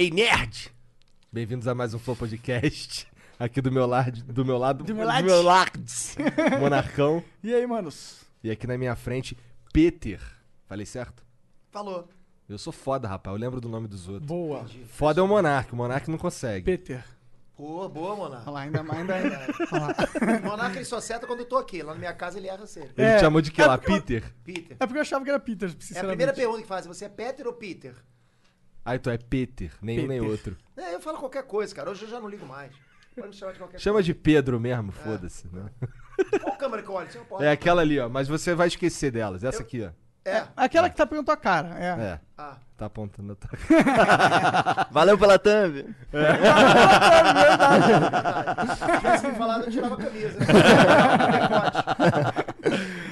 Ei, nerd! Bem-vindos a mais um Flow Podcast. Aqui do meu lado, do meu lado, do meu lado. Lardes, Monarcão. E aí, manos? E aqui na minha frente, Peter. Falei certo? Falou. Eu sou foda, rapaz. Eu lembro do nome dos outros. Boa. Foda é o Monark. O Monark não consegue. Peter. Boa, boa, Olha Monarca. lá, ainda mais, ainda mais. Olha lá. Monarca ele só acerta quando eu tô aqui. Lá na minha casa ele erra sempre. Ele É, te chamou de que é lá? porque eu- Peter? Peter. É porque eu achava que era Peter, É a sinceramente. primeira pergunta que fazem. Você é Peter ou Peter? Ah, então é Peter. Nenhum nem Peter. outro. É, eu falo qualquer coisa, cara. Hoje eu já não ligo mais. Pode me chamar de qualquer Chama de Pedro mesmo, foda-se. né? coisa. Qual câmera que eu olho? Você não pode. É aquela ali, ó. Mas você vai esquecer delas. Essa aqui, ó. É. Aquela que tá pegando tua cara, é. É. Ah. Tá apontando a tua Valeu pela thumb. Se tivesse me falado, eu tirava a camisa.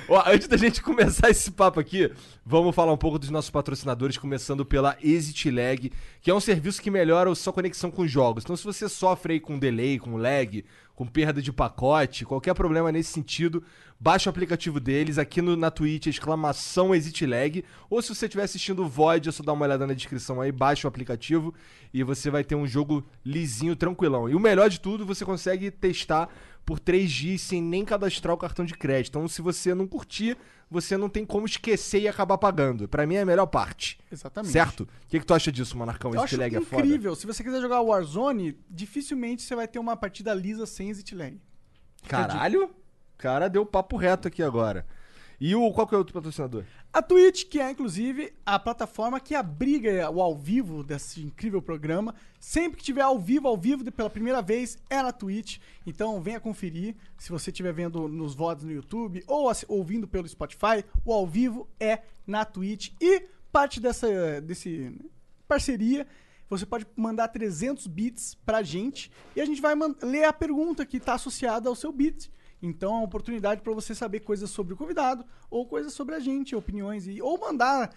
Ó, antes da gente começar esse papo aqui, vamos falar um pouco dos nossos patrocinadores, começando pela Exit Lag, que é um serviço que melhora a sua conexão com jogos. Então, se você sofre aí com delay, com lag, com perda de pacote, qualquer problema nesse sentido, baixa o aplicativo deles aqui no, na Twitch, exclamação Exit Lag. Ou se você estiver assistindo o Void, é só dar uma olhada na descrição aí, baixa o aplicativo e você vai ter um jogo lisinho, tranquilão. E o melhor de tudo, você consegue testar por 3 dias sem nem cadastrar o cartão de crédito. Então, se você não curtir, você não tem como esquecer e acabar pagando. Pra mim é a melhor parte. Exatamente. Certo? O que, que tu acha disso, Monarcão? Eu Esse acho lag é foda. incrível. Se você quiser jogar Warzone, dificilmente você vai ter uma partida lisa sem exit lag. Caralho? O cara deu papo reto aqui agora. E o qual que é o outro patrocinador? A Twitch, que é inclusive a plataforma que abriga o ao vivo desse incrível programa. Sempre que tiver ao vivo, ao vivo, pela primeira vez, é na Twitch. Então venha conferir. Se você estiver vendo nos VODs no YouTube ou assi- ouvindo pelo Spotify, o ao vivo é na Twitch. E parte dessa desse parceria, você pode mandar 300 bits pra gente e a gente vai man- ler a pergunta que está associada ao seu bit. Então é uma oportunidade para você saber coisas sobre o convidado, ou coisas sobre a gente, opiniões, e, ou mandar,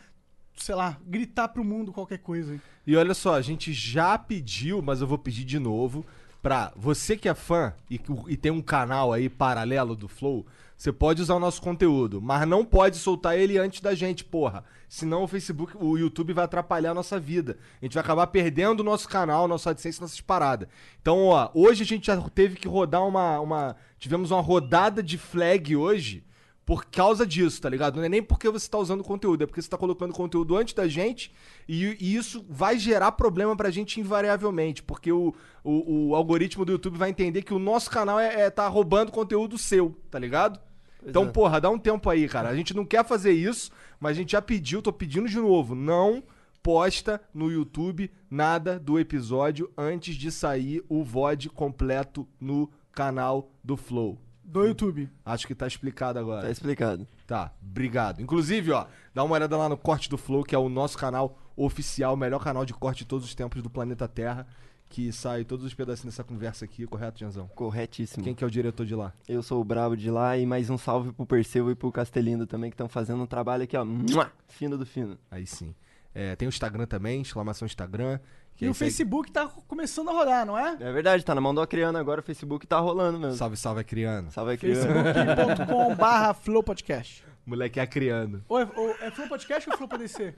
sei lá, gritar pro mundo qualquer coisa. hein? E olha só, a gente já pediu, mas eu vou pedir de novo. Pra você que é fã e, que- e tem um canal aí paralelo do Flow, você pode usar o nosso conteúdo, mas não pode soltar ele antes da gente, porra. Senão o Facebook, o YouTube vai atrapalhar a nossa vida. A gente vai acabar perdendo o nosso canal, nossa AdSense, nossas paradas. Então, ó, hoje a gente já teve que rodar uma. uma tivemos uma rodada de flag hoje por causa disso, tá ligado? Não é nem porque você tá usando conteúdo, é porque você tá colocando conteúdo antes da gente e, e isso vai gerar problema pra gente invariavelmente, porque o, o, o algoritmo do YouTube vai entender que o nosso canal é, é tá roubando conteúdo seu, tá ligado? então, porra, dá um tempo aí, cara. A gente não quer fazer isso, mas a gente já pediu, tô pedindo de novo. Não posta no YouTube nada do episódio antes de sair o VOD completo no canal do Flow. Do YouTube. Acho que tá explicado agora. Tá explicado. Tá, obrigado. Inclusive, ó, dá uma olhada lá no corte do Flow, que é o nosso canal oficial, o melhor canal de corte de todos os tempos do planeta Terra, que sai todos os pedacinhos dessa conversa aqui, correto, Janzão? Corretíssimo. Quem que é o diretor de lá? Eu sou o Brabo de lá e mais um salve pro Perseu e pro Castelindo também, que estão fazendo um trabalho aqui, ó. Mua! Fino do fino. Aí sim. É, tem o Instagram também, exclamação Instagram. que E aí o segue- Facebook tá começando a rodar, não é? É verdade, tá na mão do Acreano agora, o Facebook tá rolando mesmo. Salve, salve, é Acriano. Salve Acreano. facebook.com barra Flow Podcast. Moleque Acriano. Ou é, ou é Flow Podcast ou Flow PDC?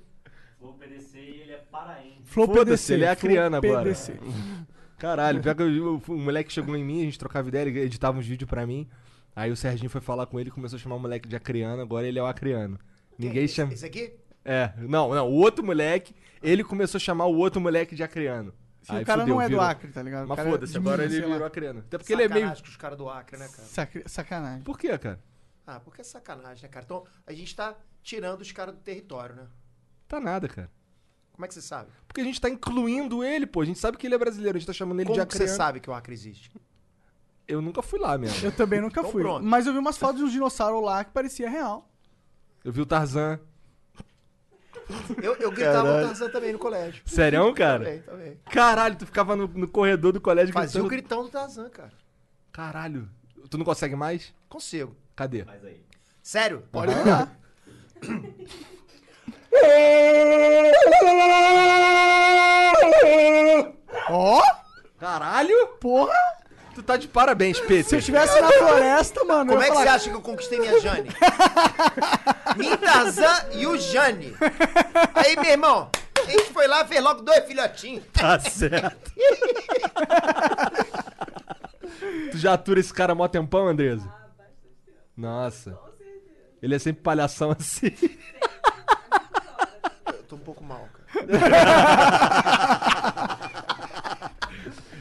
Vou PDC e ele é paraense. Flow Foda-se, ele é acriano Flow agora. PDC. Caralho, pior que eu- o moleque chegou em mim, a gente trocava ideia, ele editava uns vídeos pra mim. Aí o Serginho foi falar com ele e começou a chamar o moleque de Acriano, agora ele é o Acriano. Ninguém Esse, é chama. esse aqui? É, não, não, o outro moleque, ele começou a chamar o outro moleque de acriano. Sim, o cara fudeu, não é virou. do Acre, tá ligado? O Mas cara é foda-se, de agora Minas, ele sei lá. virou acriano. Até porque ele é meio... Sacanagem com os caras do Acre, né, cara? Sacri- Sacanagem. Por que, cara? Ah, porque é sacanagem, né, cara? Então, a gente tá tirando os caras do território, né? Tá nada, cara. Como é que você sabe? Porque a gente tá incluindo ele, pô. A gente sabe que ele é brasileiro, a gente tá chamando ele Como de que você acriano. sabe que o Acre existe? Eu nunca fui lá mesmo. Eu também nunca Então fui. pronto. Mas eu vi umas fotos de um dinossauro lá que parecia real. Eu vi o Tarzan. Eu, eu gritava o Tarzan também no colégio. Sério, cara? Também, também. Caralho, tu ficava no, no corredor do colégio Fazia o um gritando. gritão do Tarzan, cara. Caralho. Tu não consegue mais? Consigo. Cadê? é. Faz aí. Sério? Pode mudar. Ó, Caralho! porra! Tu tá de parabéns, Se eu Peter. estivesse na floresta, mano, eu Como é ia que falar, você acha que eu conquistei minha Jane? minha Tarzan e o Jane. Aí, meu irmão, a gente foi lá e fez logo dois filhotinhos. Tá certo. tu já atura esse cara mó tempão, Andresa? Ah, Nossa. Ele é sempre palhação assim. Eu tô um pouco mal, cara.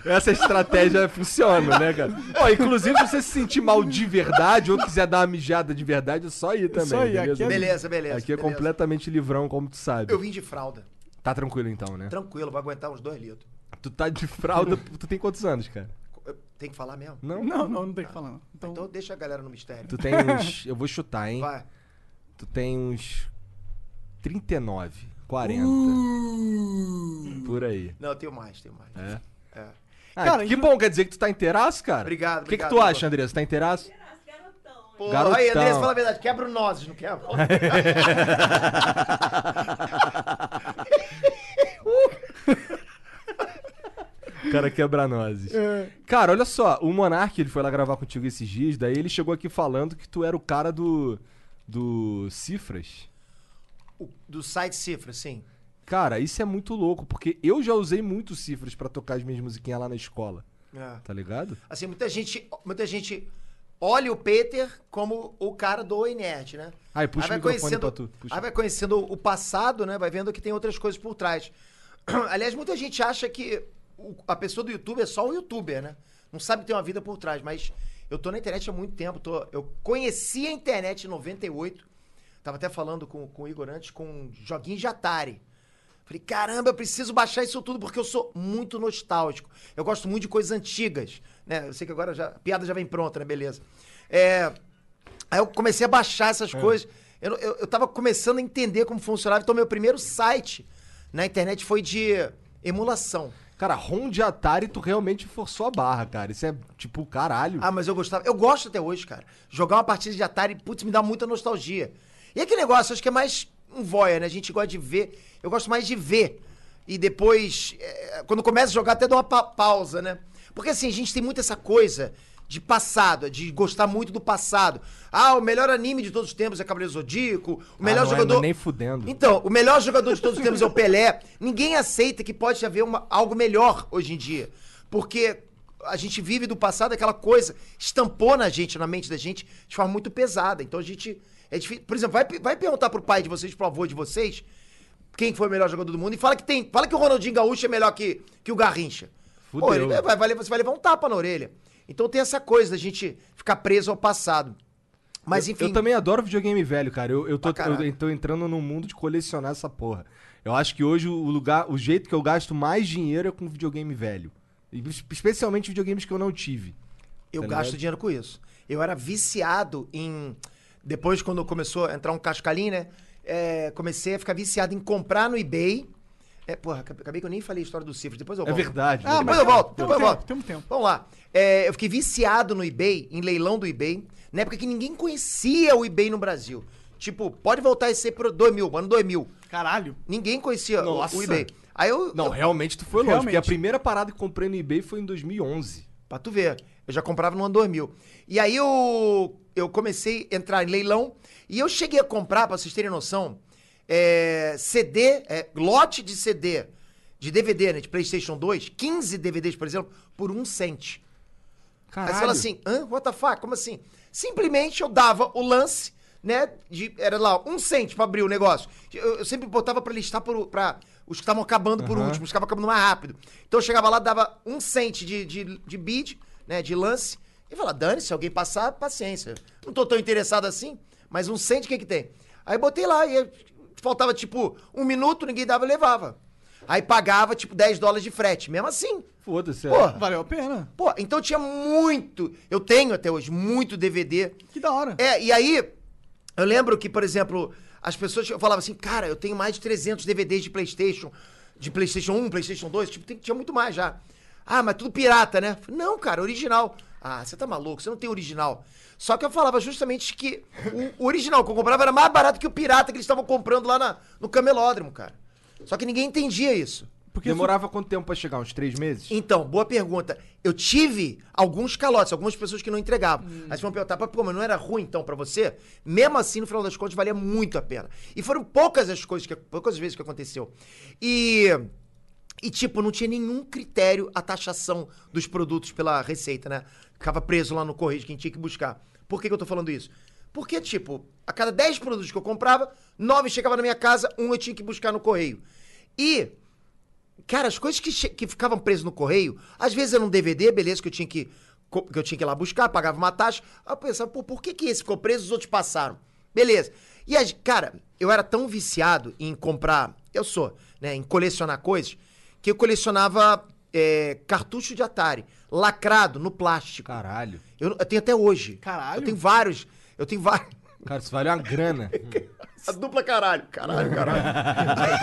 Essa estratégia funciona, né, cara? Ó, inclusive, se você se sentir mal de verdade ou quiser dar uma mijada de verdade, é só ir também. só ir, beleza? aqui é- Beleza, beleza. Aqui é beleza. completamente livrão, como tu sabe. Eu vim de fralda. Tá tranquilo então, né? Tranquilo, vai aguentar uns dois litros. Tu tá de fralda. Tu tem quantos anos, cara? Eu- Tem que falar mesmo? Não? Não, não, não tem o que falar. não. Então, Então deixa a galera no mistério. Tu tem uns. Eu vou chutar, hein? Vai. Tu tem uns. 39, 40. Uh! Por aí. Não, eu tenho mais, tenho mais. É? É. Ah, Cara, que inclu- bom, quer dizer que tu tá inteiraço, cara? Obrigado, O que, que obrigado, tu acha, Igor. Andressa? Tá inteiraço? Pô, Garotão. aí, Andrés, fala a verdade. Quebra o nozes, não quebra? O cara quebra nozes. é, Cara, olha só, o Monark, ele foi lá gravar contigo esses dias, daí ele chegou aqui falando que tu era o cara do. do. Cifras. O- do site Cifra, sim. Cara, isso é muito louco, porque eu já usei muito Cifras pra tocar as minhas musiquinhas lá na escola, É. tá ligado? Assim, muita gente, muita gente olha o Peter como o cara do Oi Nerd, né? Aí, puxa vai o microfone conhecendo- pra tu, puxa. Aí vai conhecendo o passado, né? Vai vendo que tem outras coisas por trás. Aliás, muita gente acha que o- a pessoa do YouTube é só o YouTuber, né? Não sabe que tem uma vida por trás, mas eu tô na internet há muito tempo. tô- eu conheci a internet em 98. Tava até falando com, com o Igor antes, com um joguinho de Atari. Falei, caramba, eu preciso baixar isso tudo porque eu sou muito nostálgico. Eu gosto muito de coisas antigas, né? Eu sei que agora já, a piada já vem pronta, né? Beleza. É, aí eu comecei a baixar essas coisas. Eu, não- eu, eu tava começando a entender como funcionava. Então, meu primeiro site na internet foi de emulação. Cara, ROM de Atari, tu realmente forçou a barra, cara. Isso é tipo, caralho. Ah, mas eu gostava. Eu gosto até hoje, cara. Jogar uma partida de Atari, putz, me dá muita nostalgia. E aquele negócio, acho que é mais um voia, né? A gente gosta de ver. Eu gosto mais de ver. E depois, eh, quando começa a jogar, até dá uma pa- pausa, né? Porque assim, a gente tem muito essa coisa de passado, de gostar muito do passado. Ah, o melhor anime de todos os tempos é Cavaleiro Zodíaco. O melhor não é, jogador. mas nem fudendo. Então, o melhor jogador de todos os tempos é o Pelé. Ninguém aceita que pode haver uma- algo melhor hoje em dia. Porque a gente vive do passado aquela coisa estampou na gente, na mente da gente, de forma muito pesada. Então a gente. É difícil. Por exemplo, vai, pe- vai perguntar pro pai de vocês, pro avô de vocês, quem foi o melhor jogador do mundo, e fala que tem. Fala que o Ronaldinho Gaúcho é melhor que, que o Garrincha. Fudeu. ele vai, vai- vai levar- você vai levar um tapa na orelha. Então tem essa coisa da gente ficar preso ao passado. Mas Eu- enfim. Eu também adoro videogame velho, cara. Eu, eu, tô, Pra caralho. eu tô entrando num mundo de colecionar essa porra. Eu acho que hoje o lugar, o jeito que eu gasto mais dinheiro é com videogame velho. E es- Especialmente videogames que eu não tive. Eu tá gasto ligado? dinheiro com isso. Eu era viciado em. Depois, quando começou a entrar um cascalim, né? É, comecei a ficar viciado em comprar no eBay. É, porra, acabei acabei que eu nem falei a história do Cifras. Depois eu É volto. verdade. Ah, né? Depois mas eu volto, tem um depois eu tempo, volto. tem um tempo. Vamos lá. É, eu fiquei viciado no eBay, em leilão do eBay, na época que ninguém conhecia o eBay no Brasil. Tipo, pode voltar e ser pro 2000, ano 2000. caralho. Ninguém conhecia o- o Nossa. eBay. Aí eu, Não, eu- realmente tu foi longe, porque a Realmente. primeira parada que comprei no eBay foi em 2011. Pra tu ver. Eu já comprava no ano 2000. E aí eu, eu comecei a entrar em leilão e eu cheguei a comprar, pra vocês terem noção, é, CD, é, lote de CD, de DVD, né, de PlayStation 2, 15 DVDs, por exemplo, por um cent. Aí Caralho. você fala assim, hã? What the fuck? Como assim? Simplesmente eu dava o lance, né? De, era lá, um cento pra abrir o negócio. Eu, eu sempre botava pra listar por, pra os que estavam acabando por último, os que estavam acabando mais rápido. Então eu chegava lá, dava um cento de, de, de bid, né? De lance. E falava, dane-se, se alguém passar, paciência. Não tô tão interessado assim, mas um cento o que que tem? Aí botei lá e faltava tipo um minuto, ninguém dava, eu levava. Aí pagava tipo 10 dólares de frete, mesmo assim. Foda-se. é. Porra. Valeu a pena. Pô, então tinha muito. Eu tenho até hoje muito DVD. Que da hora. É, e aí, eu lembro que, por exemplo, As pessoas eu falava assim, cara, eu tenho mais de 300 DVDs de PlayStation, de PlayStation 1, PlayStation 2, tipo, tem- tinha muito mais já. Ah, mas tudo pirata, né? Falei, Não, cara, original. Ah, você tá maluco, você não tem original. Só que eu falava justamente que o original que eu comprava era mais barato que o pirata que eles estavam comprando lá na- no camelódromo, cara. Só que ninguém entendia isso. Demorava quanto tempo pra chegar? Uns três meses? Então, boa pergunta. Eu tive alguns calotes, algumas pessoas que não entregavam. Aí vocês vão perguntar, "Mas, pô, mas não era ruim então pra você? Mesmo assim, no final das contas, valia muito a pena. E foram poucas as coisas que, poucas vezes que aconteceu. E e tipo, não tinha nenhum critério a taxação dos produtos pela receita, né? Ficava preso lá no correio de quem tinha que buscar. Por que, que eu tô falando isso? Porque, tipo, a cada 10 produtos que eu comprava, 9 chegavam na minha casa, um eu tinha que buscar no correio. E Cara, as coisas que, che- que ficavam presas no correio, às vezes era um DVD, beleza, que eu tinha que, co- que eu tinha que ir lá buscar, pagava uma taxa. Aí eu pensava, pô, por que, que esse ficou preso e os outros passaram? Beleza. E, as, cara, eu era tão viciado em comprar, eu sou, né, em colecionar coisas, que eu colecionava é, cartucho de Atari, lacrado no plástico. Caralho. Eu, eu tenho até hoje. Caralho. Eu tenho vários. Eu tenho vários. Cara, isso vale uma grana. A dupla caralho. Caralho, caralho.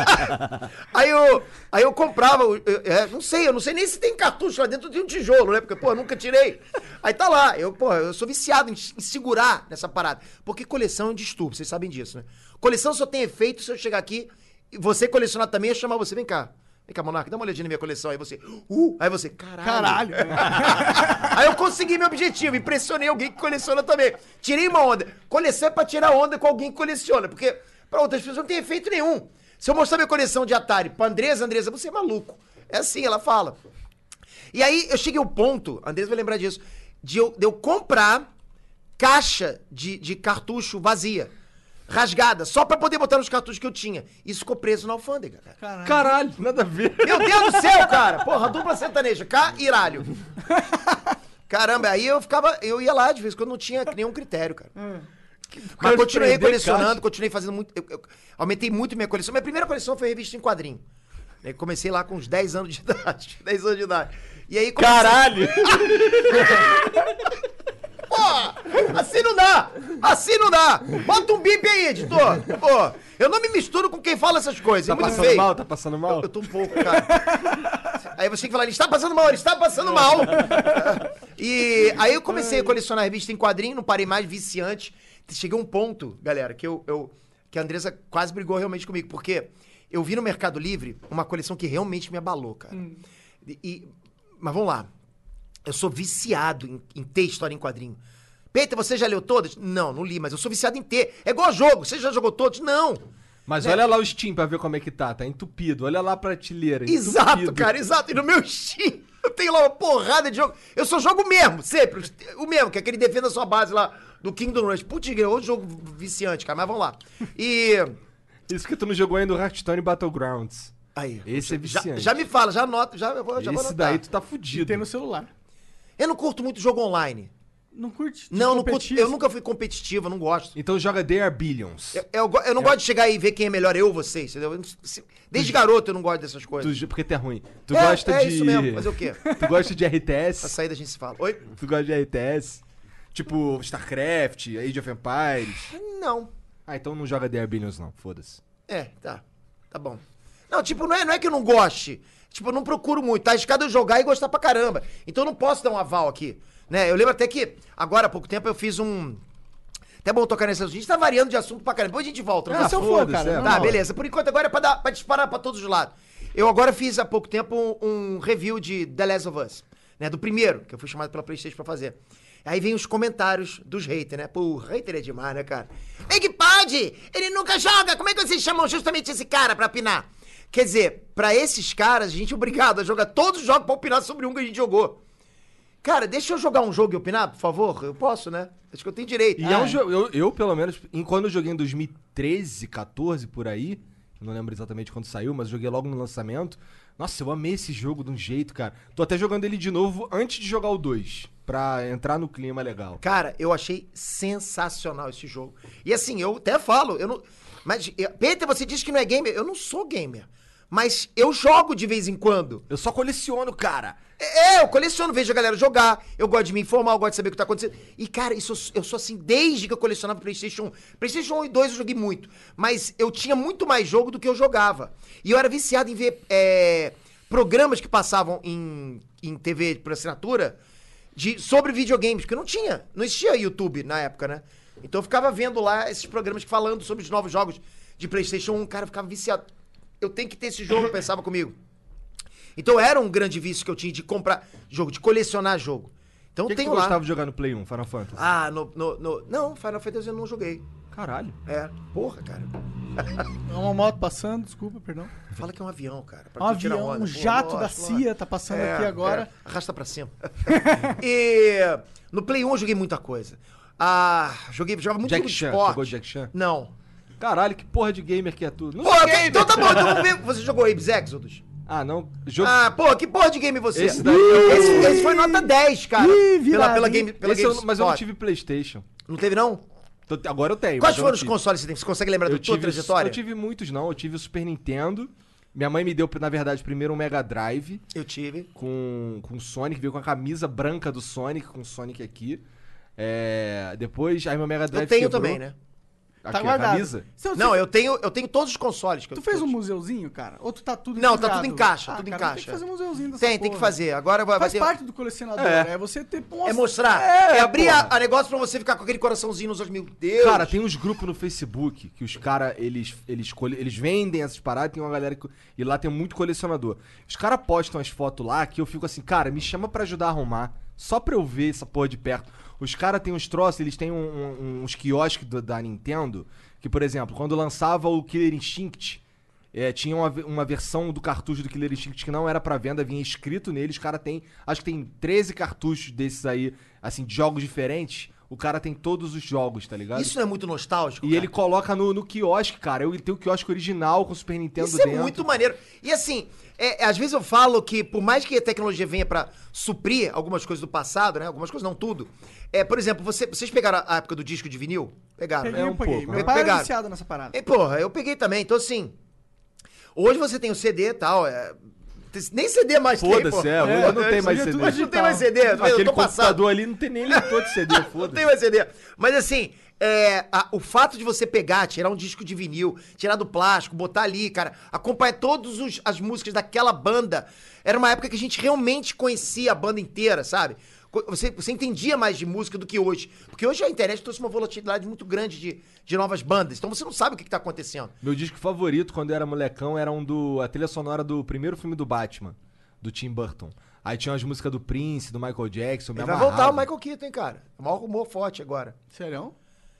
aí, eu, aí eu comprava. o- eu- é, não sei, eu não sei nem se tem cartucho lá dentro de um tijolo, né? Porque, pô, eu nunca tirei. Aí tá lá. Eu, pô, eu sou viciado em, em segurar nessa parada. Porque coleção é um distúrbio, vocês sabem disso, né? Coleção só tem efeito se eu chegar aqui e você colecionar também e eu chamar você. Vem cá. Vem cá, Monarca, dá uma olhadinha na minha coleção. Aí você. Uh! Aí você. Caralho. Aí eu consegui meu objetivo, impressionei alguém que coleciona também. Tirei uma onda. Coleção é pra tirar onda com alguém que coleciona, porque pra outras pessoas não tem efeito nenhum. Se eu mostrar minha coleção de Atari pra Andresa, Andresa, você é maluco. É assim, ela fala. E aí eu cheguei ao ponto, a Andresa vai lembrar disso, de eu, de eu comprar caixa de, de cartucho vazia, rasgada, só pra poder botar nos cartuchos que eu tinha. Isso ficou preso na alfândega, cara. Caralho. Caralho, nada a ver. Tá Meu Deus do céu, cara! Porra, dupla sertaneja, cá e iralho. Caramba, aí eu ficava, eu ia lá de vez em quando não tinha nenhum critério, cara. Mas Hum. Quero continuei prender colecionando, caixa. continuei fazendo muito. eu- eu aumentei muito minha coleção. Minha primeira coleção foi revista em quadrinho. Eu comecei lá com uns 10 anos de idade. 10 anos de idade. E aí comecei- Caralho! Pô, assim não dá! Assim não dá! Bota um bip aí, editor! Pô, eu não me misturo com quem fala essas coisas. Tá é muito passando feio. mal? Tá passando mal? Eu, eu tô um pouco, cara. aí você tem que falar, ele está passando mal, ele está passando mal. e aí eu comecei a colecionar revista em quadrinho, não parei mais, viciante. Cheguei a um ponto, galera, que eu, eu- que a Andressa quase brigou realmente comigo, porque eu vi no Mercado Livre uma coleção que realmente me abalou, cara. E- e- mas vamos lá. Eu sou viciado em, em ter história em quadrinho. Peter, você já leu todas? Não, não li, mas eu sou viciado em ter. É igual a jogo. Você já jogou todos? Não. Mas Né? olha lá o Steam pra ver como é que tá. Tá entupido. Olha lá a prateleira. Exato, entupido. cara, exato. E no meu Steam, eu tenho lá uma porrada de jogo. Eu só jogo mesmo, sempre. O mesmo, que é aquele defenda a sua base lá do Kingdom Rush. Putz, é outro jogo viciante, cara, mas vamos lá. E. Isso que tu não jogou ainda o Hearthstone Battlegrounds. Aí. Esse é Já, viciante. já me fala, já anota, já, eu vou- já vou Esse anotar. daí tu tá fudido. Tem no celular. Eu não curto muito jogo online. Não curte? Não, não curto, competir? eu nunca fui competitivo, eu não gosto. Então joga They Are Billions. Eu, eu go- eu não gosto de chegar aí e ver quem é melhor, eu ou vocês, entendeu? Eu não- se- Desde garoto eu não gosto dessas Tu coisas. jo- porque tu é ruim. Tu É, gosta é de. isso mesmo, fazer o quê? Tá Tu gosta de Na RTS. saída a gente se fala. Oi? tu gosta de RTS. Tipo, StarCraft, Age of Empires. Não. Ah, então não joga The Are Billions, não. Foda-se. É, tá. Tá bom. Não, tipo, não é, não é que eu não goste. Tipo, eu não procuro muito. Tá arriscado eu jogar e gostar pra caramba. Então eu não posso dar um aval aqui. Né? Eu lembro até que, agora há pouco tempo, eu fiz um. Até bom tocar nesse assunto. A gente tá variando de assunto pra caramba. Depois a gente volta. Não, Não, você é um foda-se, fã, cara. é, normal. Tá, beleza. Por enquanto agora é pra, dar, pra disparar pra todos os lados. Eu agora fiz há pouco tempo um, um review de The Last of Us, né? Do primeiro, que eu fui chamado pela Playstation pra fazer. Aí vem os comentários dos haters, né? Pô, hater é demais, né, cara? É que pode! Ele nunca joga! Como é que vocês chamam justamente esse cara pra opinar? Quer dizer, pra esses caras, a gente é obrigado a jogar todos os jogos pra opinar sobre um que a gente jogou. Cara, deixa eu jogar um jogo e opinar, por favor? Eu posso, né? Acho que eu tenho direito. Ah, E é um jogo. Eu, eu, pelo menos, em, quando eu joguei em 2013, 14, por aí. Não lembro exatamente quando saiu, mas joguei logo no lançamento. Nossa, eu amei esse jogo de um jeito, cara. Tô até jogando ele de novo antes de jogar o 2. Pra entrar no clima legal. Cara, eu achei sensacional esse jogo. E assim, eu até falo, eu não. Mas, eu- Peter, você diz que não é gamer. Eu não sou gamer. Mas eu jogo de vez em quando. Eu só coleciono, cara. É, é, eu coleciono, vejo a galera jogar, eu gosto de me informar, eu gosto de saber o que tá acontecendo. E, cara, isso eu sou- eu sou assim desde que eu colecionava Playstation 1. Playstation 1 e 2 eu joguei muito, mas eu tinha muito mais jogo do que eu jogava. E eu era viciado em ver é, programas que passavam em, em TV por assinatura de, sobre videogames, porque não tinha, não existia YouTube na época, né? Então eu ficava vendo lá esses programas que falando sobre os novos jogos de Playstation 1, cara, eu ficava viciado. Eu tenho que ter esse jogo, eu pensava comigo. Então era um grande vício que eu tinha de comprar jogo, de colecionar jogo. Então O que, que tenho tu lá. gostava de jogar no Play 1, Final Fantasy? Ah, no, no, no. Não, Final Fantasy eu não joguei. Caralho. É. Porra, cara. É uma moto passando, desculpa, perdão. Fala que é um avião, cara. pra Um tu tirar avião, onda. um Pô, jato nossa, da porra. CIA tá passando É, aqui agora. é. Arrasta pra cima. e no Play 1 eu joguei muita coisa. Ah, joguei, jogava muito Jack jogo de Chan. esporte. Jogou Jack Chan? Não. Caralho, que porra de gamer que é tu? Não Pô, sou ok, gamer. então tá bom, então vamos ver. Você jogou Apes Exodus? Ah, não. Jogo... Ah, pô, que porra de game você? Esse daí é eu- esse, esse foi nota 10, cara. Ih, pela, virado, pela hein? game, pela Esse eu não- GameSpot. mas eu não tive Playstation. Não teve, não? Tô- Agora eu tenho. Quais mas eu foram não os tive. consoles que você tem? Você consegue lembrar Eu da tua tive, trajetória? eu tive muitos, não. Eu tive o Super Nintendo. Minha mãe me deu, na verdade, primeiro um Mega Drive Eu tive. com, com Sonic. Veio com a camisa branca do Sonic, com o Sonic aqui. É, depois, aí meu Mega Drive Eu tenho quebrou. também, né? Aqui, Tá a guardado. camisa. Você- Não, você- eu tenho, eu tenho todos os consoles. Que eu- Tu fez eu um tive. museuzinho, cara? Ou tu tá tudo Não, tá entregado? tudo em caixa, tudo em cara, Tem caixa. que fazer um museuzinho dessa Tem, tem né? que porra. fazer. Agora vai, vai Faz ter... parte do colecionador, É. é, você ter... É Nossa, mostrar. É, É, abrir a, porra. a negócio pra você ficar com aquele coraçãozinho nos olhos. Meu Deus. Cara, tem uns grupos no Facebook que os caras, eles, eles, cole- eles vendem essas paradas, tem uma galera que. E lá tem muito colecionador. Os caras postam as fotos lá que eu fico assim, cara, me chama pra ajudar a arrumar. Só pra eu ver essa porra de perto. Os caras têm uns troços, eles têm um- um- uns quiosques do- da Nintendo. Que, por exemplo, quando lançava o Killer Instinct, é, tinha uma, ve- uma versão do cartucho do Killer Instinct que não era pra venda, vinha escrito nele. Os caras tem, acho que tem 13 cartuchos desses aí, assim, de jogos diferentes. O cara tem todos os jogos, tá ligado? Isso não é muito nostálgico, E cara? ele coloca no, no quiosque, cara. Eu tenho o quiosque original com o Super Nintendo Isso dentro. é muito maneiro. E assim, é, é, às vezes eu falo que por mais que a tecnologia venha pra suprir algumas coisas do passado, né? Algumas coisas não tudo. É, por exemplo, você- vocês pegaram a época do disco de vinil? Pegaram, Peguei, né? É um peguei. pouco, Meu né? pai Pegaram. era viciado nessa parada. E, porra, eu peguei também. Então, assim, hoje você tem o CD e tal. é, Nem CD mais tem, Foda-se, porra. é, hoje não tem mais hoje CD. é tudo Hoje não tem mais CD. eu Aquele tô computador passado. ali não tem nem leitor de CD, Não tem foda-se. mais CD. Mas assim, é, a- o fato de você pegar, tirar um disco de vinil, tirar do plástico, botar ali, cara, acompanhar todas os- as músicas daquela banda. Era uma época que a gente realmente conhecia a banda inteira, sabe? Co- Você, você entendia mais de música do que hoje. Porque hoje a internet trouxe uma volatilidade muito grande de, de novas bandas. Então você não sabe o que, que tá acontecendo. Meu disco favorito quando eu era molecão era um do. a trilha sonora do primeiro filme do Batman, do Tim Burton. Aí tinha as músicas do Prince, do Michael Jackson. me Ele vai amarrava. voltar o Michael Keaton, hein, cara? O maior rumor forte agora. Sério?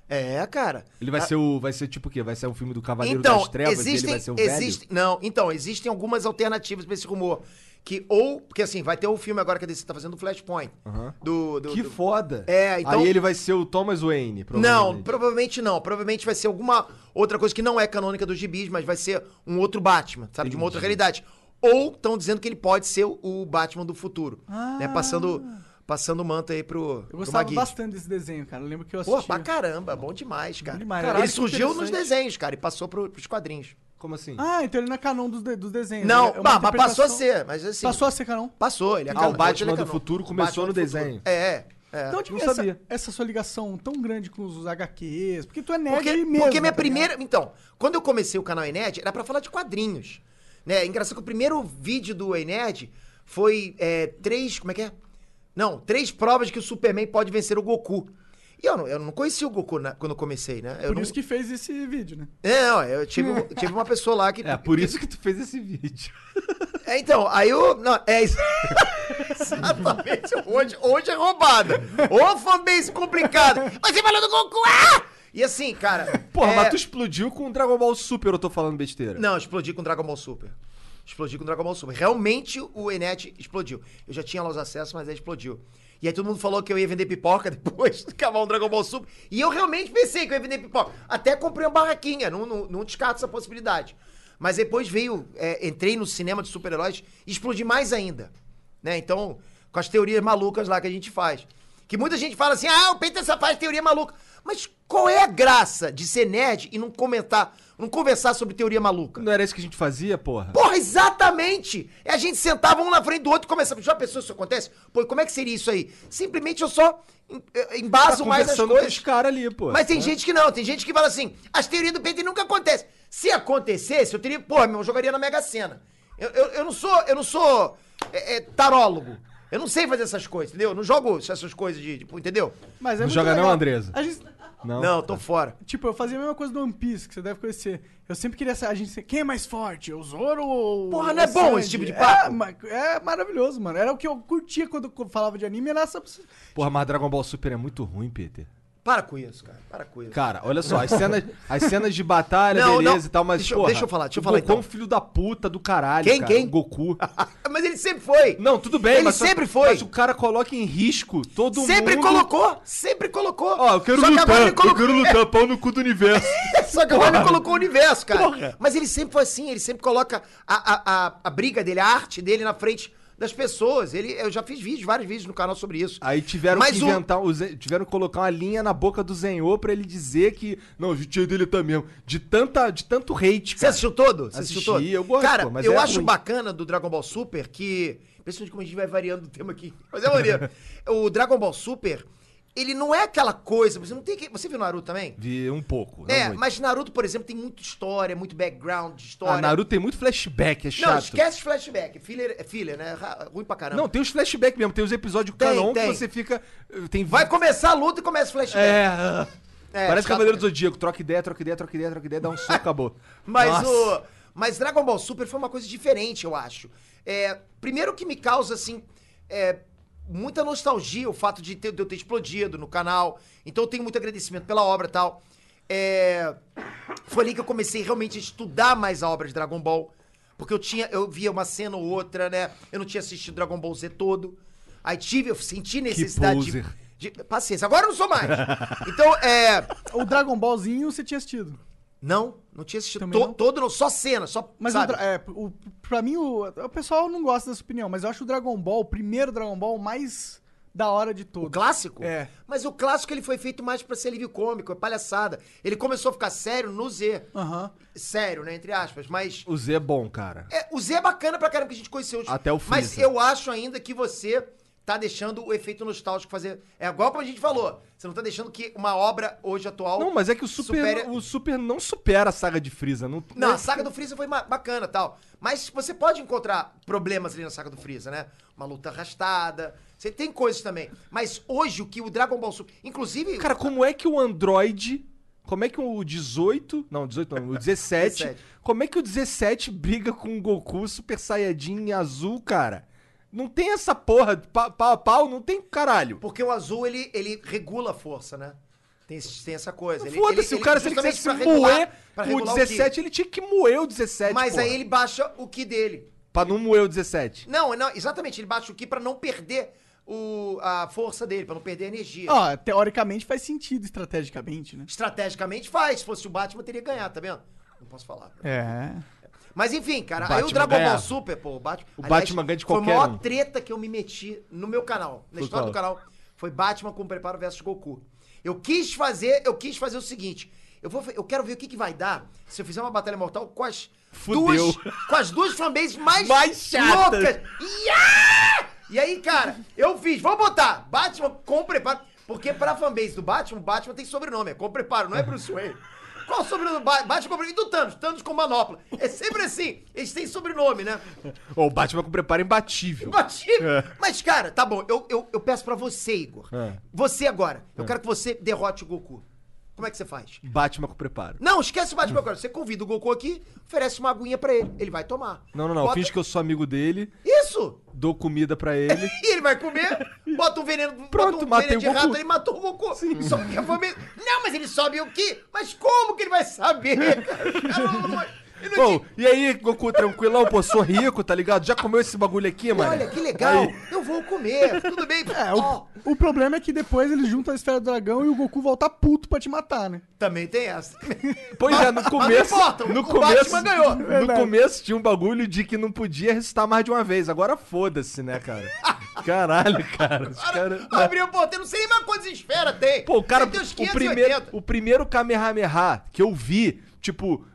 É, cara. Ele vai ser o. Vai ser tipo o quê? Vai ser um filme do Cavaleiro Então, das Trevas e ele existem, vai ser o existem, não, então, existem algumas alternativas pra esse rumor. Que ou, porque assim, vai ter o filme agora que a DC tá fazendo, o Flashpoint. Aham. Do, do, velho. Que do- foda! É, então- Aí ele vai ser o Thomas Wayne, Não, provavelmente. provavelmente não. Provavelmente vai ser alguma outra coisa que não é canônica dos gibis, mas vai ser um outro Batman, sabe? De uma outra realidade. Ou estão dizendo que ele pode ser o- o Batman do futuro. Né? Passando passando o manto aí pro, Eu pro gostava Magui. bastante desse desenho, cara. Eu lembro que eu Pô, assistia. pra caramba, bom demais, cara. demais. Caralho, Caralho, ele que surgiu nos interessante. desenhos, cara, e passou pro, pros quadrinhos. Como assim? Ah, então ele não é canon dos, de- dos desenhos. Não, né? É uma bah, mas passou a interpretação- ser, mas assim. Passou a ser canon. Passou, ele Ah, acabou. o Batman ele do acabou. futuro começou Batman no do futuro. desenho. É, é. Então, tipo, não essa, sabia. essa sua ligação tão grande com os HQs, porque tu é nerd porque, mesmo. porque minha tá ligado? primeira. Então, quando eu comecei o canal Ened, era pra falar de quadrinhos. Né? Engraçado que o primeiro vídeo do Ened foi é, três. Como é que é? Não, três provas que o Superman pode vencer o Goku. E eu não, eu não conhecia o Goku na- quando eu comecei, né? Eu Por não, isso que fez esse vídeo, né? É, não, eu tive, tive uma pessoa lá que. É, por isso que tu fez esse vídeo. É, então, aí eu. Não, é isso. Exatamente. Hoje, hoje é roubada. Ô, fanbase complicada. Você falou do Goku, ah! E assim, cara. Porra, é... mas tu explodiu com o Dragon Ball Super, eu tô falando besteira. Não, explodi com Dragon Ball Super. Explodi com Dragon Ball Super. Realmente o Enet explodiu. Eu já tinha lá os acessos, mas aí explodiu. E aí todo mundo falou que eu ia vender pipoca depois de acabar um Dragon Ball Super. E eu realmente pensei que eu ia vender pipoca. Até comprei uma barraquinha, não, não, não descarto essa possibilidade. Mas depois veio, é, entrei no cinema de super-heróis e explodi mais ainda. Né? Então, com as teorias malucas lá que a gente faz. Que muita gente fala assim, ah, o Peter só faz teoria maluca. Mas qual é a graça de ser nerd e não comentar, não conversar sobre teoria maluca? Não era isso que a gente fazia, porra? Porra, exatamente! É a gente sentava um na frente do outro e começava. Já pensou se isso acontece? Pô, e como é que seria isso aí? Simplesmente eu só em- eh, embaso mais as Tá conversando com coisas. os caras ali, pô. Mas tem gente que não, tem gente que fala assim, as teorias do Pedro nunca acontecem. Se acontecesse, eu teria, porra, meu, eu jogaria na Mega Sena. Eu, eu, eu não sou, eu não sou é, é, tarólogo. Eu não sei fazer essas coisas, entendeu? Eu não jogo essas coisas de, tipo, entendeu? Mas é Não muito joga não, legal. Andresa? A gente- Não. tá. Não, tô fora. tipo, eu fazia a mesma coisa do One Piece, que você deve conhecer. Eu sempre queria saber, a gente, quem é mais forte, o Zoro ou... Porra, o não é bom Sanji? esse tipo de É, papo? ma- é maravilhoso, mano. Era o que eu curtia quando eu falava de anime, era essa... Porra, mas Dragon Ball Super é muito ruim, Peter. Para com isso, cara. Para com isso. Cara, olha só, as cenas, as cenas de batalha, Não, beleza não. e tal, mas. Deixa eu- porra, deixa eu falar, deixa eu o falar Goku é um então. filho da puta do caralho. Quem, cara, o quem? Goku. mas ele sempre foi. Não, tudo bem, Ele mas. sempre foi. Mas o cara coloca em risco todo mundo. sempre colocou, sempre colocou. Ó, eu quero Só que agora lutar, ele colocou- eu quero lutar, pau no cu do universo. Só que agora ele colocou o universo, cara. Mas ele sempre foi assim, ele sempre coloca a, a, a, a briga dele, a arte dele na frente das pessoas. Ele, eu já fiz vídeos, vários vídeos no canal sobre isso. Aí tiveram Mas que o- inventar, o Zen- tiveram que colocar uma linha na boca do Zenhô pra ele dizer que. Não, o tio dele tá mesmo. De, tanta, de tanto hate, Você cara. assistiu todo? Você assistiu Assisti, todo? eu gosto, Cara, pô, mas eu é acho ruim. bacana do Dragon Ball Super que. Impressionante como a gente vai variando o tema aqui. Mas é maneiro. o Dragon Ball Super, ele não é aquela coisa. Você não tem que. Você viu Naruto também? Vi um pouco. não É, muito. mas Naruto, por exemplo, tem muita história, muito background de história. Ah, Naruto tem muito flashback, é chato. Não, esquece flashback. Filler, é filler, né? Ra- Ruim pra caramba. Não, tem os flashbacks mesmo, tem os episódios Tem, canon tem. que você fica. eh, Tem Vai começar a luta e começa o flashback. É. É, Parece chato Cavaleiro do mesmo. Zodíaco. Troca ideia, troca ideia, troca ideia, troca ideia, dá um soco, acabou. Mas Nossa. o. Mas Dragon Ball Super foi uma coisa diferente, eu acho. É, primeiro que me causa, assim, é, muita nostalgia o fato de, ter- de eu ter explodido no canal. Então eu tenho muito agradecimento pela obra e tal. É, foi ali que eu comecei realmente a estudar mais a obra de Dragon Ball. Porque eu tinha, eu via uma cena ou outra, né? Eu não tinha assistido Dragon Ball Z todo. Aí tive, eu senti necessidade de, poser. de- Paciência, agora eu não sou mais. Então, é. O Dragon Ballzinho você tinha assistido. Não, não tinha assistido Também to- não? todo, não, só cena, só. Mas o, sabe? dra- é, o- pra mim, o, o pessoal não gosta dessa opinião, mas eu acho o Dragon Ball, o primeiro Dragon Ball, o mais da hora de O todos. clássico? É. Mas o clássico ele foi feito mais pra ser alívio cômico, é palhaçada. Ele começou a ficar sério no Z. Aham. Sério, né? Entre aspas. Mas. O Z é bom, cara. É, o Z é bacana pra caramba que a gente conheceu. hoje. Até o Mas Freeza. eu acho ainda que você tá deixando o efeito nostálgico fazer. É igual como a gente falou. Você não tá deixando que uma obra hoje atual. Não, mas é que o Super, supere- o Super não supera a saga de Freeza. Não, é- Não, a saga do Freeza foi ma- bacana e tal. Mas você pode encontrar problemas ali na saga do Freeza, né? Uma luta arrastada. Você tem coisas também. Mas hoje o que o Dragon Ball Super. Inclusive. Cara, como é que o Android. Como é que o 18. Não, 18 não, o 17. 17. Como é que o 17 briga com o Goku Super Saiyajin azul, cara? Não tem essa porra. pa- Pau a pau, não tem caralho. Porque o azul, ele, ele regula a força, né? Tem, esse- tem essa coisa. Ele- Foda-se, ele- o cara, ele- se ele justamente quisesse pra regular- moer pra o regular que- 17, ele tinha que moer o 17. Mas porra, aí ele baixa o ki dele. Pra não moer o 17. Não, não, exatamente, ele baixa o ki pra não perder o, a força dele, pra não perder a energia. Ah. Ó, teoricamente faz sentido, estrategicamente, né? Estrategicamente faz. Se fosse o Batman, teria que ganhar, tá vendo? Não posso falar. né? É. Mas enfim, cara, O aí o Batman Dragon Ball ganhava. Super, pô, o Batman. O Batman ganha de Foi qualquer a maior um. treta que eu me meti no meu canal, na Por história do qual? canal. Foi Batman com preparo versus Goku. Eu quis fazer, eu quis fazer o seguinte. Eu, vou, eu quero ver o que, que vai dar se eu fizer uma batalha mortal com as Fudeu. duas. Com as duas fanbases mais, Mais chatas. loucas. Iá! E aí, cara, eu fiz, vamos botar Batman com preparo. Porque pra fanbase do Batman, Batman tem sobrenome, é com preparo, não é Bruce Wayne. Qual o sobrenome do Ba- Batman? com preparo? E do Thanos? Thanos com manopla. É sempre assim, eles têm sobrenome, né? Ô, o Batman com preparo é imbatível. Imbatível. É. Mas, cara, tá bom, eu, eu, eu peço pra você, Igor. É. Você agora, eu quero que você derrote o Goku. Como é que você faz? Batman com preparo. Não, esquece o Batman agora. Você convida o Goku aqui, oferece uma aguinha pra ele. Ele vai tomar. Não, não, não. Bota- Finge que eu sou amigo dele, Isso! dou comida pra ele. E ele vai comer, bota um veneno, né? Pronto, bota um matei veneno o de Goku. rato, ele matou o Goku. Só que a família. Não, mas ele sobe o quê? Mas como que ele vai saber? cara? Eu não- não- eu não Ô, tinha- e aí, Goku, tranquilão, pô, sou rico, tá ligado? Já comeu esse bagulho aqui, mano? Olha, que legal, eu vou comer, tudo bem. É, o, Ó, o problema é que depois eles juntam a esfera do dragão e o Goku volta puto pra te matar, né? também tem essa. Pois é, no Mas não começo. importa, no o começo, Batman ganhou. No começo tinha um bagulho de que não podia ressuscitar mais de uma vez. Agora foda-se, né, cara? Caralho, cara. Os cara... Cara, abriu o porteiro, não sei nem mais quantas esferas tem. Pô, o cara. Deve ter uns O primeiro, 580. o primeiro Kamehameha que eu vi, tipo,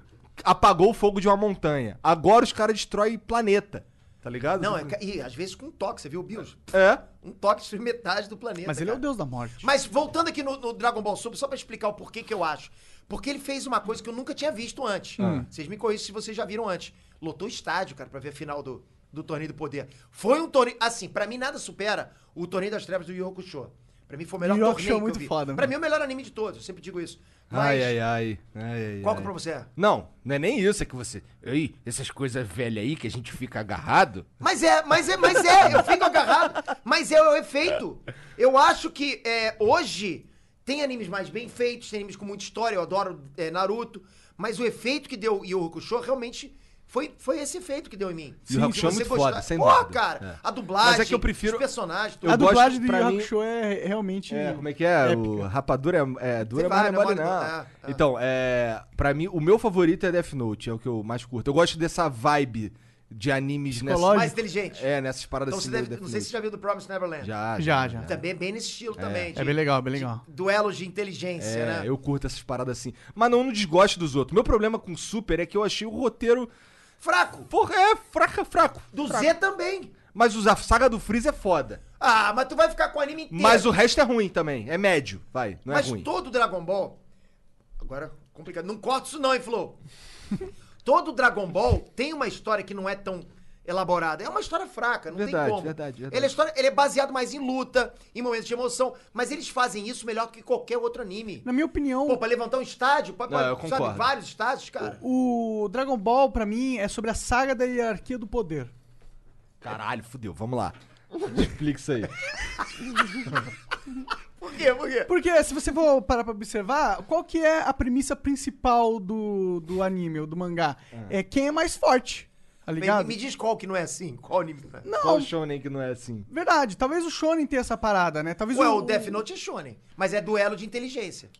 apagou o fogo de uma montanha. Agora os caras destroem planeta. Tá ligado? Não, é, ca- e às vezes com um toque, você viu o Bills? É. Um toque destruiu metade do planeta. Mas ele é o cara. deus da morte. Mas voltando aqui no, no Dragon Ball Super, só pra explicar o porquê que eu acho. Porque ele fez uma coisa que eu nunca tinha visto antes. Ah. Hum. Vocês me corrigem se vocês já viram antes. Lotou o estádio, cara, pra ver a final do, do Torneio do Poder. Foi um torneio. Assim, pra mim nada supera o Torneio das Trevas do Yu Yu Hakusho. Pra mim foi o melhor Yu Yu torneio Hakusho que é muito eu vi. foda, pra mano. mim é o melhor anime de todos, eu sempre digo isso. Mas Ai, ai, ai. ai, ai, qual que ai. é pra você é? Não, não é nem isso, é que você. Ei, essas coisas velhas aí que a gente fica agarrado. Mas é, mas é, mas é, eu fico agarrado. Mas é o efeito. Eu acho que é, hoje tem animes mais bem feitos, tem animes com muita história, eu adoro é, Naruto. Mas o efeito que deu Yu Hakusho realmente foi, foi esse efeito que deu em mim. Sim, Yu Hakusho é Se você muito gostar- foda, sem Porra, dúvida. cara, É. a dublagem, Mas é que eu prefiro- os personagens, tudo. Eu a gosto, dublagem do pra Yu mim- Hakusho é realmente. É, como é que é? O épica. rapadura é, é dura, Você mas vai, não é mole não é não. mole, não. É, é. Então, é, pra mim, o meu favorito é Death Note, é o que eu mais curto. Eu gosto dessa vibe de animes nessa, Psicológico. mais inteligente. é, nessas paradas então você meio deve, Death não sei se você Note. já viu do Promised Neverland. já, Já, já. Também é bem nesse estilo também. É bem legal, é bem legal. Duelos de inteligência, É, né? eu curto essas paradas assim. Mas não no desgosto dos outros. Meu problema com Super é que eu achei o roteiro. Fraco. Porra, é fraca, fraco. Do fraco. Z também. Mas os- a saga do Freeze é foda. Ah, mas tu vai ficar com o anime inteiro. Mas o resto é ruim também. É médio, vai. Não é Mas ruim. todo Dragon Ball. Agora, complicado. Não corta isso, não, hein, Flo? todo Dragon Ball tem uma história que não é tão elaborada. É uma história fraca, não Verdade, tem como. verdade, verdade. Ele é, história, ele é baseado mais em luta, em momentos de emoção. Mas eles fazem isso melhor que qualquer outro anime. Na minha opinião, Pô, pra levantar um estádio, pra, Não, pra- eu concordo. vários estádios, cara. o Dragon Ball, pra mim, é sobre a saga da hierarquia do poder. Caralho, fudeu. Vamos lá. Explica isso aí. Por quê? Por Tá quê? Porque se você for parar pra observar, qual que é a premissa principal do, do anime ou do mangá? É quem é mais forte, tá Me, ligado? Ah. me diz qual que não é assim. Qual anime não é? Qual Não, o shonen que não é assim? verdade. Talvez o Shonen tenha essa parada, né? Talvez Ué, o Death Note é shonen, mas é duelo de inteligência.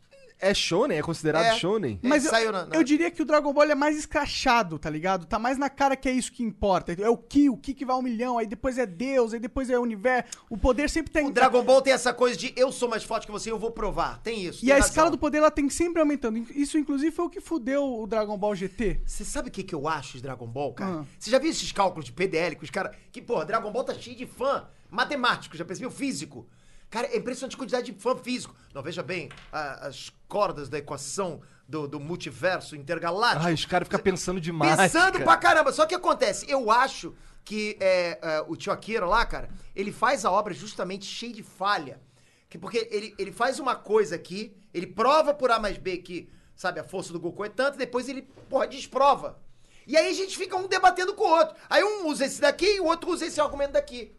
É shonen? É considerado É. shonen? É, Mas eu, saiu na- na- eu diria que o Dragon Ball é mais escrachado, tá ligado? Tá mais na cara que é isso que importa. É o Ki, o Ki que vai ao milhão, aí depois é Deus, aí depois é o universo. O poder sempre tá tem. O Dragon Ball tem essa coisa de eu sou mais forte que você, eu vou provar. Tem isso. E tem a razão. escala do poder ela tem que sempre aumentando. Isso, inclusive, foi o que fudeu o Dragon Ball GT. Você sabe o que, que eu acho de Dragon Ball, cara? Ah. Você já viu esses cálculos de PDL que os caras. Que, porra, Dragon Ball tá cheio de fã matemático, já percebeu? Físico. Cara, é impressionante a quantidade de fã físico. Não, veja bem, a- as cordas da equação do, do multiverso intergaláctico. Ai, os caras ficam pensando demais. Pensando cara. pra caramba. Só que acontece, eu acho que é, é, o tio Akira lá, cara, ele faz a obra justamente cheia de falha. Que- porque ele, ele faz uma coisa aqui, ele prova por A mais B que, sabe, a força do Goku é tanto, depois ele, porra, desprova. E aí a gente fica um debatendo com o outro. Aí um usa esse daqui e o outro usa esse argumento daqui.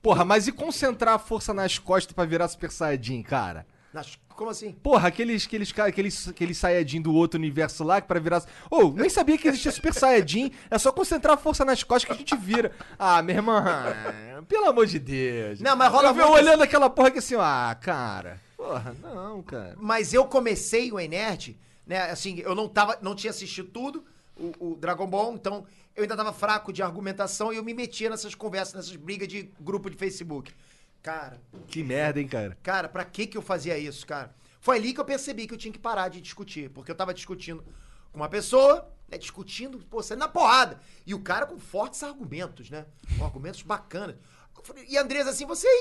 Porra, mas e concentrar a força nas costas pra virar Super Saiyajin, cara? Nas- como assim? Porra, aqueles, aqueles, cara- aqueles, aqueles Saiyajin do outro universo lá que pra virar. Ô, nem sabia que existia Super Saiyajin. É só concentrar a força nas costas que a gente vira. Ah, minha irmã. Pelo amor de Deus. Não, mas rola Eu, eu muito- olhando aquela porra que assim, ó, ah, cara. Porra, não, cara. Mas eu comecei o Enerd, né? Assim, eu não tava, não tinha assistido tudo, o, o Dragon Ball, então eu ainda tava fraco de argumentação e eu me metia nessas conversas, nessas brigas de grupo de Facebook. Cara, Que merda, hein, cara. cara, pra que que eu fazia isso, cara? Foi ali que eu percebi que eu tinha que parar de discutir, porque eu tava discutindo com uma pessoa, né, discutindo, pô, saindo na porrada. E o cara com fortes argumentos, né? Com argumentos bacanas. Eu falei, E a Andresa assim, você é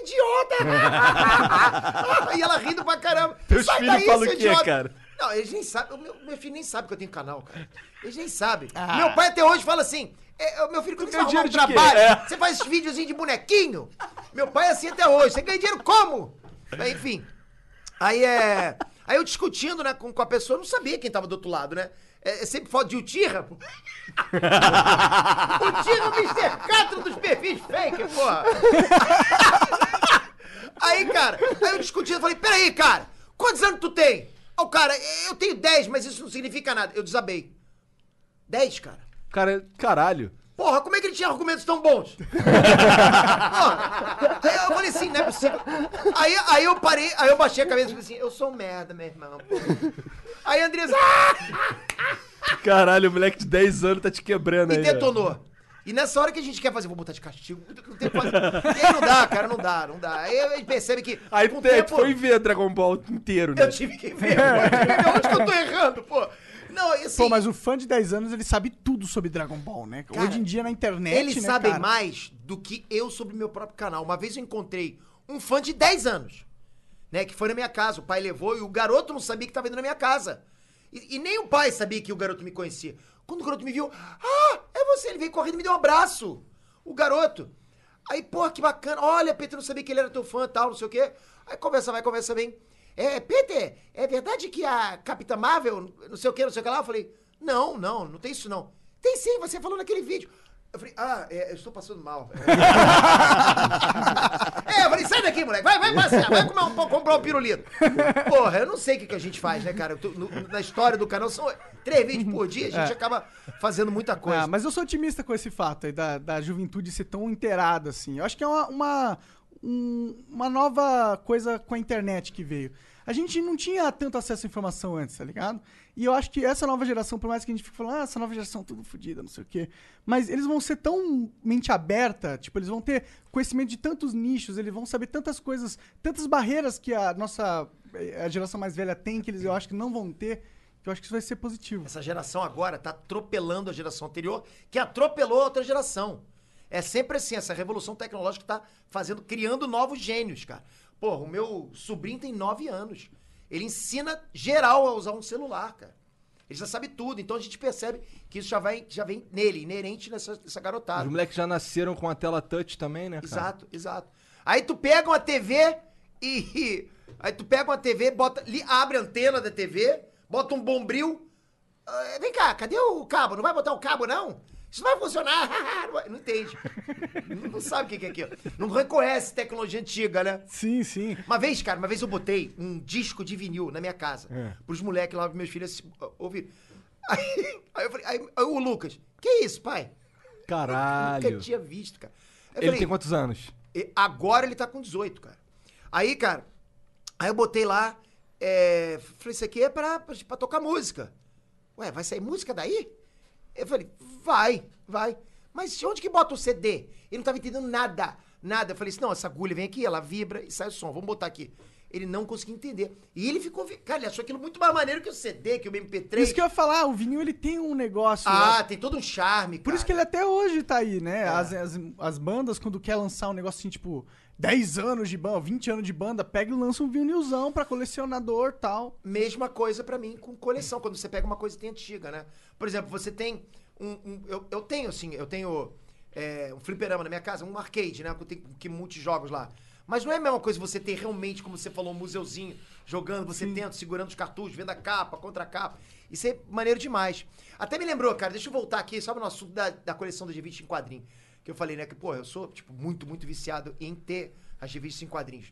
idiota! e ela rindo pra caramba. Teus Sai filhos daí, falam o seu quê, idiota! cara? Não, eles nem sabem. o Meu, meu filho nem sabe que eu tenho canal, cara. Eles nem sabem. Meu pai até hoje fala assim: é, o meu filho, quando você ganha arrumar um dinheiro de quê? trabalho, É. você faz esses videozinhos de bonequinho. Meu pai é assim até hoje. Você ganha dinheiro como? Aí, enfim. Aí é. Aí eu discutindo, né, com, com a pessoa, eu não sabia quem tava do outro lado, né? É, é sempre foto de Utirra, pô. Utirra, o Mr. Catra dos perfis fake, porra. Aí, cara, aí eu discutindo, eu falei, peraí, cara, quantos anos tu tem? Ó, o cara, eu tenho 10, mas isso não significa nada. Eu desabei. 10, cara. Cara, caralho. Porra, como é que ele tinha argumentos tão bons? Porra. Aí eu falei assim, não é possível. Aí, aí eu parei, aí eu baixei a cabeça e falei assim, eu sou um merda, meu irmão. porra. Aí a Andressa ah! Caralho, o moleque de 10 anos tá te quebrando me aí. ó. detonou. E nessa hora que a gente quer fazer, vou botar de castigo. Não tem o que fazer. E aí não dá, cara, não dá, não dá. Aí a gente percebe que. Aí com o tu é, tu foi ver Dragon Ball inteiro, né? Eu tive que ver, pô, eu tive que ver onde que eu tô errando, pô. Não, e assim, Pô, mas o fã de 10 anos, ele sabe tudo sobre Dragon Ball, né? Cara, Hoje em dia na internet, eles né, sabem cara? mais do que eu sobre meu próprio canal. Uma vez eu encontrei um fã de 10 anos, né? Que foi na minha casa, o pai levou e o garoto não sabia que tava indo na minha casa. E, e nem o pai sabia que o garoto me conhecia. Quando o garoto me viu, ah, é você, ele veio correndo e me deu um abraço. O garoto. Aí, pô, que bacana. Olha, Peter, não sabia que ele era teu fã tal, não sei o quê. Aí conversa, vai, conversa bem. É, Peter, é verdade que a Capitã Marvel, não sei o quê, não sei o que lá? Eu falei, não, não, não tem isso não. Tem sim, você falou naquele vídeo. Eu falei, ah, é, eu estou passando mal. é, eu falei, sai daqui, moleque. Vai, vai passear, vai comer um pão, comprar um pirulito. Porra, eu não sei o que, que a gente faz, né, cara? Eu tô- no- na história do canal, são três vídeos por dia, a gente acaba fazendo muita coisa. Ah, mas eu sou otimista com esse fato aí da, da juventude ser tão inteirada, assim. Eu acho que é uma, uma, um- uma nova coisa com a internet que veio. A gente não tinha tanto acesso à informação antes, tá ligado? E eu acho que essa nova geração, por mais que a gente fique falando, ah, essa nova geração tudo fodida, não sei o quê. Mas eles vão ser tão mente aberta, tipo, eles vão ter conhecimento de tantos nichos, eles vão saber tantas coisas, tantas barreiras que a nossa eh, a geração mais velha tem, que eles eu acho que não vão ter, que eu acho que isso vai ser positivo. Essa geração agora tá atropelando a geração anterior, que atropelou a outra geração. É sempre assim, essa revolução tecnológica tá fazendo, criando novos gênios, cara. Porra, o meu sobrinho tem 9 anos. Ele ensina geral a usar um celular, cara. Ele já sabe tudo, então a gente percebe que isso já, vai, já vem nele, inerente nessa, nessa garotada. Os moleques já nasceram com a tela touch também, né, cara? Exato, exato. Aí tu pega uma TV e. Aí tu pega uma TV, bota, li- abre a antena da TV, bota um bombril. Ah, vem cá, cadê o cabo? Não vai botar o cabo, não? Isso não vai funcionar. Não vai- não entende. não, não sabe o que que é aquilo. Não reconhece tecnologia antiga, né? Sim, sim. Uma vez, cara, uma vez eu botei um disco de vinil na minha casa. É. Pros moleques lá, pros meus filhos se- ouvir. Aí, aí eu falei, aí, aí o Lucas, que isso, pai? Caralho. Nunca tinha visto, cara. Aí eu Ele falei, tem quantos anos? e agora ele tá com 18, cara. Aí, cara, aí eu botei lá, é, falei, isso aqui é pra, pra, pra tocar música. Ué, vai sair música daí? Eu falei, vai, vai. Mas de onde que bota o CD? Ele não tava entendendo nada, nada. Eu falei assim, não, essa agulha vem aqui, ela vibra e sai o som, vamos botar aqui. Ele não conseguia entender. E ele ficou, vi- cara, ele achou aquilo muito mais maneiro que o CD, que o MP3. Isso que eu ia falar, o vinil ele tem um negócio. Ah, né? tem todo um charme, Por isso que cara. ele até hoje tá aí, né? As, as, as bandas, quando quer lançar um negócio assim, tipo, 10 anos de banda, 20 anos de banda, pega e lança um vinilzão pra colecionador e tal. mesma coisa pra mim com coleção, quando você pega uma coisa que tem antiga, né? Por exemplo, você tem um. um- eu, eu tenho, assim, eu tenho é, um fliperama na minha casa, um arcade, né? Que tem que muitos jogos lá. Mas não é a mesma coisa você ter realmente, como você falou, um museuzinho, jogando, você tenta, segurando os cartuchos, vendo a capa, contra a capa. Isso é maneiro demais. Até me lembrou, cara, deixa eu voltar aqui, só no assunto da, da coleção do G20 em quadrinho. Que eu falei, né? Que, pô, eu sou, tipo, muito, muito viciado em ter as revistas em quadrinhos.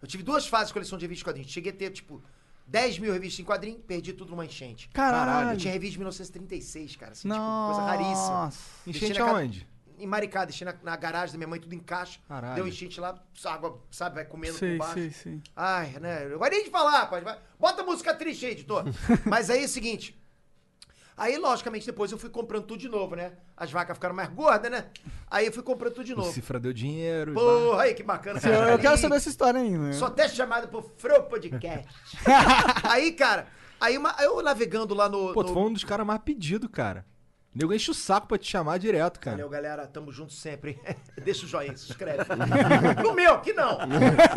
Eu tive duas fases de coleção de revistas em quadrinhos. Cheguei a ter, tipo, 10 mil revistas em quadrinhos, perdi tudo numa enchente. Caralho. Eu tinha revista de 1936, cara. Assim, Nossa. Tipo, coisa raríssima. Deixei Enchente na ca- aonde? Em Maricá, deixei na, na garagem da minha mãe, tudo em caixa. Caralho. Deu enchente lá, água, sabe, vai comendo Sei, por baixo. sei, sei. Ai, né? Eu guardei de falar, pai. Vai- Bota música triste aí, editor. Mas aí é o seguinte. Aí, logicamente, depois eu fui comprando tudo de novo, né? As vacas ficaram mais gordas, né? Aí eu fui comprando tudo de O novo. Cifra deu dinheiro. Porra, aí que bacana. Eu, eu quero Ali. saber essa história né? ainda. Só até chamado pro Fro Podcast. aí, cara, aí uma- eu navegando lá no. Pô, no- tu foi um dos caras mais pedido, cara. Nego enche o saco pra te chamar direto, cara. Valeu, galera. Tamo junto sempre. Deixa o joinha, se inscreve. no meu, que não.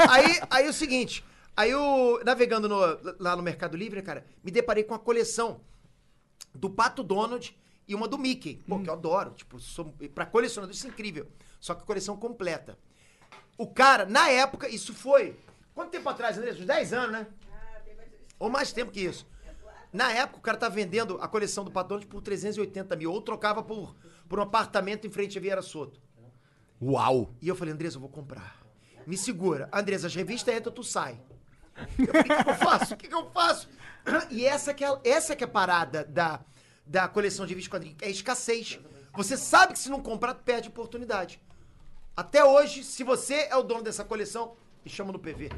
aí, aí é o seguinte. Aí eu, navegando no- lá no Mercado Livre, cara, me deparei com a coleção do Pato Donald e uma do Mickey. Hum. Pô, que eu adoro. Tipo, sou, pra colecionador isso é incrível. Só que coleção completa. O cara, na época, isso foi... Quanto tempo atrás, André? Uns 10 anos, né? Ou mais tempo que isso. Na época, o cara tá vendendo a coleção do Pato Donald por 380 mil. Ou trocava por, por um apartamento em frente a Vieira Soto. Uau! E eu falei, Andresa, eu vou comprar. Me segura. Andresa, as revistas entram, tu sai. Eu falei, o que, que eu faço? O que, que eu faço? E essa que é, a- essa que é a parada da, da coleção de revistas e quadrinhos. É a escassez. Você sabe que se não comprar, tu perde a oportunidade. Até hoje, se você é o dono dessa coleção, e chama no PV.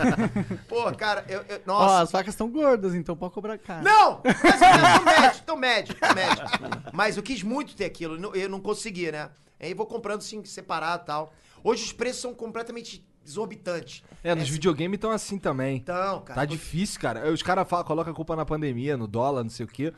Pô, cara, eu. eu- Ó, nossa. as vacas estão gordas, então pode cobrar caro. Não! Mas, cara, tô médio, tô médio, tô médio. Mas eu quis muito ter aquilo, não- eu não conseguia, né? Aí eu vou comprando assim, separado e tal. Hoje os preços são completamente exorbitantes. É, nos videogames estão assim também. Então, cara. tá difícil, cara. Os caras falam- colocam a culpa na pandemia, no dólar, não sei o quê.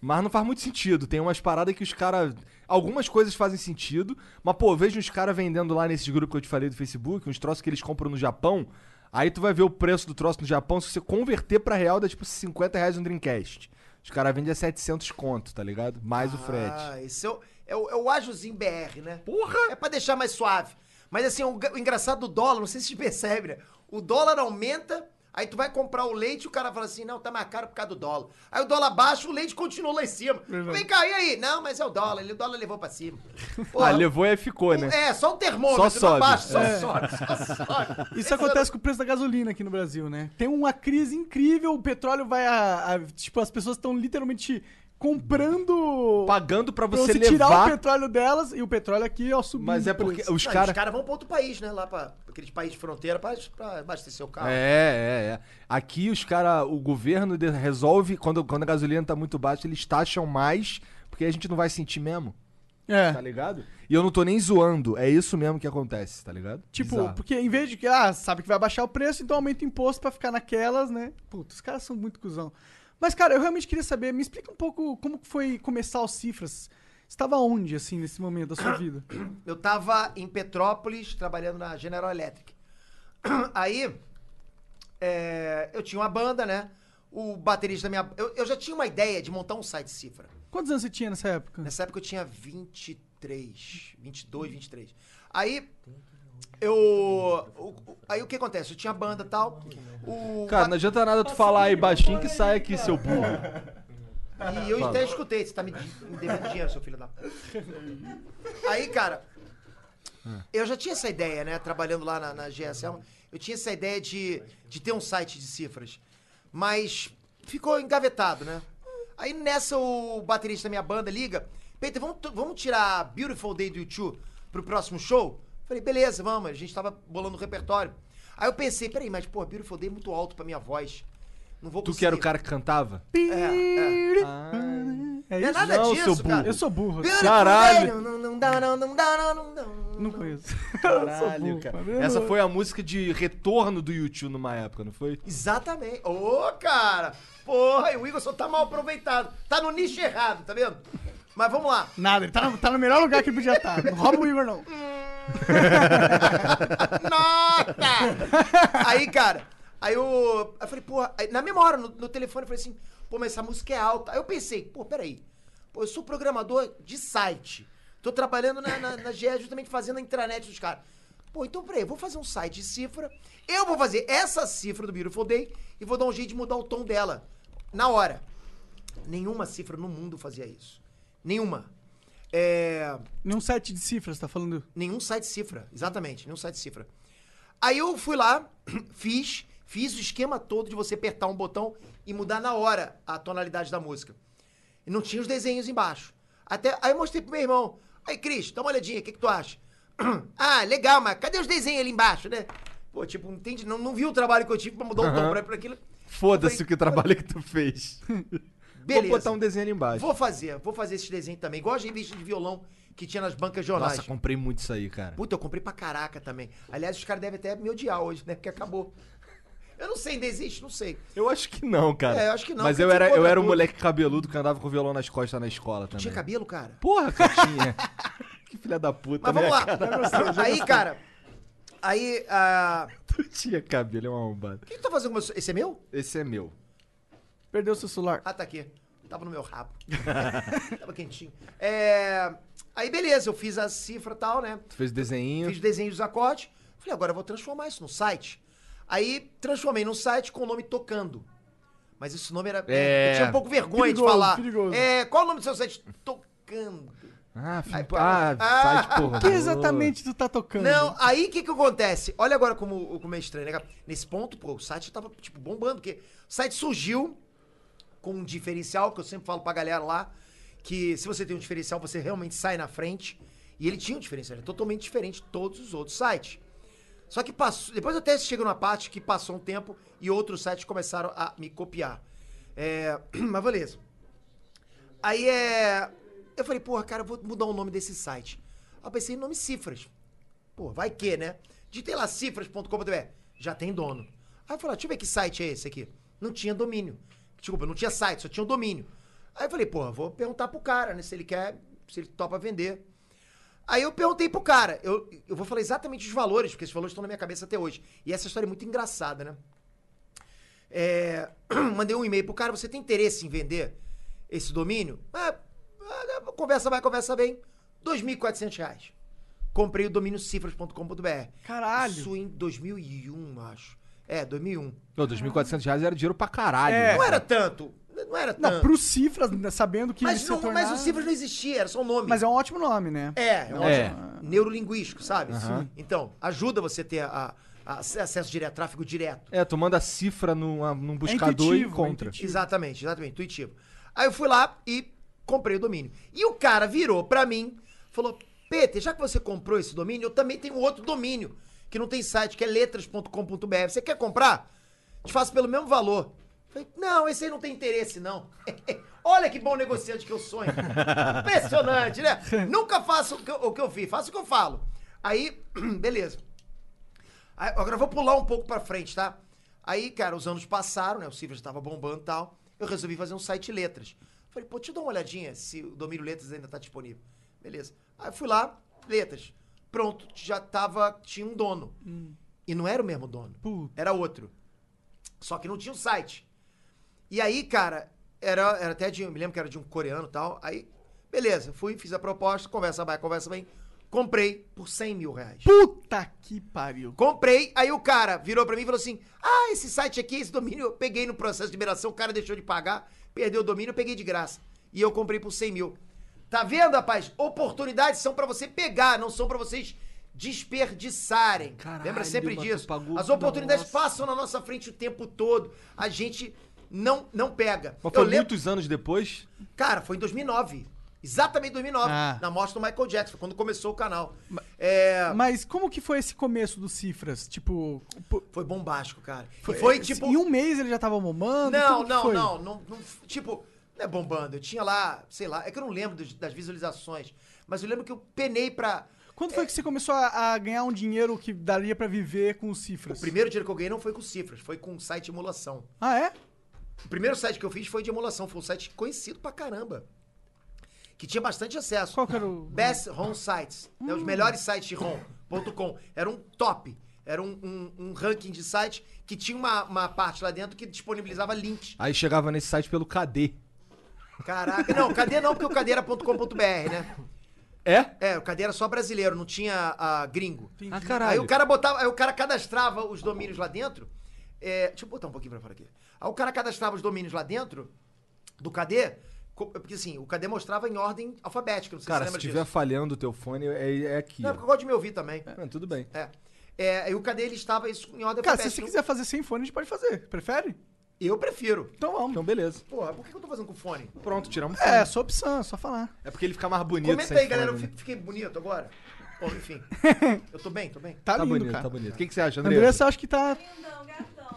Mas não faz muito sentido. Tem umas paradas que os caras. Algumas coisas fazem sentido, mas, pô, eu vejo os caras vendendo lá nesses grupos que eu te falei do Facebook, uns troços que eles compram no Japão. Aí tu vai ver o preço do troço no Japão. Se você converter pra real, dá tipo 50 reais um Dreamcast. Os caras vendem a 700 conto, tá ligado? Mais o frete. Ah, esse é o, é o, é o ágilzinho BR, né? Porra! É pra deixar mais suave. Mas assim, o, ga- o engraçado do dólar, não sei se você percebe, né? O dólar aumenta, aí tu vai comprar o leite e o cara fala assim, não, tá mais caro por causa do dólar. Aí o dólar baixa, o leite continua lá em cima. Vem cá, e aí? Não, mas é o dólar, ele- o dólar levou pra cima. Pô, Ah, levou e aí ficou, né? É, só o termômetro, Só não sobe. baixa, só É. sobe, só sobe. Isso acontece com o preço da gasolina aqui no Brasil, né? Tem uma crise incrível, o petróleo vai a. a- tipo, as pessoas estão literalmente comprando. Pagando pra pra você, tirar o levar. petróleo delas e o petróleo aqui ó subindo. Mas é o preço. porque os Não, caras. Os caras vão pra outro país, né? Lá pra aqueles países de fronteira pra, pra abastecer o carro. É, é, é. Aqui os caras, o governo de- resolve, quando, quando a gasolina tá muito baixa, eles taxam mais, porque a gente não vai sentir mesmo, É. tá ligado? E eu não tô nem zoando, é isso mesmo que acontece, tá ligado? Tipo, Bizarro. porque em vez de que, ah, sabe que vai baixar o preço, então aumenta o imposto pra ficar naquelas, né? Puta, os caras são muito cuzão. Mas, cara, eu realmente queria saber, me explica um pouco como que foi começar os cifras. Você estava onde, assim, nesse momento da sua vida? Eu tava em Petrópolis trabalhando na General Electric. Aí é, eu tinha uma banda, né? O baterista da minha. Eu, eu já tinha uma ideia de montar um site cifra. Quantos anos você tinha nessa época? É, Nessa época eu tinha 23, 22, 23. Aí eu. o- o- aí o que acontece? Eu tinha banda e tal. O, Cara, não adianta nada tu falar aí baixinho que sai aqui, seu burro. E eu até escutei, você tá me, de- me devendo dinheiro, seu filho da. Aí, cara, É. eu já tinha essa ideia, né? Trabalhando lá na, na GSL, eu tinha essa ideia de, de ter um site de cifras. Mas ficou engavetado, né? Aí nessa o baterista da minha banda liga: Peter, vamos, to- vamos tirar Beautiful Day do YouTube pro próximo show? Falei, beleza, vamos. A gente tava bolando o repertório. Aí eu pensei, peraí, mas, pô, Beautiful Day é muito alto pra minha voz. Não vou Tu que era o cara que cantava? É, É Não é isso? nada Não, seu disso, burro. cara. Eu sou burro, Caralho. Não, não dá, não, não dá, não, não dá. não conheço. Caralho, cara. mas eu Essa não- foi a música de retorno do YouTube numa época, não foi? Exatamente. Ô, cara! Porra, e o Igor só tá mal aproveitado. Tá no nicho errado, tá vendo? Mas vamos lá. Nada, ele tá no, tá no melhor lugar que ele podia estar. Não rouba o Igor, não. Nota! Aí, cara, aí eu, eu falei, porra, aí, na mesma hora, no, no telefone, eu falei assim, pô, mas essa música é alta. Aí eu pensei, pô, peraí, pô, eu sou programador de site. Tô trabalhando na, na, na GE, justamente fazendo a intranet dos caras. Pô, então peraí, eu vou fazer um site de cifra, eu vou fazer essa cifra do Beautiful Day e vou dar um jeito de mudar o tom dela. Na hora. Nenhuma cifra no mundo fazia isso. Nenhuma. É... Num site de cifras, tá falando. Nenhum site cifra, exatamente, nenhum site cifra. Aí eu fui lá, fiz, fiz o esquema todo de você apertar um botão e mudar na hora a tonalidade da música. E não tinha os desenhos embaixo. Até, aí eu mostrei pro meu irmão. Aí, Cris, dá uma olhadinha, o que, que tu acha? ah, legal, mas cadê os desenhos ali embaixo, né? Pô, tipo, não entendi, não, não vi o trabalho que eu tive pra mudar o tom pra, pra aquilo. Foda-se Foi. o que trabalho que tu fez. Beleza. Vou botar um desenho ali embaixo. Vou fazer, vou fazer esse desenho também. Igual as revistas de violão que tinha nas bancas de jornais. Nossa, comprei muito isso aí, cara. Puta, eu comprei pra caraca também. Aliás, os caras devem até me odiar hoje, né? Porque acabou. Eu não sei, ainda existe? Não sei. Eu acho que não, cara. É, eu acho que não, Mas porque eu era, ficou eu era um tudo. moleque cabeludo que andava com violão nas costas na escola também. Tinha cabelo, cara? Porra, Catinha. que filha da puta, Mas né? vamos lá. Cara? Aí, cara. Aí, ah, Tu tinha cabelo, é uma arrombada. O que tu tá fazendo com o meu... so- Esse é meu? Esse é meu. Perdeu seu celular. Ah, tá aqui. Tava no meu rabo. Tava quentinho. É... Aí, beleza. Eu fiz a cifra e tal, né? Tu fez o desenhinho. Fiz desenhos dos acordes. Falei, agora eu vou transformar isso num site. Aí, transformei num site com o nome Tocando. Mas esse nome era... É. Eu tinha um pouco vergonha Perigoso, de falar. perigoso. É, qual o nome do seu site? Tocando. Ah, fi... Ai, ah, cara. site, porra. O que exatamente tu tá tocando? Não, aí o que que acontece? Olha agora como, como é estranho, né, cara? Nesse ponto, pô, o site tava, tipo, bombando, porque o site surgiu com um diferencial, que eu sempre falo pra galera lá, que se você tem um diferencial, você realmente sai na frente. E ele tinha um diferencial, ele é totalmente diferente de todos os outros sites. Só que passou, depois até chega numa parte que passou um tempo e outros sites começaram a me copiar. É, mas beleza. Aí é. Eu falei, porra, cara, eu vou mudar o nome desse site. Aí eu pensei em nome Cifras. Pô, vai que, né? Ditei lá cifras.com.br. Já tem dono. Aí eu falei, deixa eu ver que site é esse aqui. Não tinha domínio. Desculpa, não tinha site, só tinha um domínio. Aí eu falei, porra, vou perguntar pro cara, né? Se ele quer, se ele topa vender. Aí eu perguntei pro cara, eu, eu vou falar exatamente os valores, porque esses valores estão na minha cabeça até hoje. E essa história é muito engraçada, né? É, mandei um e-mail pro cara, você tem interesse em vender esse domínio? Ah, ah, conversa vai, conversa bem. R$ 2.400 reais. Comprei o domínio cifras.com.br. Caralho. Isso em 2001, acho. É, 2001. Não, 2.400 reais era dinheiro pra caralho. É. né? Não era tanto. Não era tanto. Não, pro Cifras, né, sabendo que Ah. mas, isso não, ia mas tornar- o Cifras não existia, era só um nome. Mas é um ótimo nome, né? É, é, um É. ótimo neurolinguístico, sabe? Então, ajuda você a ter a- a- acesso direto, tráfego direto. É, tu manda cifra num, num buscador intuitivo, e é encontra. intuitivo. Exatamente, exatamente, intuitivo. Aí eu fui lá e comprei o domínio. E o cara virou pra mim, falou: Peter, já que você comprou esse domínio, eu também tenho outro domínio, que não tem site, que é letras.com.br. Você quer comprar? Te faço pelo mesmo valor. Falei, não, esse aí não tem interesse, não. Olha que bom negociante que eu sonho. Impressionante, né? Nunca faço o que, eu, o que eu fiz, faço o que eu falo. Aí, beleza. Aí, agora eu vou pular um pouco pra frente, tá? Aí, cara, os anos passaram, né? O Cifras tava bombando e tal. Eu resolvi fazer um site letras. Falei, pô, deixa eu dar uma olhadinha se o domínio letras ainda tá disponível. Beleza. Aí fui lá, letras. Pronto, já tava. Tinha um dono. E não era o mesmo dono. Era outro. Só que não tinha um site. E aí, cara, era, era até de. Eu me lembro que era de um coreano e tal. Aí, beleza, fui, fiz a proposta, conversa vai, conversa bem. Comprei por 100 mil reais. Puta que pariu. Comprei, aí o cara virou pra mim e falou assim: Ah, esse site aqui, esse domínio, eu peguei no processo de liberação, o cara deixou de pagar, perdeu o domínio, eu peguei de graça. E eu comprei por 100 mil. Tá vendo, rapaz? Oportunidades são pra você pegar, não são pra vocês desperdiçarem. Caralho, Lembra sempre mas tu disso? pagou As tudo, oportunidades nossa. passam na nossa frente o tempo todo. A gente não, não pega. Mas foi Eu lembro- muitos anos depois. Cara, foi em 2009. Exatamente em 2009, Ah. na morte do Michael Jackson, quando começou o canal. É, Mas como que foi esse começo do Cifras? Tipo, pô, Foi bombástico, cara. Foi, e foi tipo. Em um mês ele já tava bombando? Não, Como que não, foi? não, não, não. Tipo, não é bombando. Eu tinha lá, sei lá, é que eu não lembro dos- das visualizações. Mas eu lembro que eu penei pra. Quando É. foi que você começou a, a ganhar um dinheiro que daria pra viver com o O Cifras? primeiro dinheiro que eu ganhei não foi com cifras, foi com um site de emulação. Ah, é? O primeiro site que eu fiz foi de emulação, foi um site conhecido pra caramba. Que tinha bastante acesso. Qual que é? Hum. era o- Best Home Sites. né, os melhores sites de home.com. Era um top. Era um, um- um ranking de site que tinha uma, uma parte lá dentro que disponibilizava links. Aí chegava nesse site pelo KD. Caraca. Não, cadê não, porque o cadê era .com.br, né? É? É, o Cadê era só brasileiro, não tinha ah, gringo. Ah, Aí caralho. o cara botava, aí o cara cadastrava os domínios lá dentro. É, deixa eu botar um pouquinho pra fora aqui. Aí o cara cadastrava os domínios lá dentro do Cadê, co- porque assim, o Cadê mostrava em ordem alfabética, não sei Cara, se se você lembra estiver disso. falhando o teu fone, é, é aqui. Não, ó. porque eu gosto de me ouvir também. Ah, tudo bem. É. É, e o Cadê ele estava isso em ordem Cara, se você alfabética. quiser fazer sem fone, a gente pode fazer. Prefere? Eu prefiro. Então vamos. Então, beleza. Porra, por que eu tô fazendo com fone? Pronto, tiramos fone. É, sua opção, é só falar. É porque ele fica mais bonito Comenta sem aí, fone, galera, eu né? fi- fiquei bonito agora? Pô, enfim. Eu tô bem, tô bem. Tá, Tá lindo, bonito, cara. tá bonito. O que, que você acha, André? Andressa, acho que tá... Lindão, gatão.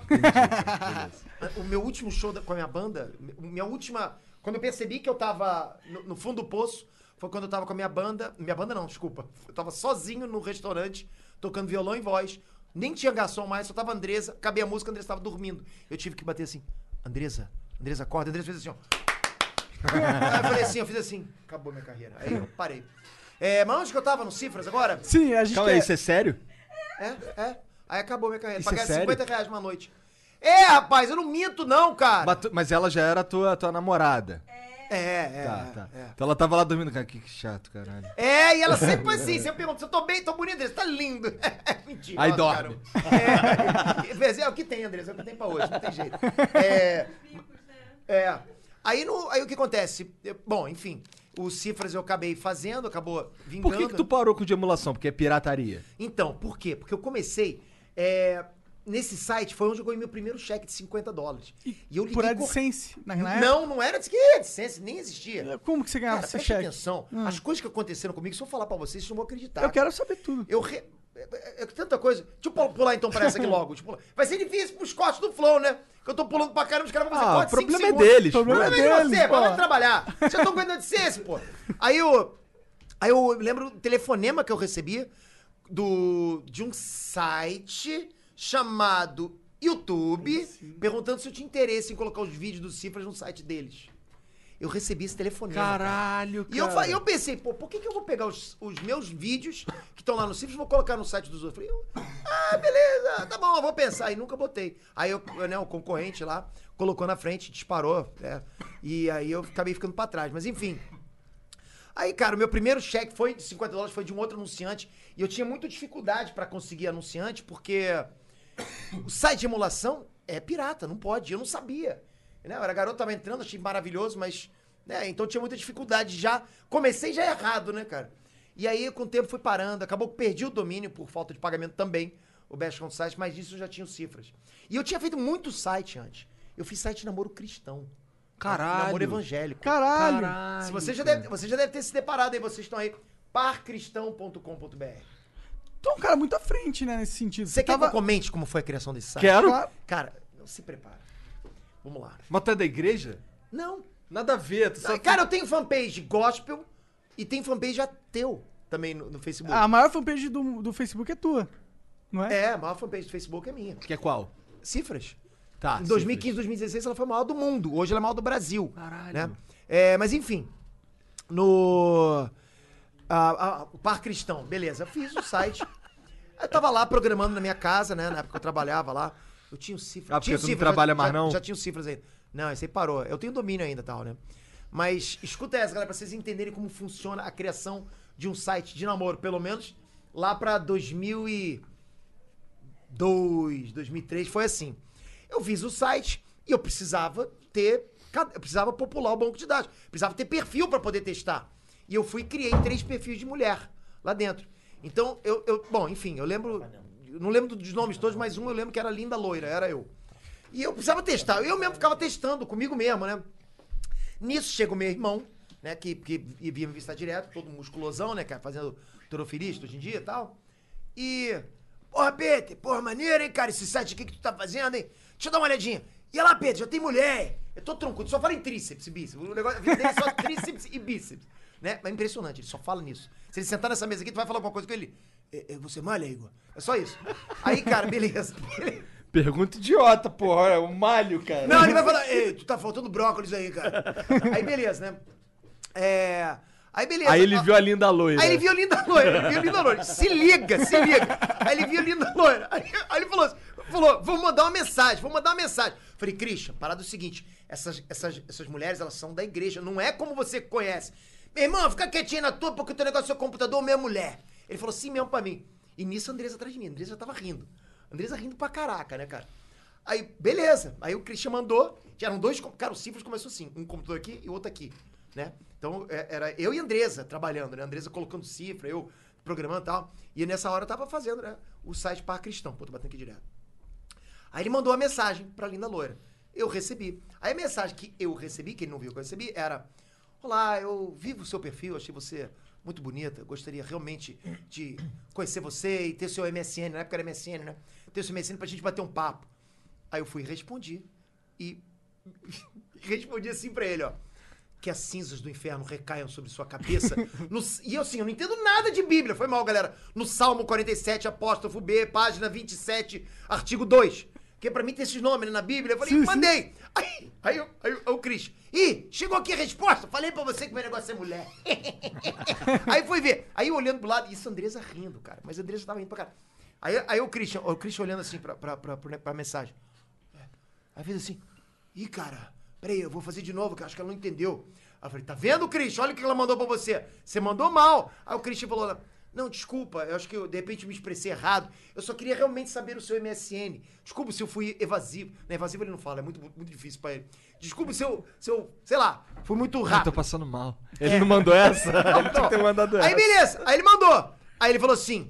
O meu último show da- com a minha banda, mi- minha última. Quando eu percebi que eu tava no, no fundo do poço, foi quando eu tava com a minha banda. Minha banda não, desculpa. Eu tava sozinho no restaurante, tocando violão e voz. Nem tinha garçom mais, só tava a Andresa. Acabei a música, a Andresa tava dormindo. Eu tive que bater assim: Andresa, Andresa, acorda. A Andresa fez assim, ó. Aí eu falei assim, eu fiz assim, acabou minha carreira. Aí eu parei. É, mas onde que eu tava? No Cifras agora? Sim, a gente Calma quer... aí, isso é sério? É, é. Aí acabou minha carreira. Isso é Pagar sério? 50 reais uma noite. É, rapaz, eu não minto, não, cara. Mas, tu- mas ela já era tua, tua namorada. É, é. tá, tá. é. Então ela tava lá dormindo. Cara, que chato, caralho. É, e ela sempre foi assim, sempre pergunta se eu tô bem, tô bonito, Andressa, tá lindo. Mentira. Aí nossa, dorme. cara. É, mas é, o que tem, Andressa, é o que tem pra hoje, não tem jeito. É, é. Aí, no, aí o que acontece? Eu- bom, enfim, os cifras eu acabei fazendo, acabou vingando. Por que, que tu parou com o de emulação? Porque é pirataria. Então, por quê? Porque eu comecei... é, nesse site foi onde eu ganhei meu primeiro cheque de 50 dólares. E, eu liguei... Por cor- AdSense, na, né? na época. Não, não era de que AdSense, nem existia. Como que você ganhava Cara, esse preste cheque? atenção. As coisas que aconteceram comigo, se eu falar pra vocês, vocês não vão acreditar. Eu quero saber tudo. Eu re- É, é- é tanta coisa. Deixa eu pu- pular então pra essa aqui logo. Deixa eu pular. Vai ser difícil pros cortes do Flow, né? Que eu tô pulando pra caramba, os caras vão fazer Ah, corte o cinco problema é segundos. deles, O problema pô. é de deles, você, pô. vai lá trabalhar. Vocês estão aguentando de ser esse, pô. Aí eu. Aí eu lembro do telefonema que eu recebi do, de um site chamado YouTube, perguntando se eu tinha interesse em colocar os vídeos dos cifras no site deles. Eu recebi esse telefonema. cara. Caralho, E eu, fa- eu pensei, pô, por que, que eu vou pegar os, os meus vídeos que estão lá no Simples e vou colocar no site dos outros? Falei, eu, ah, beleza, tá bom, eu vou pensar. E nunca botei. Aí eu, eu, né, o concorrente lá colocou na frente, disparou. né? E aí eu acabei ficando pra trás. Mas enfim. Aí, cara, o meu primeiro cheque foi de 50 dólares, foi de um outro anunciante. E eu tinha muita dificuldade pra conseguir anunciante, porque o site de emulação é pirata, não pode. Eu não sabia. Né? Eu era garoto, tava entrando, achei maravilhoso, mas. Né? Então tinha muita dificuldade já. Comecei já errado, né, cara? E aí, com o tempo, fui parando. Acabou que perdi o domínio por falta de pagamento também. O Best Count Site, mas disso eu já tinha os cifras. E eu tinha feito muito site antes. Eu fiz site de namoro cristão. Caralho. Namoro evangélico. Caralho. Se você, já deve, você já deve ter se deparado aí, vocês estão aí, parcristão.com.br. Tu é um cara muito à frente, né, nesse sentido. Você Você quer que eu tava... comente como foi a criação desse site? Quero. Claro. Cara, não se prepara. Vamos lá. Mas tu é da igreja? Não. Nada a ver, tu só... Cara, eu tenho fanpage gospel e tem fanpage ateu também no, no Facebook. A maior fanpage do, do Facebook é tua, não é? É, a maior fanpage do Facebook é minha. Que é qual? Cifras. Tá. Em 2015, 2016, ela foi a maior do mundo. Hoje ela é a maior do Brasil. Caralho. Né? É, mas enfim. No. ah, ah, o Par Cristão, beleza. Fiz o site. eu tava lá programando na minha casa, né? Na época que eu trabalhava lá. Eu tinha o cifras. Ah, porque tinha o tu não Cifras, já- trabalha já, mais, não? Já tinha o cifras ainda. Não, esse aí parou. Eu tenho domínio ainda tal, né? Mas escuta essa, galera, pra vocês entenderem como funciona a criação de um site de namoro, pelo menos lá pra 2000 e... 2002, 2003, foi assim. Eu fiz o site e eu precisava ter, ca- eu precisava popular o banco de dados, precisava ter perfil para poder testar. E eu fui e criei três perfis de mulher lá dentro. Então, eu, eu- bom, enfim, eu lembro, eu não lembro dos nomes todos, mas um eu lembro que era linda loira, era eu. E eu precisava testar, eu mesmo ficava testando comigo mesmo, né? Nisso chega o meu irmão, né, que, que vinha me visitar direto, todo musculosão, né, cara, fazendo torofilista hoje em dia e tal. E, porra, Peter, porra, maneiro, hein, cara, esse site aqui que tu tá fazendo, hein? Deixa eu dar uma olhadinha. E olha lá, Peter, já tem mulher. Eu tô troncudo, só fala em tríceps e bíceps. O negócio a vida dele é só tríceps e bíceps. Né? Mas é impressionante, ele só fala nisso. Se ele sentar nessa mesa aqui, tu vai falar alguma coisa com ele. "É, é, Você malha, Igor? É só isso. Aí, cara, beleza. beleza. Pergunta idiota, porra. É o malho, cara. Não, ele vai falar, ei, tu tá faltando brócolis aí, cara. Aí beleza, né? É. Aí beleza. Aí ele Ah, viu a linda loira. Aí ele viu linda loira, ele viu linda loira. Se liga, se liga. Aí ele viu linda loira. Aí, aí ele falou assim, falou, vou mandar uma mensagem, vou mandar uma mensagem. Falei, Christian, parada é o seguinte, essas, essas, essas mulheres, elas são da igreja, não é como você conhece. Meu irmão, fica quietinho na tua, porque o teu negócio é seu computador, minha mulher. Ele falou assim mesmo pra mim. E nisso a Andresa atrás de mim, a Andresa já tava rindo. A Andresa rindo pra caraca, né, cara? Aí, beleza. Aí o Christian mandou. Já eram dois. com- Cara, o Cifras começou assim: um computador aqui e o outro aqui, né? Então é- era eu e a Andresa trabalhando, né? A Andresa colocando cifra, eu programando e tal. E nessa hora eu tava fazendo, né? O site para cristão. Pô, tô batendo aqui direto. Aí ele mandou a mensagem pra linda loira. Eu recebi. Aí a mensagem que eu recebi, que ele não viu que eu recebi, era: Olá, eu vivo o seu perfil, achei você muito bonita, gostaria realmente de conhecer você e ter seu MSN, na época era MSN, né? Ter seu MSN pra gente bater um papo. Aí eu fui e respondi. E respondi assim pra ele, ó. Que as cinzas do inferno recaiam sobre sua cabeça. No- e eu, assim, eu não entendo nada de Bíblia. Foi mal, galera. No Salmo 47, apóstrofo B, página 27, artigo 2. Porque pra mim tem esses nomes né, na Bíblia. Eu falei, mandei. Aí, aí, eu- aí, eu- aí o Cris. Ih, chegou aqui a resposta. Falei pra você que meu negócio é mulher. aí foi ver. Aí eu olhando pro lado, isso a Andresa rindo, cara. Mas a Andresa tava rindo pra cara. Aí, aí o Christian, o Christian olhando assim pra, pra, pra, pra, pra mensagem. Aí fez assim, ih, cara, peraí, eu vou fazer de novo, que eu acho que ela não entendeu. Aí eu falei, tá vendo, Christian? Olha o que ela mandou pra você. Você mandou mal. Aí o Christian falou, não, desculpa, eu acho que eu, de repente me expressei errado. Eu só queria realmente saber o seu MSN. Desculpa se eu fui evasivo. Não, evasivo ele não fala, é muito, muito difícil pra ele. Desculpa se eu, se eu, sei lá, fui muito Ah, tô rápido. É. passando mal. Ele não mandou essa? ele tinha que ter mandado Aí essa. beleza, aí ele mandou. Aí ele falou assim: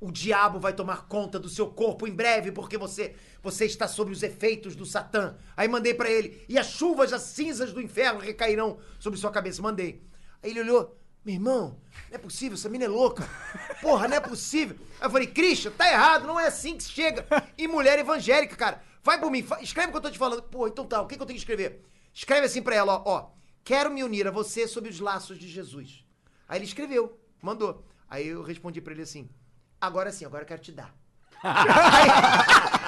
O diabo vai tomar conta do seu corpo em breve, porque você você está sob os efeitos do Satã. Aí mandei pra ele: E as chuvas, as cinzas do inferno recairão sobre sua cabeça. Mandei. Aí ele olhou: Meu irmão, não é possível, essa mina é louca. Porra, não é possível. Aí eu falei, Christian, tá errado, não é assim que se chega. E mulher evangélica, cara. Vai por mim, fa- escreve o que eu tô te falando. Pô, então tá, o que, que eu tenho que escrever? Escreve assim pra ela, ó, ó. Quero me unir a você sob os laços de Jesus. Aí ele escreveu, mandou. Aí eu respondi pra ele assim: agora sim, agora eu quero te dar. Aí,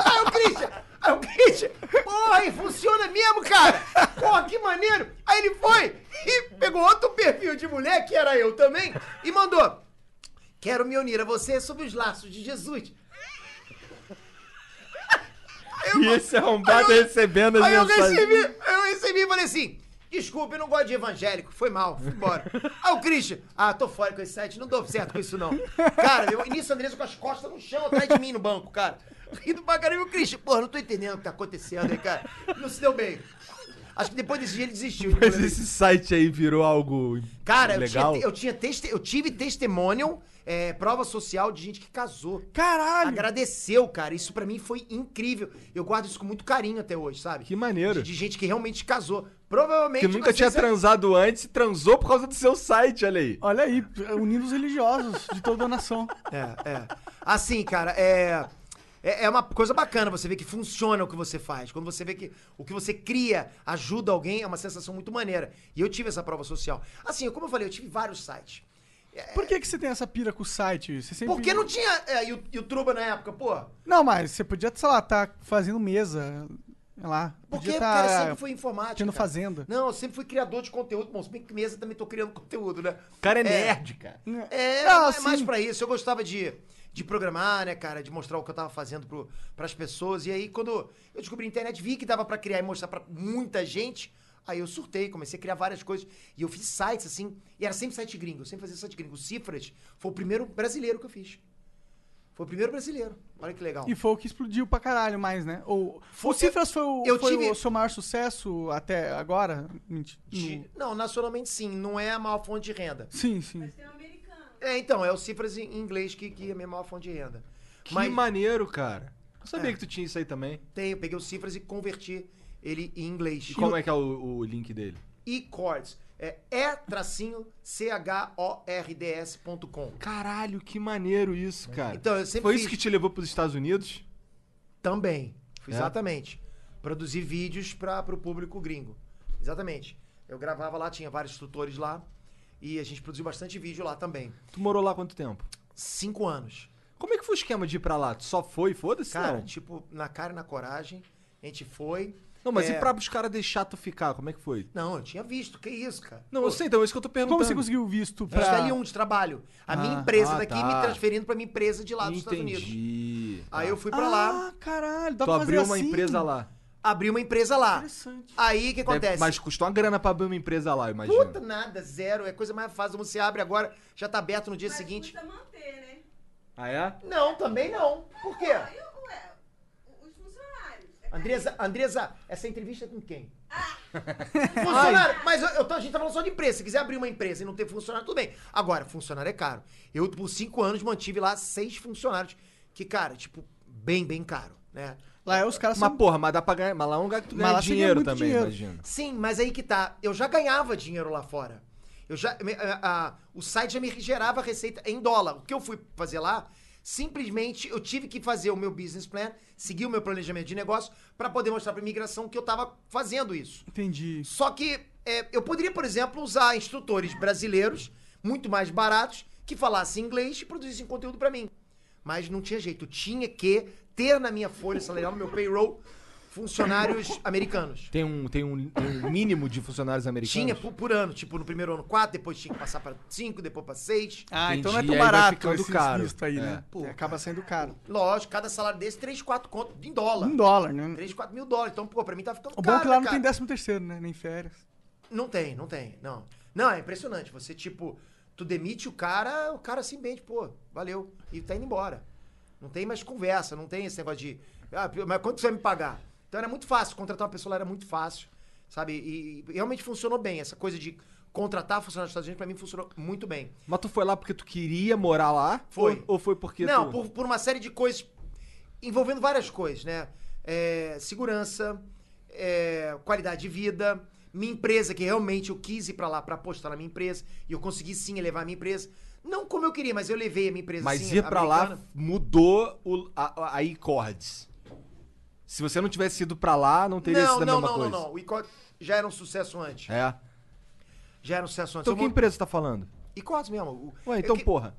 aí o Christian, aí o Christian, porra, e funciona mesmo, cara? Porra, que maneiro. Aí ele foi e pegou outro perfil de mulher, que era eu também, e mandou. Quero me unir a você sob os laços de Jesus. E esse arrombado recebendo as Aí eu mensagens. recebi, eu recebi e falei assim: desculpa, eu não gosto de evangélico, foi mal, fui embora. Aí o Christian, ah, tô fora com esse site, não dou certo com isso não. Cara, eu, início Andressa com as costas no chão atrás de mim no banco, cara. Rindo pra caramba, e o Christian, porra, não tô entendendo o que tá acontecendo aí, cara. Não se deu bem. Acho que depois desse dia ele desistiu. Mas esse site aí virou algo Cara, eu, legal. tinha, eu, tinha teste- eu tive testemunho, é, prova social de gente que casou. Caralho! Agradeceu, cara. Isso pra mim foi incrível. Eu guardo isso com muito carinho até hoje, sabe? Que maneiro. De, de gente que realmente casou. Provavelmente. Que nunca vocês- é- tinha transado antes e transou por causa do seu site, olha aí. Olha aí, unindo os religiosos de toda a nação. É, é. Assim, cara, é. É é uma coisa bacana você ver que funciona o que você faz. Quando você vê que o que você cria ajuda alguém, é uma sensação muito maneira. E eu tive essa prova social. Assim, como eu falei, eu tive vários sites. Por que, que você tem essa pira com o site? Você sempre... Porque não tinha é, Yu- YouTube na época, pô. Não, mas você podia, sei lá, tá fazendo mesa, sei lá. Porque podia o tá cara sempre foi informático. tendo cara. fazenda. Não, eu sempre fui criador de conteúdo. Bom, se bem que mesa também tô criando conteúdo, né? O cara é, nerd, cara. É, Ah, é mais sim. pra isso. Eu gostava de, de programar, né, cara? De mostrar o que eu tava fazendo pro, pras pessoas. E aí, quando eu descobri a internet, vi que dava pra criar e mostrar pra muita gente. Aí eu surtei, comecei a criar várias coisas. E eu fiz sites, assim. E era sempre site gringo. Eu sempre fazia site gringo. O Cifras foi o primeiro brasileiro que eu fiz. Foi o primeiro brasileiro. Olha que legal. E foi o que explodiu pra caralho mais, né? Ou, Foi- o Cifras foi, o, eu foi tive- o seu maior sucesso até agora? Menti- De- no- Não, nacionalmente sim. Não é a maior fonte de renda. Sim, sim. Tem um americano. É, então, é o Cifras em inglês que, que é a minha maior fonte de renda. Que Mas É. maneiro, cara. Não sabia que tu tinha isso aí também. tem, eu peguei o Cifras e converti ele em inglês. E como é que é o, o link dele? E-Chords. É e-chords.com. Caralho, que maneiro isso, cara. Então, eu sempre Foi fiz- isso que te levou pros Estados Unidos? Também. É? Exatamente. Produzi vídeos para o público gringo. Exatamente. Eu gravava lá, tinha vários tutores lá. E a gente produziu bastante vídeo lá também. Tu morou lá quanto tempo? Cinco anos. Como é que foi o esquema de ir pra lá? Tu só foi, foda-se, Cara, não? é um tipo, na cara e na coragem, a gente foi. Não, mas é- e pra os caras deixar tu ficar? Como é que foi? Não, eu tinha visto. Que isso, cara? Não, eu sei, então, é isso que eu tô perguntando. Como você conseguiu o visto Pra... pra... L1 de trabalho. A minha Ah, empresa ah, daqui tá. me transferindo pra minha empresa de lá dos Estados Unidos. Entendi. tá. Aí eu fui pra ah, lá, caralho, dá Tu pra fazer abriu uma assim? empresa lá. abri uma empresa lá. Interessante. Aí o que acontece? Deve- né? mas custou uma grana pra abrir uma empresa lá, imagina. Puta nada, zero. É a coisa mais fácil. Você abre agora, já tá aberto no dia Mas seguinte. custa manter, né? Ah, é? Não, também não. Por quê? Aí, ué, os funcionários. É Andresa, Andresa, essa entrevista é com quem? Funcionário, mas eu, eu tô- a gente tá falando só de empresa. Se quiser abrir uma empresa e não ter funcionário, tudo bem. Agora, funcionário é caro. Eu, por cinco anos, mantive lá seis funcionários. Que, cara, tipo, bem, bem caro, né? Lá é os caras Mas são... porra, mas dá pra ganhar. Mas lá é um lugar que tu Mas ganha lá você ganha dinheiro muito também, dinheiro. imagina. Sim, mas aí que tá. Eu já ganhava dinheiro lá fora. Eu já, me- a- a- o site já me gerava receita em dólar. O que eu fui fazer lá, simplesmente eu tive que fazer o meu business plan, seguir o meu planejamento de negócio, pra poder mostrar pra imigração que eu tava fazendo isso. Entendi. Só que é, eu poderia, por exemplo, usar instrutores brasileiros, muito mais baratos, que falassem inglês e produzissem conteúdo pra mim. Mas não tinha jeito. Eu tinha que ter na minha folha salarial, no meu payroll, funcionários americanos. Tem um, tem, um, tem um mínimo de funcionários americanos? Tinha por, por ano, tipo, no primeiro ano 4, depois tinha que passar pra 5, depois pra 6. Ah, então não é Entendi, tão aí vai barato ficando esse caro. visto aí, É. né? Acaba saindo caro. Lógico, cada salário desse, 3, 4 conto em dólar. Um dólar, né? 3, 4 mil dólares. Então, pô, pra mim tá ficando O bom caro. é que lá né, não tem cara? décimo terceiro, né? Nem férias. Não tem, não tem, não. Não, é impressionante. Você, tipo, tu demite o cara, o cara se embende, pô, valeu. E tá indo embora. Não tem mais conversa, não tem esse negócio de. Ah, mas quanto você vai me pagar? Então era muito fácil, contratar uma pessoa lá era muito fácil, sabe? E, e realmente funcionou bem. Essa coisa de contratar funcionários dos Estados Unidos, pra mim, funcionou muito bem. Mas tu foi lá porque tu queria morar lá? Foi. Ou, ou foi porque Não, tu... por, por uma série de coisas envolvendo várias coisas, né? É, segurança, é, qualidade de vida, minha empresa, que realmente eu quis ir pra lá pra apostar na minha empresa, e eu consegui sim elevar a minha empresa. Não como eu queria, mas eu levei a minha empresa Mas sim, ir pra lá americana. mudou o, a, a iCords. Se você não tivesse ido pra lá, não teria Não, sido a não, um mesma não, não, coisa. não. O Icod já era um sucesso antes. É. Já era um sucesso antes. Então Eu que mon- empresa tá falando? Icod mesmo. o- Ué, eu então É que- porra.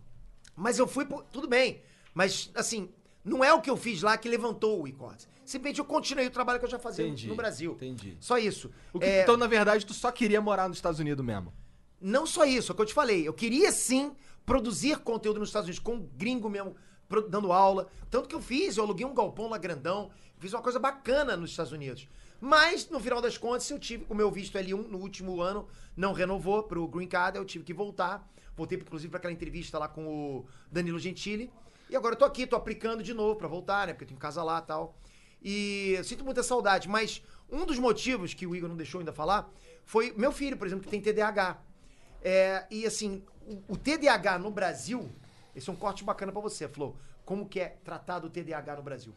Mas eu fui, por- tudo bem. Mas, assim, não é o que eu fiz lá que levantou o Icortes. Simplesmente eu continuei o trabalho que eu já fazia Entendi, no Brasil. entendi. Só isso. O que- É, Então, na verdade, tu só queria morar nos Estados Unidos mesmo. Não só isso, é o que eu te falei. Eu queria sim produzir conteúdo nos Estados Unidos, com um gringo mesmo, pro- dando aula. Tanto que eu fiz, eu aluguei um galpão lá grandão, fiz uma coisa bacana nos Estados Unidos. Mas, no final das contas, eu tive o meu visto L1 no último ano, não renovou pro Green Card, eu tive que voltar. Voltei, inclusive, para aquela entrevista lá com o Danilo Gentili. E agora eu tô aqui, tô aplicando de novo para voltar, né? Porque eu tenho casa lá e tal. E eu sinto muita saudade, mas um dos motivos que o Igor não deixou ainda falar foi meu filho, por exemplo, que tem TDAH. É, e assim, o, o TDAH no Brasil, esse é um corte bacana pra você, Flo. Como que é tratado o TDAH no Brasil?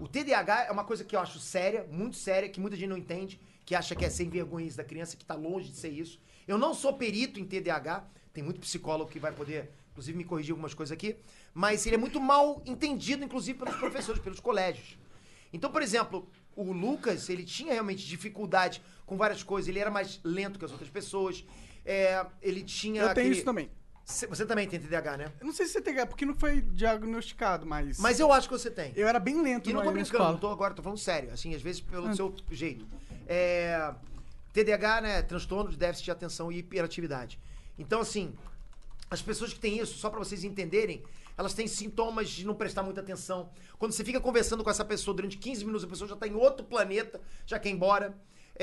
O TDAH é uma coisa que eu acho séria, muito séria, que muita gente não entende, que acha que é sem vergonhice da criança, que tá longe de ser isso. Eu não sou perito em TDAH, tem muito psicólogo que vai poder, inclusive, me corrigir algumas coisas aqui, mas ele é muito mal entendido, inclusive, pelos professores, pelos colégios. Então, por exemplo, o Lucas, ele tinha realmente dificuldade com várias coisas, ele era mais lento que as outras pessoas, é, ele tinha. Eu tenho aquele- isso também. Cê- Você também tem TDAH, né? Eu não sei se você tem, é porque não foi diagnosticado, mas. Mas eu acho que você tem. eu era bem lento E não na, tô na brincando, escola. não tô agora, tô falando sério. Assim, às vezes pelo seu jeito. É, TDAH, né? Transtorno de déficit de atenção e hiperatividade. Então, assim, as pessoas que têm isso, só pra vocês entenderem, elas têm sintomas de não prestar muita atenção. Quando você fica conversando com essa pessoa durante 15 minutos, a pessoa já tá em outro planeta, já quer ir embora.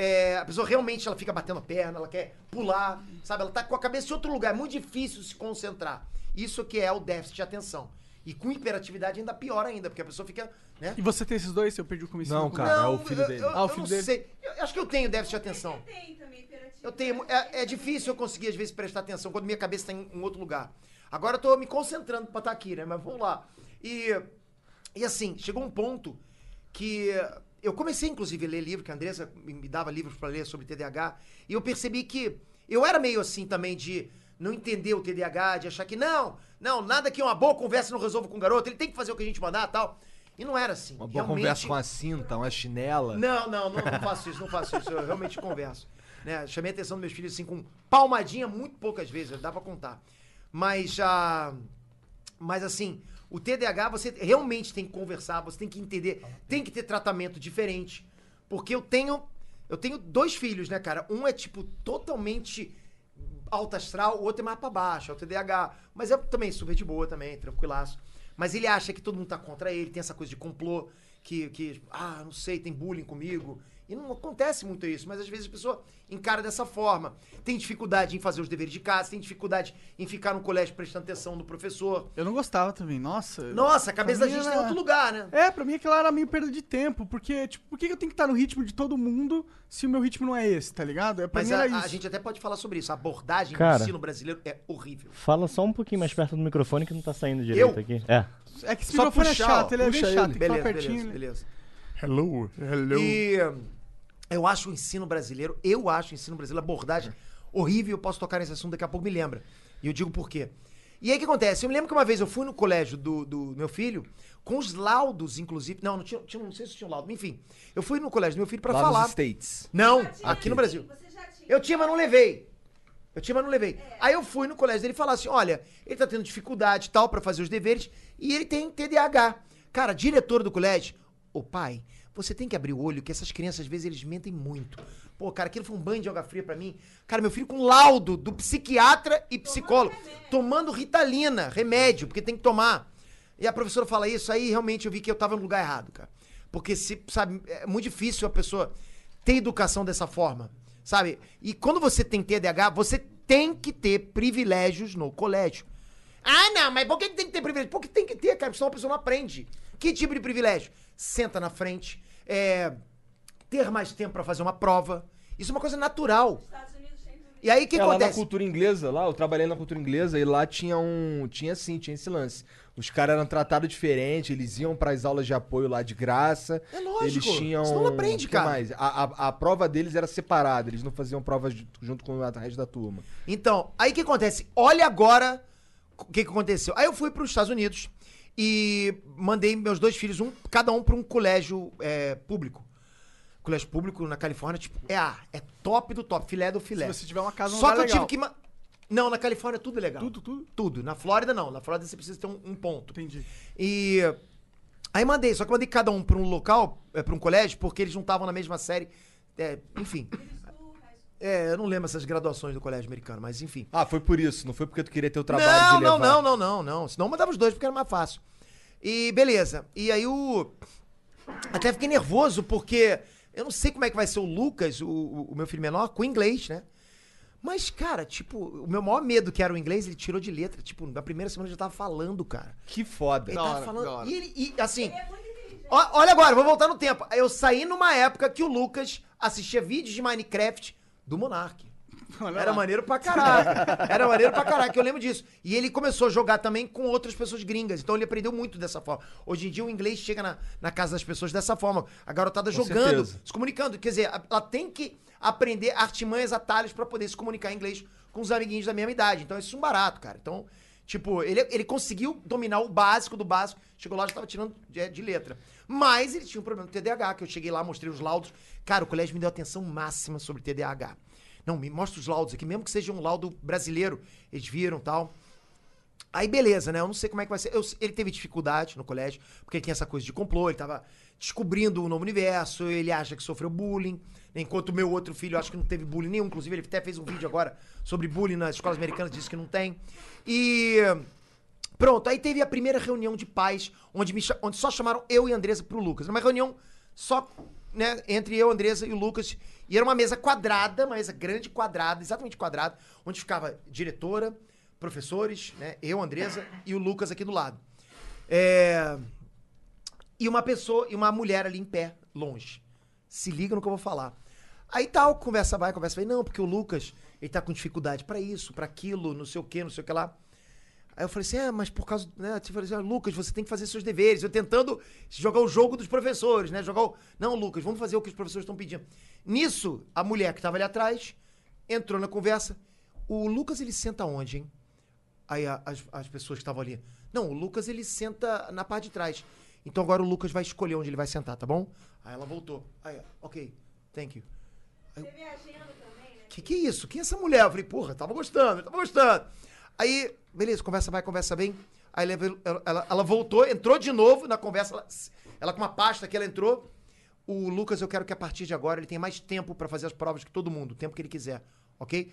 É, a pessoa realmente ela fica batendo a perna, ela quer pular, sabe? Ela tá com a cabeça em outro lugar, é muito difícil se concentrar. Isso que é o déficit de atenção. E com hiperatividade ainda pior ainda, porque a pessoa fica, né? E você tem esses dois? Eu perdi o começo. Não, do- cara. é o filho eu- dele. Eu, Ah, o eu filho não dele. sei. Eu acho que eu tenho déficit de atenção. um Tem também né? hiperatividade. Eu tenho. É, é difícil eu conseguir, às vezes, prestar atenção quando minha cabeça está em, em outro lugar. Agora eu tô me concentrando pra estar aqui, né? Mas vamos lá. E, e assim, chegou um ponto que. Eu comecei, inclusive, a ler livro, que a Andressa me me dava livros pra ler sobre TDAH, e eu percebi que eu era meio assim também de não entender o TDAH, de achar que não, não, nada que uma boa conversa não resolva com o garoto, ele tem que fazer o que a gente mandar tal. E não era assim. Uma boa Realmente- conversa com a cinta, uma chinela. não, não, não, não faço isso, não faço isso. Eu realmente converso. Né? Chamei a atenção dos meus filhos assim com palmadinha muito poucas vezes, dá pra contar. Mas ah, mas assim, o TDAH você realmente tem que conversar, você tem que entender, tem que ter tratamento diferente, porque eu tenho eu tenho dois filhos, né, cara? Um é tipo totalmente alto astral, o outro é mais pra baixo, é o TDAH. Mas é também super de boa também, tranquilaço. Mas ele acha que todo mundo tá contra ele, tem essa coisa de complô, que, que ah, não sei, tem bullying comigo. E não acontece muito isso, mas às vezes a pessoa encara dessa forma. Tem dificuldade em fazer os deveres de casa, tem dificuldade em ficar no colégio prestando atenção no professor. Eu não gostava também, nossa. Nossa, a cabeça da Pra mim gente tá em era- outro lugar, né? É, pra mim aquilo era meio perda de tempo, porque, tipo, por que eu tenho que estar no ritmo de todo mundo se o meu ritmo não é esse, tá ligado? É, pra Mas mim a, era a isso. gente até pode falar sobre isso. A abordagem Cara. do ensino brasileiro é horrível. Fala só um pouquinho mais perto do microfone que não tá saindo direito Eu? aqui. É. É que esse Só microfone é puxar, chato, ó, ele é bem puxa ele. chato, tem que Beleza, falar beleza, pertinho. né? beleza. Hello, hello. E eh, eu acho o ensino brasileiro, eu acho o ensino brasileiro, a É. abordagem horrível. Eu posso tocar nesse assunto daqui a pouco, me lembra. E eu digo por quê. E aí o que acontece? Eu me lembro que uma vez eu fui no colégio do, do meu filho, com os laudos, inclusive. Não, não, tinha, tinha- não sei se tinha laudo. Enfim, eu fui no colégio do meu filho pra lá falar. nos States. Não, Já tinha, aqui no Brasil. Você já tinha. Eu tinha, mas não levei. Eu tinha, mas não levei. Aí eu fui no colégio dele falar assim: olha, ele tá tendo dificuldade e tal pra fazer os deveres e ele tem TDAH. Cara, diretor do colégio, ô pai, você tem que abrir o olho que essas crianças às vezes eles mentem muito. Pô, cara, aquilo foi um banho de água fria pra mim. Cara, meu filho com laudo do psiquiatra e psicólogo, tomando ritalina, remédio, porque tem que tomar. E a professora fala isso, aí realmente eu vi que eu tava no lugar errado, cara. Porque se, sabe, é muito difícil a pessoa ter educação dessa forma, sabe? E quando você tem TDAH, você tem que ter privilégios no colégio. Ah, não, mas por que que tem que ter privilégio? Porque tem que ter, cara, porque senão a pessoa não aprende. Que tipo de privilégio? Senta na frente, é, ter mais tempo pra fazer uma prova. Isso é uma coisa natural. Estados Unidos tem tudo. E aí o que é, lá na acontece? cultura inglesa, lá, eu trabalhei na cultura inglesa e lá tinha um. Tinha sim, tinha esse lance. Os caras eram tratados diferente, eles iam pras aulas de apoio lá de graça. É lógico, Eles tinham. senão não aprende, o que cara. mais? A, a, a prova deles era separada, eles não faziam provas ju- junto com o resto da turma. Então, aí o que acontece? Olha agora o que, que aconteceu. Aí eu fui para os Estados Unidos e mandei meus dois filhos, um, cada um para um colégio é, público. Colégio público na Califórnia, tipo, é A, é top do top, filé do filé. Se você tiver uma casa, não Só dá que eu legal. tive que. ma- Não, na Califórnia tudo é legal. Tudo, tudo? Tudo. Na Flórida não. Na Flórida você precisa ter um, um ponto. Entendi. E aí mandei, só que mandei cada um pra um local, é, pra um colégio, porque eles não estavam na mesma série. É, enfim. É, eu não lembro essas graduações do colégio americano, mas enfim. Ah, foi por isso, não foi porque tu queria ter o trabalho Não, de não, levar. não, não, não, não. Senão eu mandava os dois porque era mais fácil. E beleza. E aí o. Até fiquei nervoso porque eu não sei como é que vai ser o Lucas, o, o- o meu filho menor, com inglês, né? Mas, cara, tipo, o meu maior medo que era o inglês, ele tirou de letra. Tipo, na primeira semana eu já tava falando, cara. Que foda. Ele Da tava hora, da hora. falando. E ele, e, assim. É muito inteligente. ó- olha agora, vou voltar no tempo. Eu saí numa época que o Lucas assistia vídeos de Minecraft do Monark. Olha Era lá. maneiro pra caraca. Era maneiro pra caraca, eu lembro disso. E ele começou a jogar também com outras pessoas gringas. Então ele aprendeu muito dessa forma. Hoje em dia o inglês chega na, na casa das pessoas dessa forma. A garotada jogando, certeza. se comunicando. Quer dizer, a- ela tem que aprender artimanhas, atalhos pra poder se comunicar em inglês com os amiguinhos da mesma idade. Então isso é um barato, cara. Então, tipo, ele, ele conseguiu dominar o básico do básico. Chegou lá e já tava tirando de, de letra. Mas ele tinha um problema do TDAH, que eu cheguei lá, mostrei os laudos. Cara, o colégio me deu atenção máxima sobre TDAH. Não, me mostra os laudos aqui, mesmo que seja um laudo brasileiro, eles viram tal. Aí beleza, né? Eu não sei como é que vai ser. Eu- ele teve dificuldade no colégio, porque ele tinha essa coisa de complô, ele tava descobrindo um novo universo, ele acha que sofreu bullying, né? enquanto o meu outro filho acha que não teve bullying nenhum. Inclusive, ele até fez um vídeo agora sobre bullying nas escolas americanas, disse que não tem. E. Pronto, aí teve a primeira reunião de pais, onde, me cha- onde só chamaram eu e a Andresa pro Lucas. Uma reunião só, né, entre eu, a Andresa e o Lucas. E era uma mesa quadrada, uma mesa grande, quadrada, exatamente quadrada, onde ficava diretora, professores, né, eu, a Andresa e o Lucas aqui do lado. É, E uma pessoa, e uma mulher ali em pé, longe. Se liga no que eu vou falar. Aí tal, conversa vai, conversa vai. Não, porque o Lucas, ele tá com dificuldade pra isso, pra aquilo, não sei o que, não sei o que lá. Aí eu falei assim, é, mas por causa, né? Eu falei assim, ah, Lucas, você tem que fazer seus deveres. Eu tentando jogar o jogo dos professores, né? Jogar o... Não, Lucas, vamos fazer o que os professores estão pedindo. Nisso, a mulher que estava ali atrás entrou na conversa. O Lucas, ele senta onde, hein? Aí a- as, as pessoas que estavam ali. Não, o Lucas, ele senta na parte de trás. Então agora o Lucas vai escolher onde ele vai sentar, tá bom? Aí ela voltou. Aí, ok, thank you. Teve agenda também, né? Que que é isso? Quem é essa mulher? Eu falei, porra, tava gostando, tava gostando. Aí, beleza, conversa vai, conversa bem. Aí leva- ela, ela- ela voltou, entrou de novo na conversa. Ela, ela com uma pasta que ela entrou. O Lucas, eu quero que a partir de agora ele tenha mais tempo pra fazer as provas que todo mundo, o tempo que ele quiser, ok?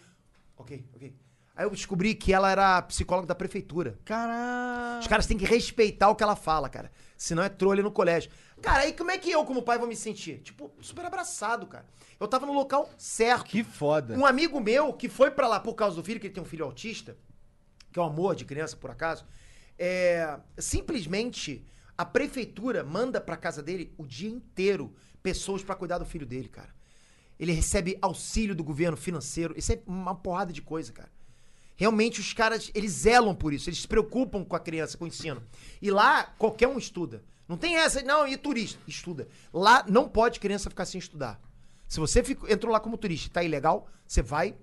Ok, ok. Aí eu descobri que ela era psicóloga da prefeitura. Os Caralho. caras têm que respeitar o que ela fala, cara. Senão é trolha no colégio. Cara, aí como é que eu, como pai, vou me sentir? Tipo, super abraçado, cara. Eu tava no local certo. Que foda. Um amigo meu que foi pra lá por causa do filho, que ele tem um filho autista, que é um amor de criança, por acaso, é, simplesmente a prefeitura manda pra casa dele o dia inteiro pessoas pra cuidar do filho dele, cara. Ele recebe auxílio do governo financeiro, isso é uma porrada de coisa, cara. Realmente os caras, eles zelam por isso, eles se preocupam com a criança, com o ensino. E lá, qualquer um estuda. Não tem essa, não, e turista? Estuda. Lá não pode criança ficar sem estudar. Se você ficou- entrou lá como turista e tá ilegal, você vai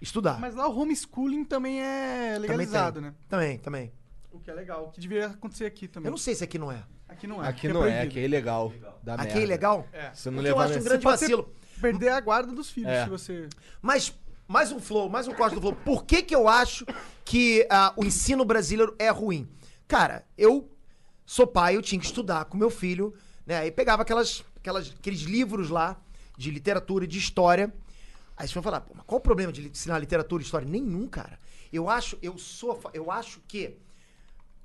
estudar. Mas lá o homeschooling também é Também legalizado, tem. né? Também, também. O que é legal. O que deveria acontecer aqui também. Eu não sei se aqui não é. Aqui não é. Aqui não é, aqui proibido. é ilegal. Dá aqui é merda. ilegal? É. Se não Porque eu levar acho um nesse- grande pode ser- vacilo. Perder a guarda dos filhos É. se você... Mas, mais um flow, mais um corte do flow. Por que que eu acho que ah, o ensino brasileiro é ruim? Cara, eu sou pai, eu tinha que estudar com meu filho, né? Aí pegava aquelas, aquelas, aqueles livros lá de literatura e de história. Aí vocês vão falar, Pô, mas qual o problema de li- ensinar literatura e história? Nenhum, cara. Eu acho, eu sou, a fa- eu acho que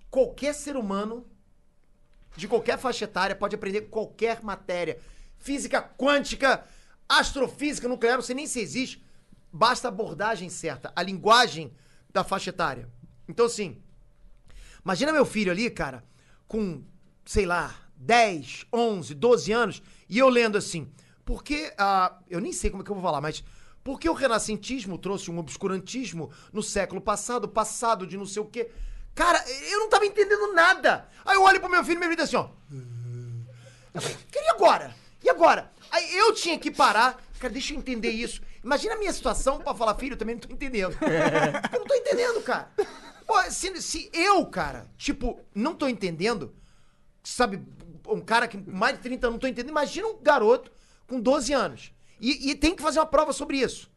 qualquer ser humano de qualquer faixa etária pode aprender qualquer matéria. Física quântica, astrofísica, nuclear, não sei nem se existe. Basta a abordagem certa, a linguagem da faixa etária. Então, assim, imagina meu filho ali, cara, com, sei lá, 10, 11, 12 anos, e eu lendo assim, porque, ah, eu nem sei como é que eu vou falar, mas Porque o renascentismo trouxe um obscurantismo no século passado, passado de não sei o quê. Cara, eu não tava entendendo nada. Aí eu olho pro meu filho e me diz assim, ó. Eu falei, cara, e agora? E agora? Aí eu tinha que parar. Cara, deixa eu entender isso. Imagina a minha situação pra falar, filho, eu também não tô entendendo. Eu não tô entendendo, cara. Pô, se, se eu, cara, tipo, não tô entendendo, sabe, um cara que mais de 30 anos não tô entendendo, imagina um garoto com 12 anos. E, e tem que fazer uma prova sobre isso.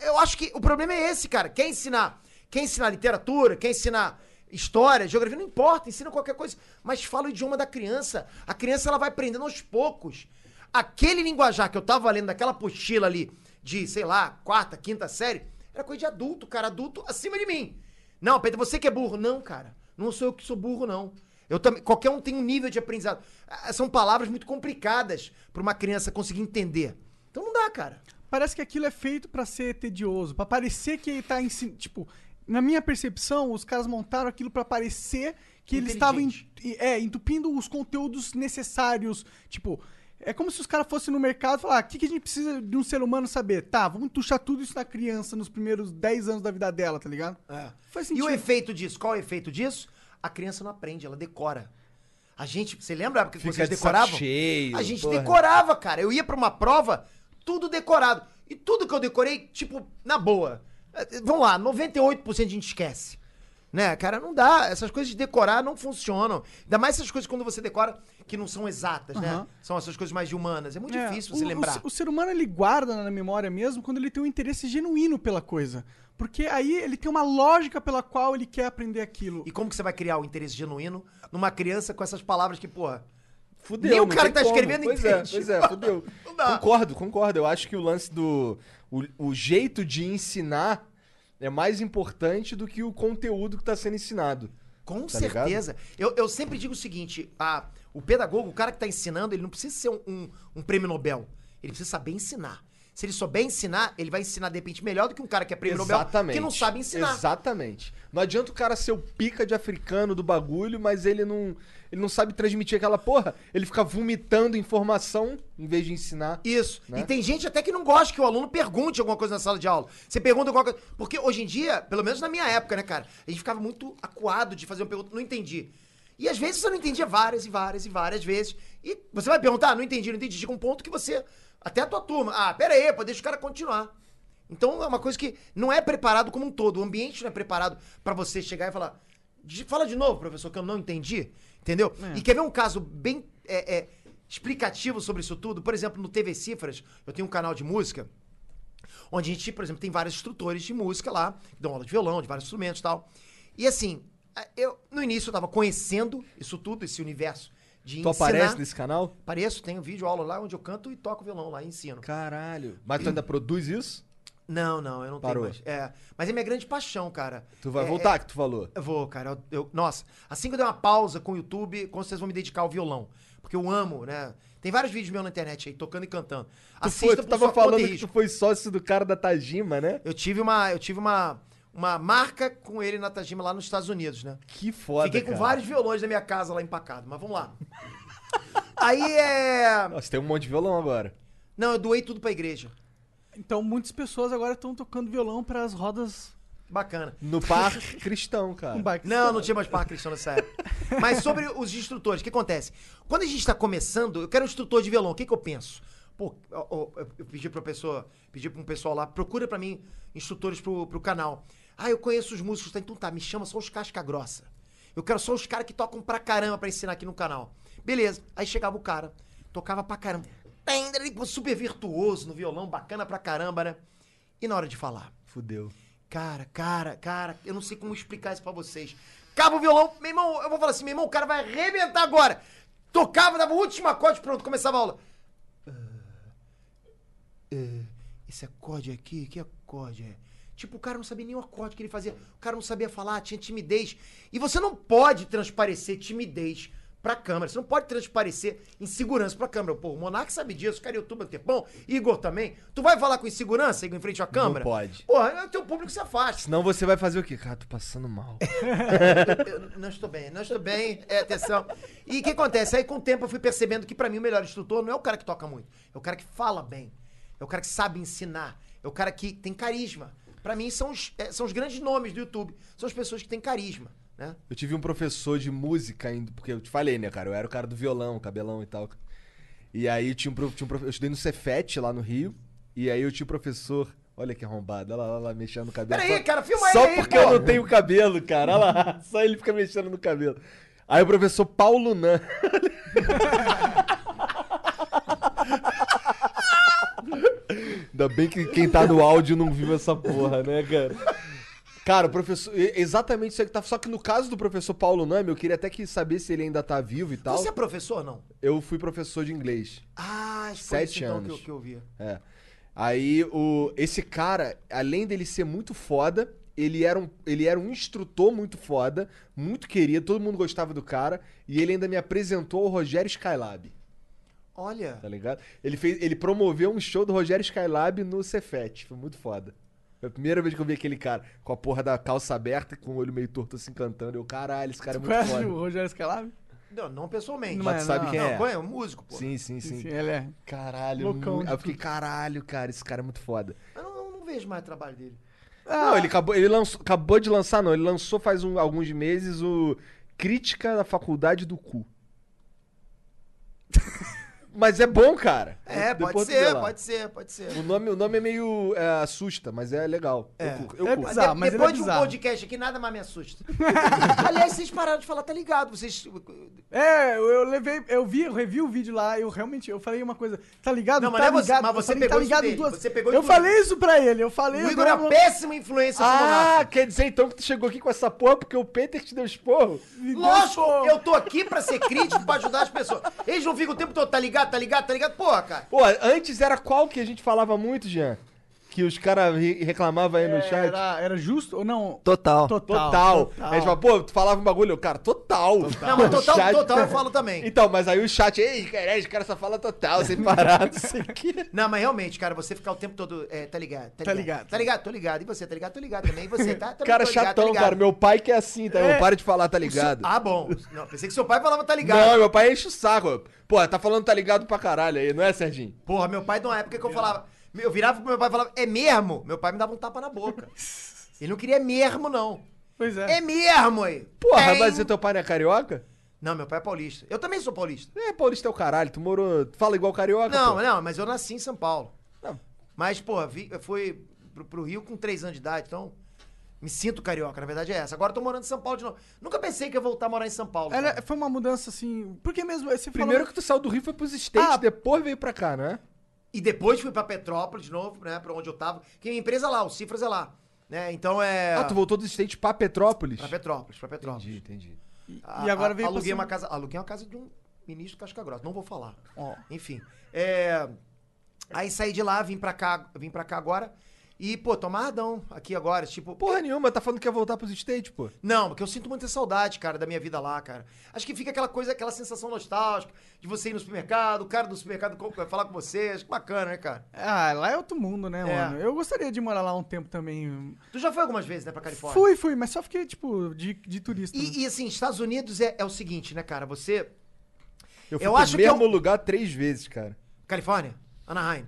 Eu acho que o problema é esse, cara. Quer ensinar? Quer ensinar literatura? Quer ensinar história, geografia? Não importa, ensina qualquer coisa. Mas fala o idioma da criança. A criança ela vai aprendendo aos poucos. Aquele linguajar que eu tava lendo daquela pochila ali de, sei lá, quarta, quinta série, era coisa de adulto, cara. Adulto acima de mim. Não, Pedro, você que é burro. Não, cara. Não sou eu que sou burro, não. Eu também, qualquer um tem um nível de aprendizado. Ah, São palavras muito complicadas para uma criança conseguir entender. Então não dá, cara. Parece que aquilo é feito pra ser tedioso, pra parecer que ele tá ensinando. Tipo, na minha percepção, os caras montaram aquilo pra parecer que eles estavam en- é, entupindo os conteúdos necessários. Tipo, é como se os caras fossem no mercado e falar: ah, o que, que a gente precisa de um ser humano saber? Tá, vamos tuchar tudo isso na criança nos primeiros 10 anos da vida dela, tá ligado? Faz E sentido. o efeito disso? Qual é o efeito disso? A criança não aprende, ela decora. A gente, você lembra a época que Fica vocês de decoravam? saco cheio, a gente porra. decorava, cara. Eu ia pra uma prova, tudo decorado. E tudo que eu decorei, tipo, na boa. Eh, Vamos lá, 98% a gente esquece. Né, cara, não dá. Essas coisas de decorar não funcionam. Ainda mais essas coisas quando você decora que não são exatas, né? Aham. São essas coisas mais humanas. É muito É, difícil o- você o lembrar. se- O, ser humano ele guarda na memória mesmo quando ele tem um interesse genuíno pela coisa. Porque aí ele tem uma lógica pela qual ele quer aprender aquilo. E como que você vai criar o interesse genuíno numa criança com essas palavras que, porra, Fudeu. Nem o não cara tem que tá como. escrevendo pois entende. É, pois é, fudeu. Não dá. Concordo, concordo. Eu acho que o lance do. O, o jeito de ensinar é mais importante do que o conteúdo que tá sendo ensinado. Com Tá ligado? certeza. Eu, eu sempre digo o seguinte: a, o pedagogo, o cara que está ensinando, ele não precisa ser um, um- um prêmio Nobel. Ele precisa saber ensinar. Se ele souber ensinar, ele vai ensinar, de repente, melhor do que um cara que é prêmio Nobel que não sabe ensinar. Exatamente. Não adianta o cara ser o pica de africano do bagulho, mas ele não, ele não sabe transmitir aquela porra. Ele fica vomitando informação em vez de ensinar. Isso. Né? E tem gente até que não gosta que o aluno pergunte alguma coisa na sala de aula. Você pergunta alguma coisa. Porque hoje em dia, pelo menos na minha época, né, cara? A gente ficava muito acuado de fazer uma pergunta, não entendi. E às vezes você não entendia várias e várias e várias vezes. E você vai perguntar, ah, não entendi, não entendi. Chega um ponto que você. Até a tua turma. Ah, pera aí, pô, deixa o cara continuar. Então é uma coisa que não é preparado como um todo. O ambiente não é preparado pra você chegar e falar. "De- Fala de novo, professor, que eu não entendi. Entendeu? É. E quer ver um caso bem é, é, explicativo sobre isso tudo? Por exemplo, no TV Cifras, eu tenho um canal de música onde a gente, por exemplo, tem vários instrutores de música lá, que dão aula de violão, de vários instrumentos e tal. E assim, a- eu no início eu tava conhecendo isso tudo, esse universo de Tu ensinar. aparece nesse canal? Apareço, tenho vídeo aula lá onde eu canto e toco violão lá e ensino. Caralho. Mas tu ainda produz isso? Não, não, eu não Parou. tenho mais. É, mas é minha grande paixão, cara. Tu vai É, voltar, que tu falou. eu vou, cara. Eu, eu- nossa, assim que eu der uma pausa com o YouTube, com certeza eu vou me dedicar ao violão. Porque eu amo, né? Tem vários vídeos meus na internet aí, tocando e cantando. Tu, Assista foi, tu por tava sua conta e falando que tu risco. foi sócio do cara da Tajima, né? Eu tive uma. Eu tive uma. Uma marca com ele na Tajima lá nos Estados Unidos, né? Que foda, Fiquei com cara. vários violões na minha casa lá empacado, mas vamos lá. Aí é. Nossa, tem um monte de violão agora. Não, eu doei tudo pra igreja. Então muitas pessoas agora estão tocando violão para as rodas Bacana. No par cristão, cara. com bikes. Não, não tinha mais parque cristão nessa época. Mas sobre os instrutores, o que acontece? Quando a gente está começando, eu quero um instrutor de violão, o que, que eu penso? Pô, eu, eu- eu pedi pra pessoa, pedi pra um pessoal lá, procura pra mim instrutores pro, pro canal. Ah, eu conheço os músicos, tá? Então tá, me chama só os casca grossa. Eu quero só os caras que tocam pra caramba pra ensinar aqui no canal. Beleza. Aí chegava o cara, tocava pra caramba. Ele, pô, Super virtuoso no violão, bacana pra caramba, né? E na hora de falar? Fudeu. Cara, cara, cara, eu não sei como explicar isso pra vocês. Cava o violão, meu irmão, eu vou falar assim, meu irmão, o cara vai arrebentar agora. Tocava, dava o último acorde, pronto, começava a aula. Ah, ah, esse acorde aqui, que acorde é? Tipo, o cara não sabia nem o acorde que ele fazia, o cara não sabia falar, tinha timidez. E você não pode transparecer timidez pra câmera, você não pode transparecer insegurança pra câmera. Pô, o Monark sabe disso, o cara YouTube é bom, Igor também. Tu vai falar com insegurança, Igor, em frente à câmera? pode. Porra, é o teu público que se afasta. Senão você vai fazer o quê? Cara, tô passando mal. Eu não estou bem, não estou bem, é, atenção. E o que acontece? Aí com o tempo eu fui percebendo que pra mim o melhor instrutor não é o cara que toca muito, é o cara que fala bem, é o cara que sabe ensinar, É o cara que tem carisma. Pra mim, são os, é, são os grandes nomes do YouTube. São as pessoas que têm carisma, né? Eu tive um professor de música, ainda, porque eu te falei, né, cara? Eu era o cara do violão, cabelão e tal. E aí tinha um, pro- tinha um prof- eu estudei no Cefet lá no Rio, e aí eu tinha um professor. Olha que arrombado, olha lá, olha lá mexendo no cabelo. Peraí, Só- cara, filma ele Só aí, porque pô. eu não tenho cabelo, cara. Olha lá, só ele fica mexendo no cabelo. Aí o professor Paulo Nan. Ainda bem que quem tá no áudio não viu essa porra, né, cara? Cara, o professor. e- Exatamente isso aí que tá. Só que no caso do professor Paulo Nami, eu queria até que saber se ele ainda tá vivo e tal. Você é professor, não? Eu fui professor de inglês. Ah, isso Sete então anos. Que, eu, que eu vi. É. Aí o esse cara, além dele ser muito foda, ele era um ele era um instrutor muito foda, muito querido, todo mundo gostava do cara e ele ainda me apresentou o Rogério Skylab, Olha, tá ligado? Ele fez ele promoveu um show do Rogério Skylab no Cefet, foi muito foda. Foi a primeira vez que eu vi aquele cara com a porra da calça aberta e com o olho meio torto assim cantando. Eu, caralho, esse cara é muito Conhece o foda. Rogério Scalab? não, não pessoalmente. Não Mas tu sabe não. quem Não, é? qual é? Um músico, pô. Sim, sim, sim. Sim, ele é. Caralho, Loucão muito- né? de Aí eu fiquei, caralho, cara, esse cara é muito foda. Eu não, não vejo mais o trabalho dele. Não, ele acabou, ele lançou, acabou de lançar, não. Ele lançou faz um- alguns meses o Crítica da Faculdade do Cu. Mas é bom, cara. É, Depois pode tu vê ser, lá. pode ser, pode ser. O nome, o nome é meio é, assusta, mas é legal. Eu É. curto, eu É curto. bizarro. De- mas ele é depois de um bizarro. podcast aqui, nada mais me assusta. Aliás, vocês pararam de falar, tá ligado? Vocês. É, eu, eu levei, eu vi, eu revi o vídeo lá, eu realmente, eu falei uma coisa, tá ligado? Não, mas tá não é você, ligado, mas eu você falei, pegou tá isso ligado dele, duas- você pegou Eu isso falei isso pra ele, eu falei. O eu Igor é dou uma uma- péssima influência Ah, ah, quer dizer então que tu chegou aqui com essa porra porque o Peter te deu esporro? Lógico, eu tô aqui pra ser crítico, pra ajudar as pessoas. Eles não ficam o tempo todo, tá ligado, tá ligado, tá ligado? Porra, cara. Pô, antes era qual que a gente falava muito, Jean? Que os caras re- reclamavam aí no chat? Era, era justo ou não? Total. Total. tipo, Total. Aí a gente fala, pô, tu falava um bagulho, eu, cara, total. Não, mas O total, chat- total eu falo também. Então, mas aí o chat, ei, cara, esse cara só fala total, sem parar, não sei o quê. Não, mas realmente, cara, você ficar o tempo todo, é, tá ligado, tá ligado, Tá ligado. tá ligado, tô ligado, e você, tá ligado, tô ligado também, e você, tá, também Cara tô ligado, chatão, tá ligado. cara, meu pai que é assim, tá? Meu, para de falar, tá ligado? Ah, bom, não, pensei que seu pai falava tá ligado. Não, meu pai enche o saco. Pô, tá falando tá ligado pra caralho aí, não é, Serginho? Porra, meu pai, de uma época que eu falava. Eu virava pro meu pai e falava, é mesmo? Meu pai me dava um tapa na boca. Ele não queria mesmo, não. Pois é. É mesmo aí. Porra, Tem. mas e teu pai não é carioca? Não, meu pai é paulista. Eu também sou paulista. É, paulista é o caralho, tu morou, tu fala igual carioca, Não, pô. não, mas eu nasci em São Paulo. Não. Mas, pô, vi, eu fui pro, pro Rio com 3 anos de idade, então. Me sinto carioca, na verdade é essa. Agora eu tô morando em São Paulo de novo. Nunca pensei que ia voltar a morar em São Paulo. Ela- cara. foi uma mudança assim. Por que mesmo? Você falou- Primeiro que tu saiu do Rio foi pros States, Ah. depois veio pra cá, né? E depois fui pra Petrópolis de novo, né? Pra onde eu tava. Que minha empresa é lá, o Cifras é lá. Né? Então é. Ah, tu voltou dos States pra Petrópolis? Pra Petrópolis, pra Petrópolis. Entendi, entendi. A- E agora a- veio aluguei pra uma São- casa, aluguei uma casa de um ministro casca grossa, não vou falar. Enfim, é, aí saí de lá, vim pra cá, vim para cá agora e pô, tô amarradão aqui agora, tipo, pô, Porra nenhuma, tá falando que ia voltar pros States, pô. não, porque eu sinto muita saudade, cara, da minha vida lá, cara. Acho que fica aquela coisa, aquela sensação nostálgica de você ir no supermercado, o cara do supermercado co- vai falar com você, acho que bacana, né, cara? Ah, lá é outro mundo, né, É. mano? Eu gostaria de morar lá um tempo também. Tu já foi algumas vezes, né, pra Califórnia? Fui, fui, mas só fiquei, tipo, de, de turista. né? E, e, assim, Estados Unidos é, é o seguinte, né, cara? Você. Eu fui Eu pro acho que mesmo eu- lugar três vezes, cara. Califórnia? Anaheim.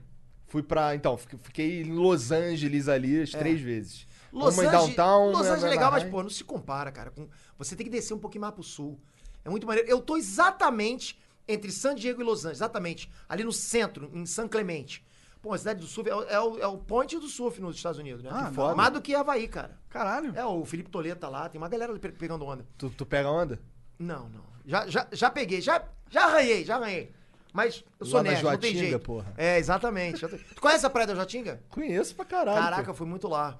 Fui pra. Então, fiquei- fiquei em Los Angeles ali as três vezes. É. Los uma em Angeles, downtown. né? Los uma Angeles é na legal, mas, Anaheim. pô, não se compara, cara. com- Você tem que descer um pouquinho mais pro sul. É muito maneiro. Eu tô exatamente entre San Diego e Los Angeles, exatamente. Ali no centro, em San Clemente. Pô, a cidade do surf é, o- é o, é o point do surf nos Estados Unidos, né? Ah, Que foda. Mais do que Havaí, cara. Caralho. É, o Felipe Toledo tá lá, tem uma galera ali pe- pegando onda. Tu, tu pega onda? Não, não. Já, já, já peguei, já, já arranhei, já arranhei. Mas eu sou Lá na nerd, não tem Joatinga, jeito. porra. É, exatamente. Tu conhece a praia da Jotinga? Conheço pra caralho. Caraca, pô. eu fui muito lá.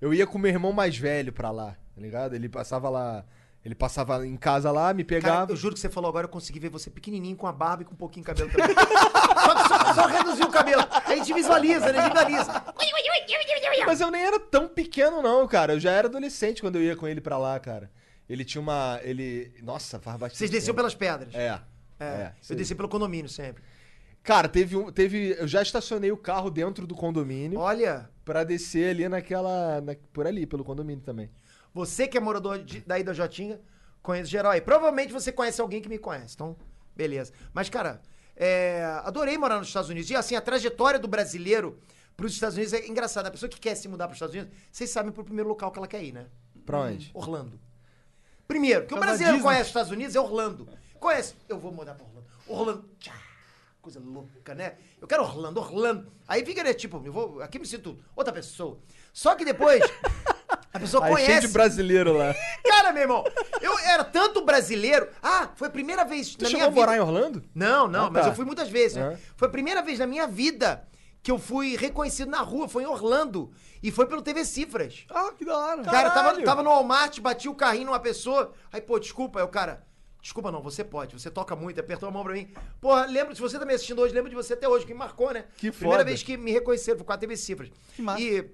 Eu ia com meu irmão mais velho pra lá, tá ligado? Ele passava lá. Ele passava em casa lá, me pegava. Cara, eu juro que você falou agora, eu consegui ver você pequenininho, com a barba e com um pouquinho de cabelo também. só, que só, só reduziu o cabelo. A gente visualiza, né? A gente visualiza. Mas eu nem era tão pequeno, não, cara. Eu já era adolescente quando eu ia com ele pra lá, cara. Ele tinha uma. Ele. Nossa, faz bastante. Vocês desciam tempo. pelas pedras. É. É, sim. eu desci pelo condomínio sempre. Cara, teve um. Teve. Eu já estacionei o carro dentro do condomínio. Olha, Pra descer ali naquela. na- por ali, pelo condomínio também. você que é morador de- daí da Jotinha, conhece geral aí. Provavelmente você conhece alguém que me conhece, então, beleza. Mas, cara, é, adorei morar nos Estados Unidos. E assim, a trajetória do brasileiro Para os Estados Unidos é engraçado. A pessoa que quer se mudar para os Estados Unidos, vocês sabem pro primeiro local que ela quer ir, né? Pra onde? Orlando. Primeiro, porque o Casa brasileiro Disney. conhece os Estados Unidos é Orlando. Conhece? Eu vou mudar pra Orlando. Orlando. Tchá. Coisa louca, né? Eu quero Orlando, Orlando. Aí fica, né, tipo, eu vou, aqui me sinto outra pessoa. Só que depois, a pessoa Aí cheio conhece. de brasileiro lá. Cara, meu irmão, eu era tanto brasileiro. Ah, foi a primeira vez Tu na chegou minha a vida. morar em Orlando? Não, não, Ah, mas tá. eu fui muitas vezes, né? É. Foi a primeira vez na minha vida que eu fui reconhecido na rua, foi em Orlando. E foi pelo TV Cifras. Ah, que da hora. O cara tava, Caralho! tava no Walmart, bati o carrinho numa pessoa. Aí, pô, desculpa. Aí o cara, desculpa não, você pode, você toca muito. Apertou a mão pra mim. Porra, lembro, se você tá me assistindo hoje, lembro de você até hoje, que me marcou, né? Que Primeira foda. vez que me reconheceram, foi com a TV Cifras. Que massa. E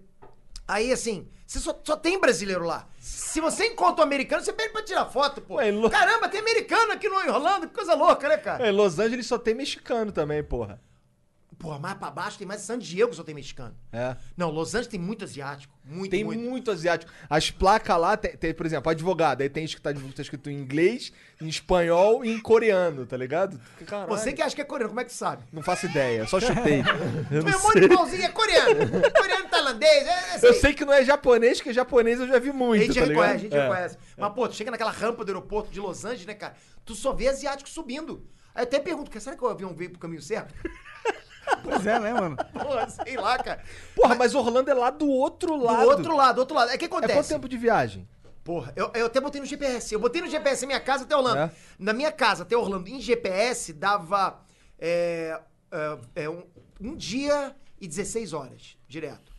aí, assim, você só, só tem brasileiro lá. Se você encontra um americano, você pede pra tirar foto, pô. Ué, lou- Caramba, tem americano aqui no Orlando, que coisa louca, né, cara? É, em Los Angeles só tem mexicano também, porra. Porra, mais pra baixo tem mais San Diego, só tem mexicano. É. Não, Los Angeles tem muito asiático. Muito, Tem muito. muito, asiático. As placas lá, tem, tem, por exemplo, advogado. Aí tem que tá, tá escrito em inglês, em espanhol e em coreano, tá ligado? Caralho. Você que acha que é coreano, como é que sabe? Não faço ideia, só chutei. eu, Meu não monte de sei. pauzinho é coreano. coreano tailandês. É, é, eu sei que não é japonês, porque japonês eu já vi A muito, gente tá ligado? reconhece, a gente É. reconhece. Mas, pô, tu chega naquela rampa do aeroporto de Los Angeles, né, cara? Tu só vê asiático subindo. Aí eu até pergunto, cara, será que o avião veio pro caminho certo? Pois é, né, mano? Pô, sei lá, cara. Porra, mas Orlando é lá do outro Do lado. outro lado, outro lado. É que É acontece. quanto tempo de viagem? Porra, eu, eu até botei no GPS. Eu botei no GPS a minha casa até Orlando. É? Na minha casa até Orlando, em GPS, dava é, é, é, um, um dia e 16 horas, direto.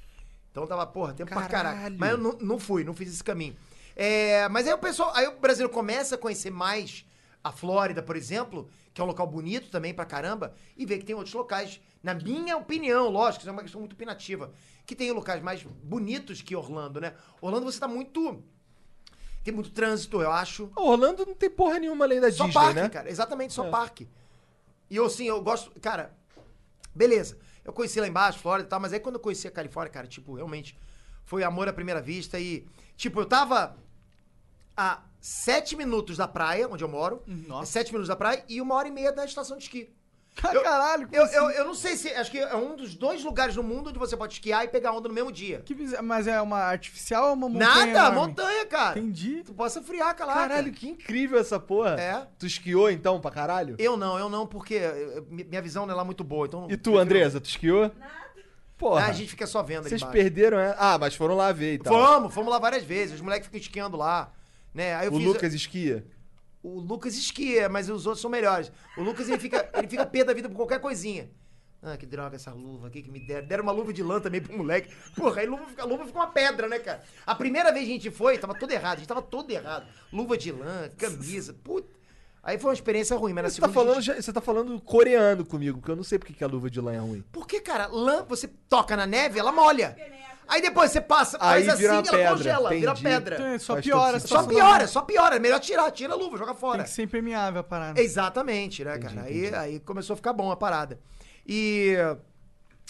Então dava, porra, tempo pra caralho. Caralho. Mas eu não, não fui, não fiz esse caminho. É, mas aí o pessoal, aí o Brasil começa a conhecer mais a Flórida, por exemplo, que é um local bonito também pra caramba, e vê que tem outros locais, na minha opinião, lógico, isso é uma questão muito opinativa, que tem locais mais bonitos que Orlando, né? Orlando você tá muito tem é muito trânsito, eu acho. Orlando não tem porra nenhuma além da Só Disney, parque, né? cara. Exatamente, É. só parque. E eu, assim, eu gosto. Cara, beleza. Eu conheci lá embaixo, Flórida e tal, mas aí quando eu conheci a Califórnia, cara, tipo, realmente foi amor à primeira vista. E, tipo, eu tava a sete minutos da praia, onde eu moro. Uhum. É Nossa. Sete minutos da praia e uma hora e meia da estação de esqui. Eu- Caralho, como Eu, assim? eu, eu não sei se. Acho que é um dos dois lugares no mundo onde você pode esquiar e pegar onda no mesmo dia. Que bizarro. Mas é uma artificial ou uma montanha? Nada, enorme? montanha, cara. Entendi. Tu possa friar, lá. Caralho, que incrível essa porra. É. Tu esquiou então pra caralho? Eu não, eu não, porque eu- eu- mi- minha visão não é lá muito boa. Então E tu, Andresa, tu esquiou? Porra. Ah, a gente fica só vendo ali Vocês embaixo. perderam, é? Ah, mas foram lá ver e tal. Fomos, fomos lá várias vezes. Os moleques ficam esquiando lá. Né? Aí eu O fiz, Lucas esquia. O Lucas esquia, mas os outros são melhores. O Lucas, ele fica, ele fica pé da vida por qualquer coisinha. Ah, que droga essa luva, o que que me deram? Deram uma luva de lã também pro moleque. Porra, aí luva, fica- a luva ficou uma pedra, né, cara? A primeira vez que a gente foi, tava tudo errado, a gente tava todo errado. Luva de lã, camisa, puta. Aí foi uma experiência ruim, mas na Você tá, segunda... a falando, gente- já- você tá falando coreano comigo, porque eu não sei porque que a luva de lã é ruim. Por que, cara? Lã, você toca na neve, ela molha. Aí depois você passa, Aí faz assim, vira uma ela pedra, congela, vira entendi. pedra. Então, só Faz piora todo a Só situação da piora, mão. só piora. É melhor tirar, tira a luva, joga Tem fora. que ser impermeável a parada. Exatamente, né, cara? Aí, aí começou a ficar bom a parada. E.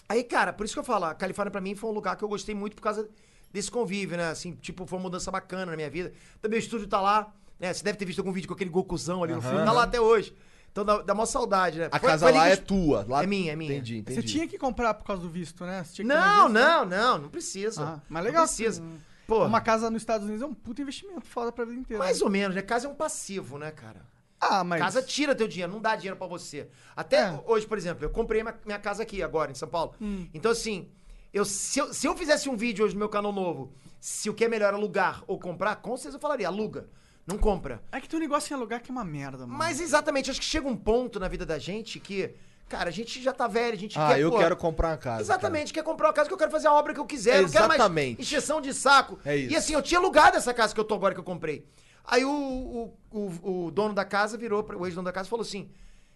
Aí, cara, por isso que eu falo, a Califórnia pra mim foi um lugar que eu gostei muito por causa desse convívio, né? Assim, tipo, foi uma mudança bacana na minha vida. Também o estúdio tá lá, né? Você deve ter visto algum vídeo com aquele Gokuzão ali no fundo, tá lá até hoje. Então dá, dá maior saudade, né? A Foi- casa foi ali lá que é os- tua. Lá... É minha, é minha. Entendi, entendi. Você tinha que comprar por causa do visto, né? Você tinha que tomar Não, visto, né? não, não, não precisa. Ah, mas legal. Não precisa. assim, Pô, Uma casa nos Estados Unidos é um puto investimento foda pra vida inteira. mais ou menos, né? Casa é um passivo, né, cara? Ah, mas... Casa tira teu dinheiro, não dá dinheiro pra você. Até É. Hum. hoje, por exemplo, eu comprei minha, minha casa aqui agora, em São Paulo. Então, assim, eu, se, eu, se eu fizesse um vídeo hoje no meu canal novo, se o que é melhor alugar ou comprar, com certeza eu falaria, aluga, não compra. É que tem um negócio em alugar que é uma merda, mano. Mas exatamente, acho que chega um ponto na vida da gente que, cara, a gente já tá velho, a gente Ah, quer. eu pô, quero comprar uma casa. Exatamente, quer comprar uma casa que eu quero fazer a obra que eu quiser, eu não quero mais Exatamente. encheção de saco. É isso. E assim, eu tinha alugado essa casa que eu tô agora que eu comprei. Aí o, o, o- o dono da casa virou, pra- o ex-dono da casa falou assim: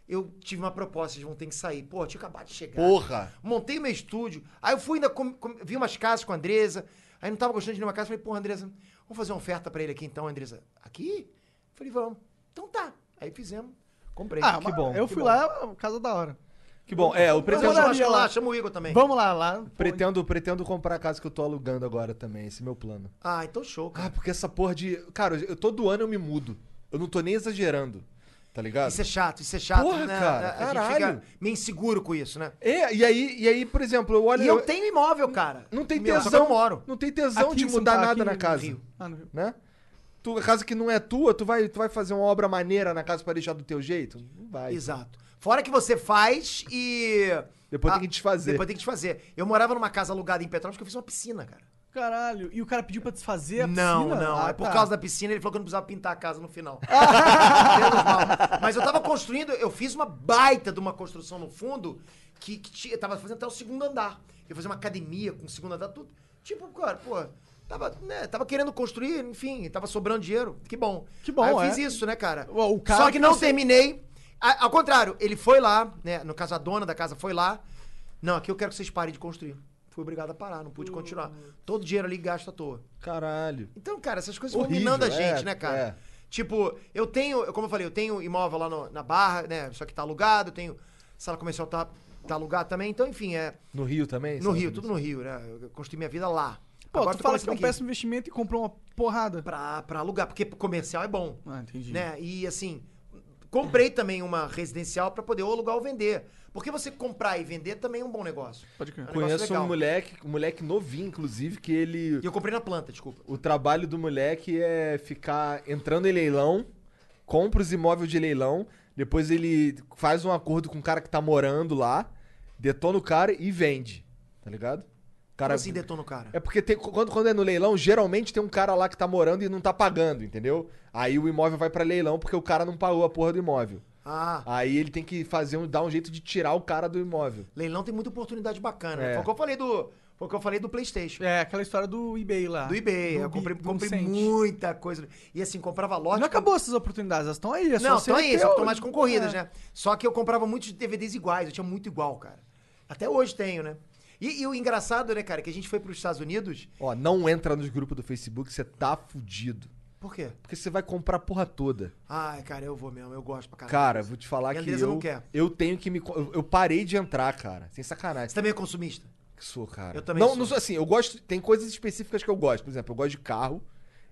Eu tive uma proposta, eles vão ter que sair. Pô, eu tinha acabado de chegar. Cara. Porra. Montei meu estúdio. Aí eu fui ainda, com- com- vi umas casas com a Andresa. Aí não tava gostando de nenhuma casa. Falei, porra, Andresa, vamos fazer uma oferta pra ele aqui então, Andresa. Aqui? Falei, vamos. Então tá. Aí fizemos. Comprei. Ah, que mas bom. eu fui lá, casa da hora. Que bom. É, eu Pretendo Eu pretendo, moraria churrasco lá, lá. chama o Igor também. Vamos lá, lá. pretendo, pretendo comprar a casa que eu tô alugando agora também. Esse é meu plano. Ah, então show, cara. Ah, porque essa porra de. Cara, eu, todo ano eu me mudo. Eu não tô nem exagerando. Tá ligado? Isso é chato, isso é chato, Porra, né? cara, a gente caralho. fica meio inseguro com isso, né? É, e aí, e aí, por exemplo, eu olho. E eu tenho imóvel, cara. Não tem Meu, só tesão. que eu moro. Não tem tesão Aqui de em São mudar Paulo, nada aqui na no casa. Rio. Ah, no Rio. Né? Tu, a casa que não é tua, tu vai, tu vai fazer uma obra maneira na casa pra deixar do teu jeito? Não vai. Exato. Fora que você faz e. Depois tem que desfazer. Ah, Depois tem que desfazer. Eu morava numa casa alugada em Petrópolis que eu fiz uma piscina, cara. Caralho. E o cara pediu pra desfazer a piscina? Não, não. Ah, é por tá. causa da piscina, ele falou que eu não precisava pintar a casa no final. Menos mal. Mas eu tava construindo, eu fiz uma baita de uma construção no fundo que, que tinha- eu tava fazendo até o segundo andar. Eu fazia uma academia com o segundo andar, tudo. Tipo, cara, pô, tava, né, tava querendo construir, enfim, tava sobrando dinheiro. Que bom. Que bom, Aí eu é. fiz isso, né, cara? Ué, o cara Só que que não você- terminei. A- ao contrário, ele foi lá, né? No caso, a dona da casa foi lá. Não, aqui eu quero que vocês parem de construir. Fui obrigado a parar, não pude continuar. Todo o dinheiro ali gasto à toa. Caralho. Então, cara, essas coisas Horrível, vão minando a é, gente, né, cara? é. Tipo, eu tenho, como eu falei, eu tenho imóvel lá no- na Barra, né? Só que tá alugado, eu tenho sala comercial tá, tá alugado também. Então, enfim, é No Rio também? no sabe? Rio, tudo no Rio, né? Eu construí minha vida lá. Pô, Agora tu tô fala que é um começando aqui. péssimo investimento e comprou uma porrada. Pra, pra alugar, porque comercial é bom, Ah, entendi. né? E assim, comprei também uma residencial pra poder ou alugar ou vender. Porque você comprar e vender também é um bom negócio. Pode crer. É um negócio Conheço um legal. moleque, um moleque novinho, inclusive, que ele. E eu comprei na planta, desculpa. O trabalho do moleque é ficar entrando em leilão, compra os imóveis de leilão, depois ele faz um acordo com o cara que tá morando lá, detona o cara e vende. Tá ligado? O Cara, Cara, como assim detona o cara? É porque tem- quando, quando é no leilão, geralmente tem um cara lá que tá morando e não tá pagando, entendeu? Aí o imóvel vai pra leilão porque o cara não pagou a porra do imóvel. Ah, Aí ele tem que fazer um, dar um jeito de tirar o cara do imóvel. leilão tem muita oportunidade bacana. né? É. Foi o que eu falei do, foi o que eu falei do PlayStation. É, aquela história do eBay lá. Do eBay, Do eu bi- comprei, do comprei cent. muita coisa. E assim, comprava lote. Não acabou essas oportunidades, elas estão aí. É só Não, você então é ter isso, o- estão mais concorridas, É. né? Só que eu comprava muitos DVDs iguais, eu tinha muito igual, cara. Até hoje tenho, né? E, e o engraçado, né, cara, que a gente foi pros Estados Unidos. Ó, não entra nos grupos do Facebook, você tá fudido. Por quê? Porque você vai comprar a porra toda. Ai, cara, eu vou mesmo, eu gosto pra caralho. Cara, vou te falar E a que Andresa não eu, quer. eu tenho que me. co- Eu, eu parei de entrar, cara. Sem sacanagem. Você também é consumista? Que sou, cara. Eu também não, sou. não sou assim. Eu gosto. Tem coisas específicas que eu gosto. Por exemplo, eu gosto de carro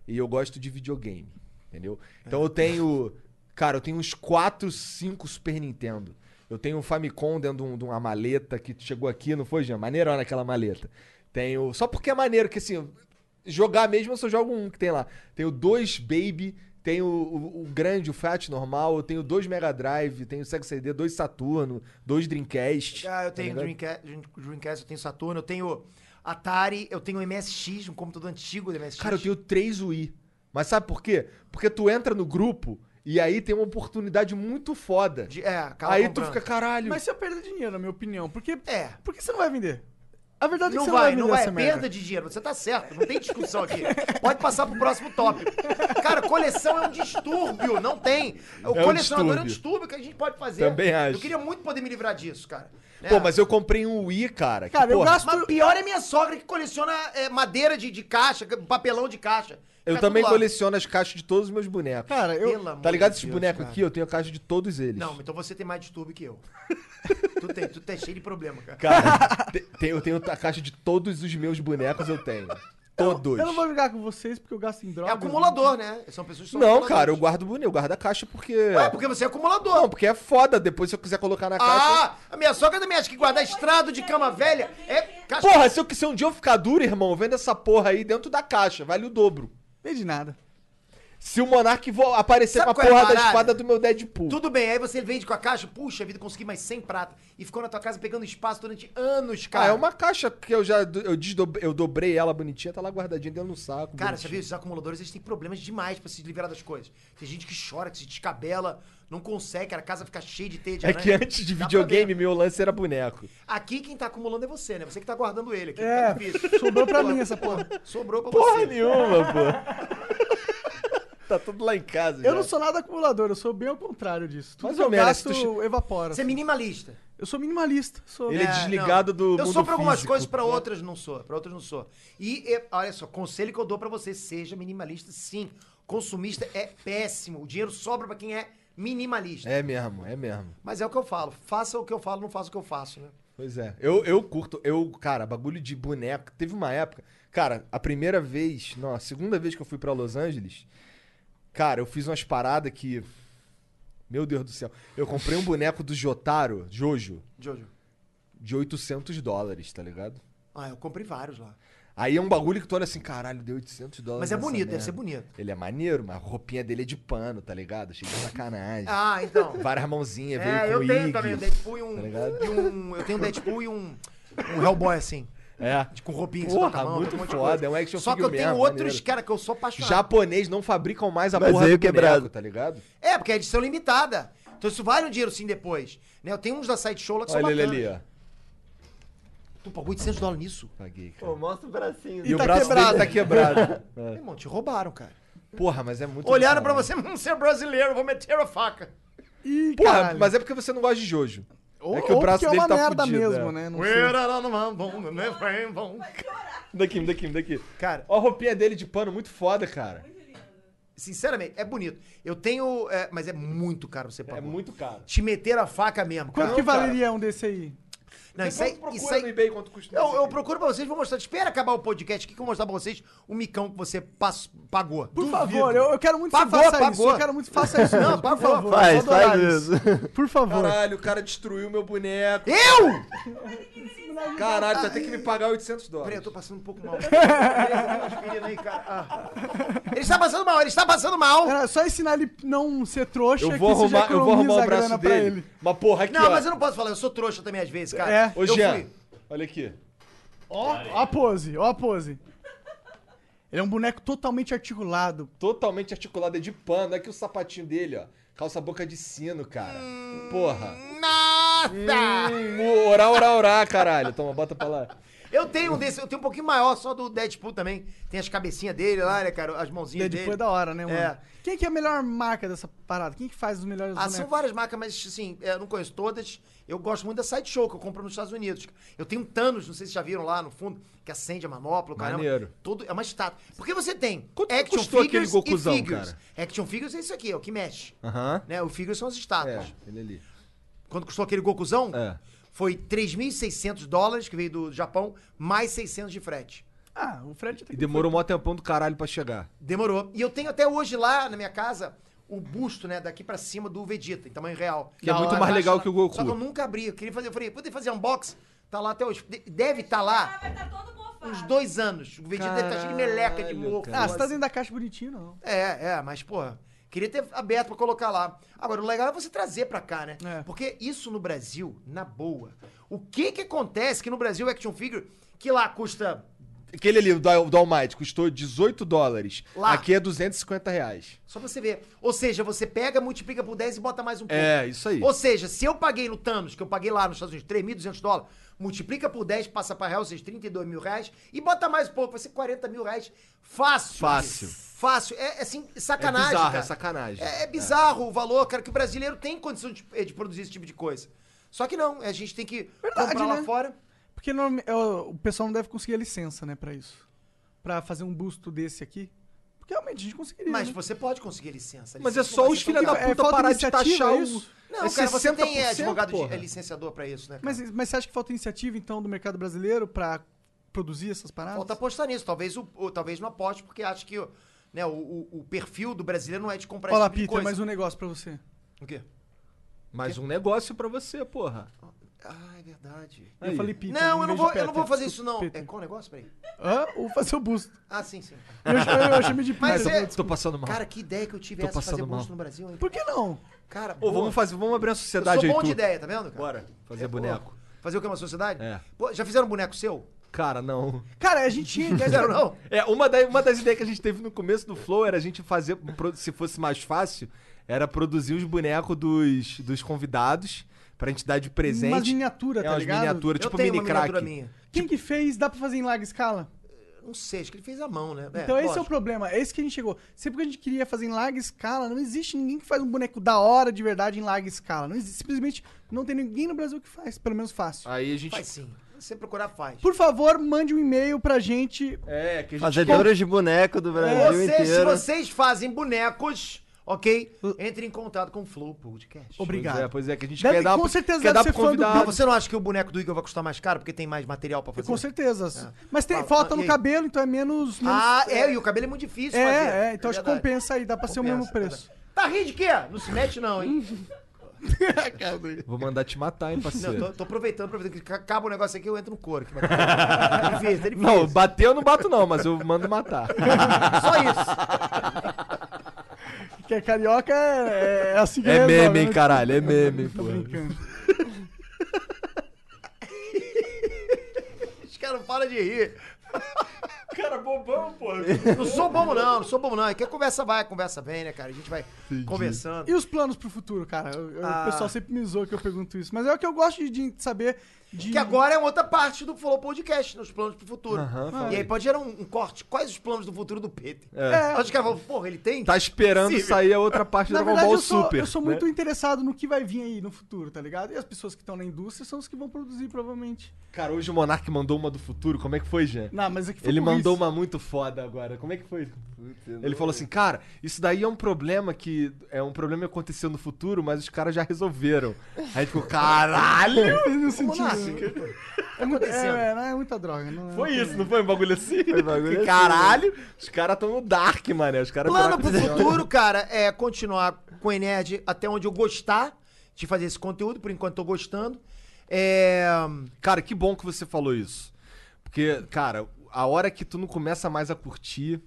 e eu gosto de videogame. Entendeu? Então eu tenho. Cara, eu tenho uns 4, 5 Super Nintendo. Eu tenho um Famicom dentro de, um- de uma maleta que chegou aqui, não foi, Jean? Maneirona aquela maleta. Tenho. Só porque é maneiro, que assim, jogar mesmo eu só jogo um que tem lá. Tenho dois Baby, tenho o, o grande, o Fat normal, eu tenho dois Mega Drive, tenho Sega CD, dois Saturno, dois Dreamcast. Ah, eu tá tenho ligado? Dreamcast, Dreamcast, eu tenho Saturno, eu tenho Atari, eu tenho MSX, um computador antigo do MSX. Cara, eu tenho três UI. Mas sabe por quê? Porque tu entra no grupo e aí tem uma oportunidade muito foda. De- é, acaba aí comprando. tu fica, caralho. Mas isso é perda de dinheiro, na minha opinião. Porque, É. por que você não vai vender? A verdade é Não que você vai, não não vai vender vai. essa É merda. perda de dinheiro. Você tá certo. Não tem discussão aqui. Pode passar pro próximo tópico. Cara, coleção é um distúrbio. Não tem. O um colecionador é um distúrbio. distúrbio que a gente pode fazer. Também acho. Eu queria muito poder me livrar disso, cara. Né? Pô, mas eu comprei um UI, cara. que, Cara, eu porra, gasto- Mas pior é minha sogra que coleciona é, madeira de, de caixa, papelão de caixa. Eu Fica também tudo lá. coleciono as caixas de todos os meus bonecos. Cara, eu... Pelo amor tá ligado de esses Deus, bonecos cara. aqui? Eu tenho a caixa de todos eles. Não, então você tem mais distúrbio que eu. tu tem, tu tá cheio de problema, cara. Cara, te- tem- eu tenho a caixa de todos os meus bonecos, eu tenho. Todos. Eu não vou brigar com vocês porque eu gasto em É drogas. acumulador, né? São pessoas que são Não, acumuladores. cara, eu guardo boneco, eu guardo a caixa porque. Ué, porque você é acumulador. Não, porque é foda. Depois se eu quiser colocar na caixa. Ah, a minha sogra também acha que guardar estrado de cama velha é caixa. Porra, se, eu, se um dia eu ficar duro, irmão, eu vendo essa porra aí dentro da caixa, vale o dobro. Vem de nada. Se o Monark vo- aparecer Sabe com a qual é a porra da parada? espada do meu Deadpool. Tudo bem, aí você vende com a caixa, puxa vida, consegui mais 100 prata. E ficou na tua casa pegando espaço durante anos, Cara, cara. é uma caixa que eu já do- eu, desdob- eu dobrei ela bonitinha, tá lá guardadinha dentro no saco. Cara, você bonitinha. viu? Esses acumuladores, eles têm problemas demais pra se liberar das coisas. Tem gente que chora, que se descabela, não consegue, cara, a casa fica cheia de teia de É aranha. que antes de Dá pra videogame, ver. meu lance era boneco. Aqui quem tá acumulando é você, né? Você que tá guardando ele aqui. É, tá difícil. sobrou pra mim essa porra. Sobrou pra Porra você. nenhuma, pô. tá tudo lá em casa já. Eu não sou nada acumulador, eu sou bem ao contrário disso. Tudo Mais que ou eu menos, gasto, tu che- evapora. Você é minimalista. Eu sou minimalista. Sou... né? Ele é desligado não. do Eu mundo sou pra algumas físico. coisas, pra outras não sou. Pra outras não sou. E, e, olha só, conselho que eu dou pra você, seja minimalista sim. Consumista é péssimo. O dinheiro sobra pra quem é minimalista. É mesmo, é mesmo. Mas é o que eu falo. Faça o que eu falo, não faça o que eu faço, né? Pois é. Eu, eu curto, eu, cara, bagulho de boneco. Teve uma época. Cara, a primeira vez, não, a segunda vez que eu fui pra Los Angeles, cara, eu fiz umas paradas que. Meu Deus do céu. Eu comprei um boneco do Jotaro, Jojo, Jojo. de 800 dólares, tá ligado? Ah, eu comprei vários lá. Aí é um bagulho que tu olha assim, caralho, deu 800 dólares. Mas é nessa bonito, deve merda. ser bonito. Ele é maneiro, mas a roupinha dele é de pano, tá ligado? Cheio de sacanagem. Ah, então. Várias mãozinhas, É, veio eu com tenho Iggy. também o Deadpool e um, tá ligado? e um- Eu tenho um Deadpool e um, um Hellboy, assim. É. de- Com roupinha que você bota Porra, a mão, muito tem um monte de foda. coisa. É um action Só que eu figure tenho mesmo, outros, maneiro. cara, que eu sou apaixonado. Japonês não fabricam mais a Mas porra veio do boneco, quebrado. tá ligado? É, porque é edição limitada. Então isso vale um dinheiro sim depois. Né? Eu tenho uns da Side Show lá que são Olha ele bacanas. ali, ó. Tu pagou 800 dólares nisso? Paguei, cara. Pô, mostra o bracinho. E, o tá braço quebrado. dele tá quebrado. Meu irmão, te roubaram, cara. Porra, mas é muito. Olharam do pra caralho. você, hum, você é brasileiro, vou meter a faca. Ih, Porra, caralho. mas é porque você não gosta de Jojo. Ou, é que o ou braço porque é dele uma tá merda fudido, mesmo, é. né? Não sei. Daqui, daqui, daqui. é, Cara, Ó a roupinha dele de pano, muito foda, cara. sinceramente, é bonito. Eu tenho. é, mas é muito caro você pagar. É muito caro. Te meter a faca mesmo. Quanto cara. que cara. valeria um desse aí? Não, isso Depois aí. tu procura Isso aí no eBay quanto custa. um eu, isso eu aqui. procuro pra vocês, vou mostrar. Espera acabar o podcast aqui que eu vou mostrar pra vocês o micão que você pas- pagou. Por favor, eu, eu quero muito que Pagou, você faça isso. pagou. Eu quero muito que faça isso. Não, mesmo, por pagou, favor. Eu Faz, vou adorar faz isso. Por favor. Caralho, o cara destruiu meu boneco. Eu! Caralho, tu vai ter que me pagar 800 Peraí, eu dólares. tô passando um pouco mal. Peraí, tem umas meninas aí, cara. Ah. Ele está passando mal, ele está passando mal. Cara, só ensinar ele não ser trouxa Eu vou que você já arrumar, eu vou economiza arrumar a o braço grana pra dele. ele. Mas porra, aqui, Não, ó. mas eu não posso falar, eu sou trouxa também às vezes, cara. É. Ô, eu Jean, fui. olha aqui. Ó, ó a pose, ó a pose. Ele é um boneco totalmente articulado. Totalmente articulado, é de pano. Aqui o sapatinho dele, ó. Calça boca de sino, cara. Porra. Nossa! Hum, orar, orar, orar, caralho. Toma, bota pra lá. Eu tenho um desse, eu tenho um pouquinho maior, só do Deadpool também. Tem as cabecinhas dele lá, né, cara? As mãozinhas Deadpool dele. é da hora, né, mano? É. Quem que é a melhor marca dessa parada? Quem que faz os melhores Ah, são bonecos? várias marcas, mas assim, eu não conheço todas. Eu gosto muito da Sideshow, que eu compro nos Estados Unidos. Eu tenho um Thanos, não sei se vocês já viram lá no fundo, que acende a manopla, o caramba. Maneiro. Todo, é uma estátua. Porque você tem Quanto que action custou figures aquele Gokuzão, e figures. cara? Action figures é isso aqui, é o que mexe. Aham. Né? O figures são as estátuas. É, ele ali. Quando custou aquele Gokuzão, É. foi 3.600 dólares, que veio do Japão, mais 600 de frete. Ah, o Fred tá E demorou mó tempão do caralho pra chegar. Demorou. E eu tenho até hoje lá na minha casa o busto, né, daqui pra cima do Vegeta, em tamanho real. Que é Tá muito lá mais na legal caixa que o lá. Goku. Só que eu nunca abri. Eu queria fazer, eu falei, poder fazer unbox? Tá lá até hoje. De- Deve estar Ah, lá vai estar todo mofado. uns dois anos. O Vegeta deve estar cheio de meleca, de Caralho, mofo. cara. Ah, você tá dentro da caixa bonitinho, não. É, é, mas, porra, queria ter aberto pra colocar lá. Agora, o legal é você trazer pra cá, né? É. Porque isso no Brasil, na boa. O que que acontece que no Brasil o action figure, que lá custa Aquele ali, o do Al- do Almighty, custou 18 dólares. Lá. Aqui é 250 reais. Só pra você ver. Ou seja, você pega, multiplica por 10 e bota mais um pouco. É, isso aí. Ou seja, se eu paguei no Thanos, que eu paguei lá nos Estados Unidos, 3.200 dólares, multiplica por 10, passa pra real, ou seja, 32 mil reais, e bota mais um pouco, vai ser 40 mil reais. Fácil. Fácil. Fácil. É, é assim, É sacanagem, bizarro, cara. é sacanagem. É, é bizarro o valor, cara, que o brasileiro tem condição de, eh, de produzir esse tipo de coisa. Só que não, a gente tem que Verdade, comprar lá né? fora. Porque norma- é, o o pessoal não deve conseguir a licença, né, pra isso. Pra fazer um busto desse aqui. Porque realmente a gente conseguiria. Mas né? você pode conseguir licença. Mas licença é só não os vai ser tão filha da caro. É, puta falta parar de iniciativa, taxar é o... isso? Não, é cara, você tem eh, 60%, advogado de, porra. eh, licenciador pra isso, né? cara? Mas, mas você acha que falta iniciativa, então, do mercado brasileiro pra produzir essas paradas? Falta apostar nisso. Talvez, o, o- talvez não aposte, porque acho que né, o, o- o perfil do brasileiro não é de comprar Olha lá, tipo de Peter, coisa. mais um negócio pra você. O quê? Mais um negócio pra você, porra. Ah, é verdade. Eu Aí. falei Peter. não, eu em não, vez de vou, eu Peter. não vou fazer isso, não. Peter. É qual negócio? Peraí. Hã? Ou fazer o busto. Ah, sim, sim. Eu, eu, eu chamei de Peter. Mas é- Tô passando mal. Cara, que ideia que eu tive Tô essa de fazer passando mal. busto no Brasil, hein? Por que não? Cara, Ô, boa. vamos fazer, vamos abrir uma Eu sou sociedade aí, bom de tu. ideia, tá vendo? Cara? Bora, fazer É, pô. boneco. Fazer o que? Uma sociedade? É. Pô, já fizeram um boneco seu? Cara, não. Cara, a gente tinha ideia de- Fizeram, não? É, uma, da- uma das ideias que a gente teve no começo do Flow era a gente fazer, pro- se fosse mais fácil, era produzir os bonecos dos, dos convidados pra gente dar de presente. Umas miniatura, tá é, umas ligado? miniaturas, eu tipo tenho mini uma crack. miniatura tipo minha. Quem que fez, dá pra fazer em larga escala? Não sei, acho que ele fez a mão, né? então esse é o lógico. problema, é esse que a gente chegou. Sempre que a gente queria fazer em larga escala, não existe ninguém que faz um boneco da hora de verdade em larga escala. Não existe, simplesmente não tem ninguém no Brasil que faz, pelo menos fácil. Ah, Aí a gente. Faz sim. Se você procurar, faz. Por favor, mande um e-mail pra gente. É, que a gente. Fazedores de boneco É, do Brasil Vocês, se inteiro. vocês fazem bonecos, ok? Entre em contato com o Flow Podcast. Pois Obrigado. é, pois é, que a gente Deve- quer dar com pro- certeza quer deve dar ser pro fã do Ah, convidado. você não acha que o boneco do Igor vai custar mais caro porque tem mais material pra fazer? Com certeza. Mas tem, é. Ah, falta ah, no e- cabelo, então é menos. menos Ah, é, e o cabelo é muito é, difícil fazer. é, então acho que verdade. compensa aí, dá pra ser o mesmo Compensa, preço. verdade. Tá rindo de quê? Não se mete, não, hein? Vou mandar te matar, hein, Não, parceiro. tô, tô aproveitando, aproveitando que acaba o negócio aqui, eu entro no couro. Que tá difícil, tá difícil. Não, bater eu não bato não, mas eu mando matar. Só isso. Porque carioca é, é assim que É resolve, meme, hein, né? caralho, é meme, Tô pô. brincando. Os caras não param de rir. Cara, bobão, pô. Não sou bobo, não, não sou bobo, não. É que a conversa vai, a conversa vem, né, cara? A gente vai conversando. E os planos pro futuro, cara? Eu- eu- Ah. O pessoal sempre me zoa que eu pergunto isso. Mas é o que eu gosto de, de saber de. Que agora é outra parte do Flow Podcast, nos planos pro futuro. Aham, fala e aí pode gerar um, um corte. Quais os planos do futuro do Peter? É. Aí Os caras falam, porra, ele tem? Tá esperando Possível. sair a outra parte do Na Dragon verdade, Ball eu sou, Super. eu sou né? muito interessado no que vai vir aí no futuro, tá ligado? E as pessoas que estão na indústria são os que vão produzir, provavelmente. Cara, hoje o Monark mandou uma do futuro, como é que foi, Jean? Não, mas é que foi Ele burrice. mandou uma muito foda agora. Como é que foi? Ele falou assim, cara, isso daí é um problema que. É um problema que aconteceu no futuro, mas os caras já resolveram. Aí a gente ficou, caralho! Fez no sentido- Monarca. É, muito, assim, é, é, não é muita droga. Não, é- Foi isso, não foi um bagulho assim? Foi bagulho assim, Caralho! Os caras tão no dark, mané. Os caras Plano viraram pro com- futuro, cara, é continuar com o Enerd até onde eu gostar de fazer esse conteúdo, por enquanto tô gostando. É... Cara, que bom que você falou isso. Porque, cara, a hora que tu não começa mais a curtir.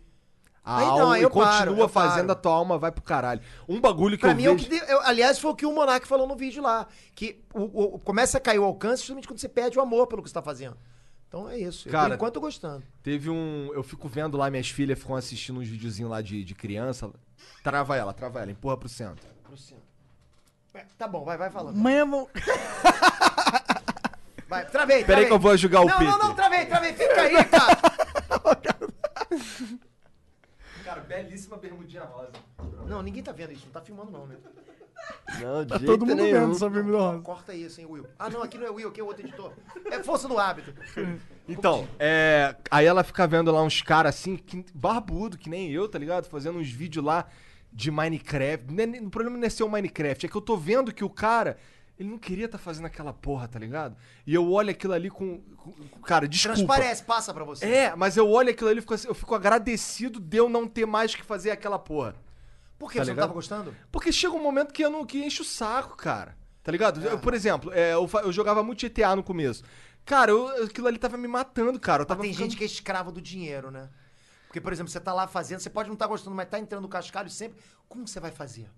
A Aí não, alma aí e eu continua paro, eu fazendo, paro. a tua alma vai pro caralho. Um bagulho que Pra eu mim, é o vejo... que deu- eu- aliás, foi o que o Monark falou no vídeo lá. Que o- o- começa a cair o alcance justamente quando você perde o amor pelo que você tá fazendo. Então é isso. Eu, Cara, por enquanto tô gostando. Teve um. Eu fico vendo lá, minhas filhas ficam assistindo uns videozinhos lá de, de criança. Trava ela, trava ela, empurra pro centro. É, Tá bom, vai, vai falando. Amanhã vão. Vai, travei, travei. Peraí que eu vou ajudar o Não, Peter. não, não, travei, travei. Fica aí, tá? cara. Cara, belíssima bermudinha rosa. Não, ninguém tá vendo isso. Não tá filmando não, né? Não, de jeito Todo mundo nenhum. vendo só vermelho rosa. Corta isso, hein, Will. Ah, não, aqui não é Will, aqui é outro editor. É força do hábito. Então, é. Aí ela fica vendo lá uns caras assim, que, barbudo, que nem eu, tá ligado? Fazendo uns vídeos lá de Minecraft. Né, né, O problema não é ser o Minecraft, é que eu tô vendo que o cara. Ele não queria tá fazendo aquela porra, tá ligado? E eu olho aquilo ali com. com- com- cara, desculpa. Transparece, passa pra você. É, mas eu olho aquilo ali e fico assim, eu fico agradecido de eu não ter mais que fazer aquela porra. Por que Tá você ligado? não tava gostando? Porque chega um momento que eu não que enche o saco, cara. Tá ligado? Eu, por exemplo, é, eu, fa- eu jogava muito GTA no começo. Cara, eu- aquilo ali tava me matando, cara. Eu Mas tava tem ficando- gente que é escrava do dinheiro, né? Porque, por exemplo, você tá lá fazendo, você pode não estar gostando, mas tá entrando no cascalho sempre. Como que você vai fazer?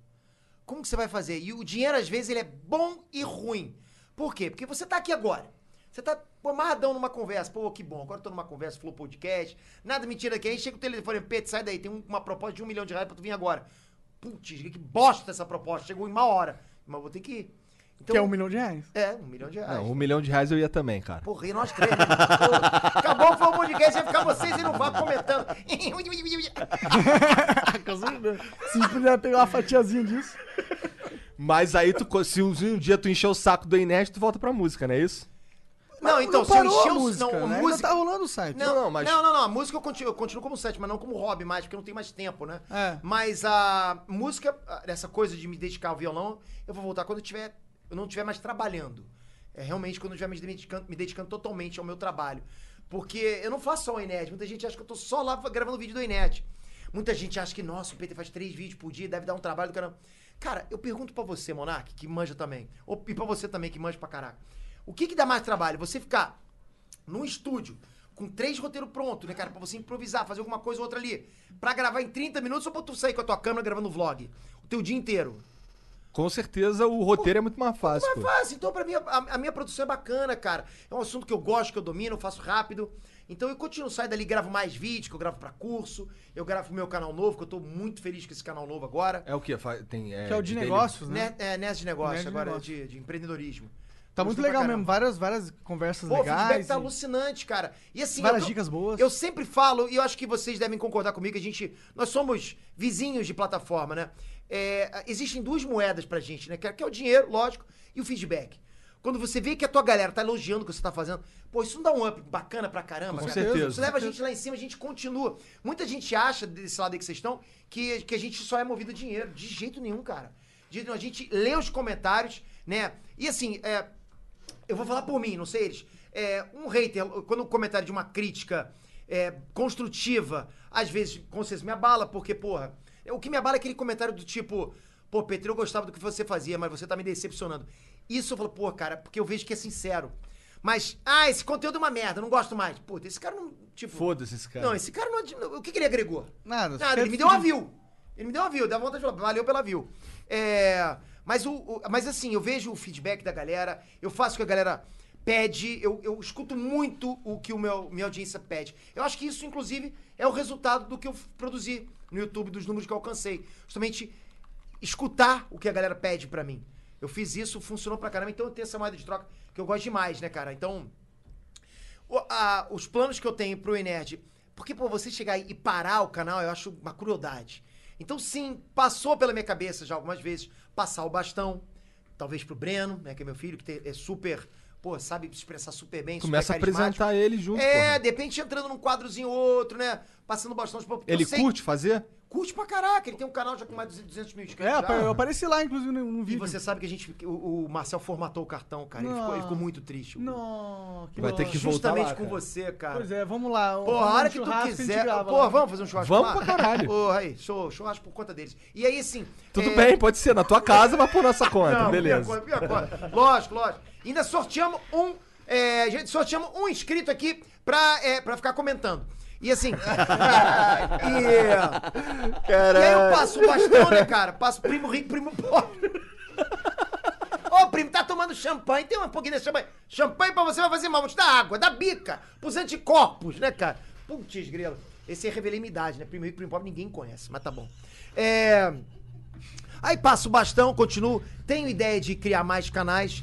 Como que você vai fazer? E o dinheiro, às vezes, ele é bom e ruim. Por quê? Porque você tá aqui agora. Você tá pô, amarradão numa conversa. Pô, que bom, agora eu tô numa conversa, falou podcast. Nada me tira daqui. Aí chega o telefone, Pedro, sai daí, tem um- uma proposta de um milhão de reais pra tu vir agora. Putz, que bosta essa proposta. Chegou em uma hora. Mas vou ter que ir. Então, Quer um milhão de reais? É, um milhão de reais. Não, um milhão de reais eu ia também, cara. Porra, e nós três. né? Pô, Acabou foi o podcast, ia ficar vocês e não vá comentando. Se puder pegar uma fatiazinha disso. Mas aí, tu, co- se um um dia tu encher o saco do Inés, tu volta pra música, não é isso? Não, então, não se eu parou encher a o música, não, a né? Ainda música. tá rolando o site. Não, Não, não, mas- não, não, a música eu continuo, eu continuo como sete, mas não como hobby mais, porque eu não tenho mais tempo, né? É. Mas a música, a- essa coisa de me dedicar ao violão, eu vou voltar quando eu tiver, eu não estiver mais trabalhando. É realmente quando eu estiver me dedicando, me dedicando totalmente ao meu trabalho. Porque eu não faço só o Enet, muita gente acha que eu tô só lá gravando vídeo do Enet. Muita gente acha que, nossa, o Peter faz três vídeos por dia, deve dar um trabalho do caramba. Cara, eu pergunto pra você, Monark, que manja também, ou, e pra você também, que manja pra caraca. O que que dá mais trabalho? Você ficar num estúdio, com três roteiros prontos, né, cara? Pra você improvisar, fazer alguma coisa ou outra ali. Pra gravar em 30 minutos ou pra tu sair com a tua câmera gravando vlog? O teu dia inteiro. Com certeza o roteiro é muito mais fácil. Mas pô. é fácil, então pra mim a, a minha produção é bacana, cara. É um assunto que eu gosto, que eu domino, eu faço rápido. Então eu continuo, saio dali, gravo mais vídeos, que eu gravo pra curso, eu gravo pro meu canal novo, que eu tô muito feliz com esse canal novo agora. É o quê? Fa- Tem, Que é o de dele- negócios, né? Né, é, Nerd de negócio, Nerd de agora negócio. De, de empreendedorismo. Tá Gostei muito pra legal caramba. mesmo. Várias, várias conversas Pô, o feedback legais. e tá alucinante, cara. E assim, várias eu tô- dicas boas. Eu sempre falo, e eu acho que vocês devem concordar comigo, a gente, nós somos vizinhos de plataforma, né? É, existem duas moedas pra gente, né? Que é, que é o dinheiro, lógico, e o feedback. Quando você vê que a tua galera tá elogiando o que você tá fazendo, pô, isso não dá um up bacana pra caramba, Com cara. certeza. Isso leva a gente lá em cima, a gente continua. Muita gente acha, desse lado aí que vocês estão, que, que a gente só é movido a dinheiro. De jeito nenhum, cara. De jeito nenhum. A gente lê os comentários, né? E assim, é, eu vou falar por mim, não sei eles. É, um hater, quando o comentário de uma crítica é, construtiva, às vezes, com certeza, me abala, porque, porra, O que me abala é aquele comentário do tipo, pô, Petri, eu gostava do que você fazia, mas você tá me decepcionando. Isso eu falo, pô, cara, porque eu vejo que é sincero. Mas, ah, esse conteúdo é uma merda, eu não gosto mais. Puta, esse cara não. Tipo, Foda-se esse cara. Não, esse cara não. adi- O que, que ele agregou? Nada, Nada, ele me deu um uma view. Ele me deu uma view, dá vontade de falar, valeu pela view. É, mas, o, o- mas assim, eu vejo o feedback da galera, eu faço o que a galera pede, eu, eu escuto muito o que o meu, minha audiência pede. Eu acho que isso, inclusive, é o resultado do que eu produzi no YouTube, dos números que eu alcancei. Justamente escutar o que a galera pede pra mim. Eu fiz isso, funcionou pra caramba, então eu tenho essa moeda de troca que eu gosto demais, né, cara? Então, o- a- os planos que eu tenho pro Enerd. Porque, pô, você chegar e parar o canal, eu acho uma crueldade. Então, sim, passou pela minha cabeça já algumas vezes passar o bastão. Talvez pro Breno, né? Que é meu filho, que te- é super. Pô, sabe se expressar super bem. Começa a super carismático. apresentar ele junto, É, porra. de repente entrando num quadrozinho ou outro, né? Passando bastão de papo. Ele Eu sei- curte fazer? Curte pra caraca. Ele tem um canal já com mais de 200 mil inscritos. É, já. eu apareci lá, inclusive, num num E vídeo. você sabe que a gente. O, o Marcel formatou o cartão, cara. Ele ficou, ele ficou muito triste. Não, que Vai ter dó. que voltar Justamente lá, com cara. você, cara. Pois é, vamos lá. Porra, a hora que tu quiser. Porra, vamos fazer um churrasco Vamos lá? pra caralho. Porra, aí, show, churrasco por conta deles. E aí, assim... Tudo é, bem, pode ser na tua casa, mas por nossa conta, Não, beleza. Pior, coisa, pior coisa. Lógico, lógico. Ainda sorteamos um... É, gente, sorteamos um inscrito aqui pra, é, pra ficar comentando. E assim... e, e aí eu passo o bastão, né, cara? Passo primo rico, primo pobre. Ô, primo, tá tomando champanhe. Tem um pouquinho de champanhe. Champanhe pra você vai fazer mal. Vou te dar água, da bica, pros anticorpos, né, cara? Putz, grelo. Esse é revelei minha idade, né? Primo rico, primo pobre, ninguém conhece, mas tá bom. É... Aí passo o bastão, continuo. Tenho ideia de criar mais canais.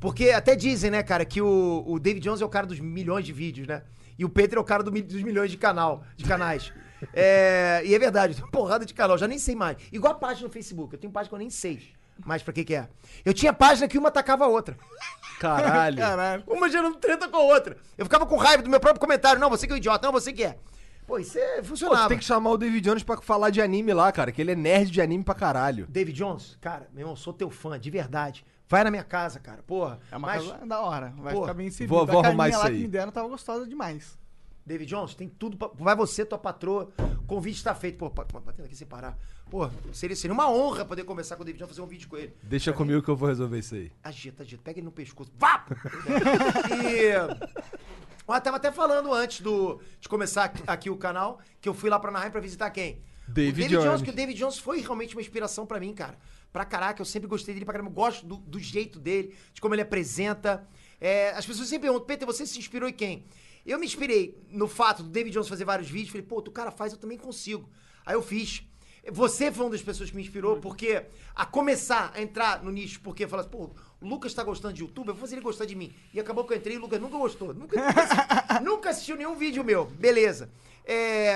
Porque até dizem, né, cara, que o, o David Jones é o cara dos milhões de vídeos, né? E o Pedro é o cara do mi- dos milhões de, canal, de canais. É, e é verdade, tem uma porrada de canal, já nem sei mais. Igual a página no Facebook, eu tenho página que eu nem sei mais pra que que é. Eu tinha página que uma atacava a outra. Caralho. Caralho. Uma gerando treta com a outra. Eu ficava com raiva do meu próprio comentário. Não, você que é um idiota, não, você que é. Pô, isso é, Pô, funcionava. tu tem que chamar o David Jones pra falar de anime lá, cara, que ele é nerd de anime pra caralho. David Jones, cara, meu irmão, sou teu fã, de verdade. Vai na minha casa, cara, porra. É uma Mas, casa da hora. Vai Pô, ficar bem servido. vou- vou a arrumar carninha isso lá aí. que me deram tava gostosa demais. David Jones, tem tudo pra... Vai você, tua patroa, convite tá feito. Pô, pa- pa- batendo aqui sem parar. Pô, seria, seria uma honra poder conversar com o David Jones, fazer um vídeo com ele. Deixa comigo que eu vou resolver isso aí. Agita, agita. Pega ele no pescoço. Vá! e... Eu tava até falando antes do, de começar aqui- aqui o canal, que eu fui lá pra Anaheim pra visitar quem? David o David Jones. Jones. que o David Jones foi realmente uma inspiração pra mim, cara. Pra caraca, eu sempre gostei dele pra caramba. Eu gosto do, do jeito dele, de como ele apresenta. É, as pessoas sempre perguntam, Peter, você se inspirou em quem? Eu me inspirei no fato do David Jones fazer vários vídeos. Falei, pô, o cara faz, eu também consigo. Aí eu fiz. Você foi uma das pessoas que me inspirou, porque a começar a entrar no nicho, porque falar assim, pô, o Lucas tá gostando de YouTube, eu vou fazer ele gostar de mim. E acabou que eu entrei e o Lucas nunca gostou. Nunca, nunca assisti- nunca assistiu nenhum vídeo meu. Beleza. É.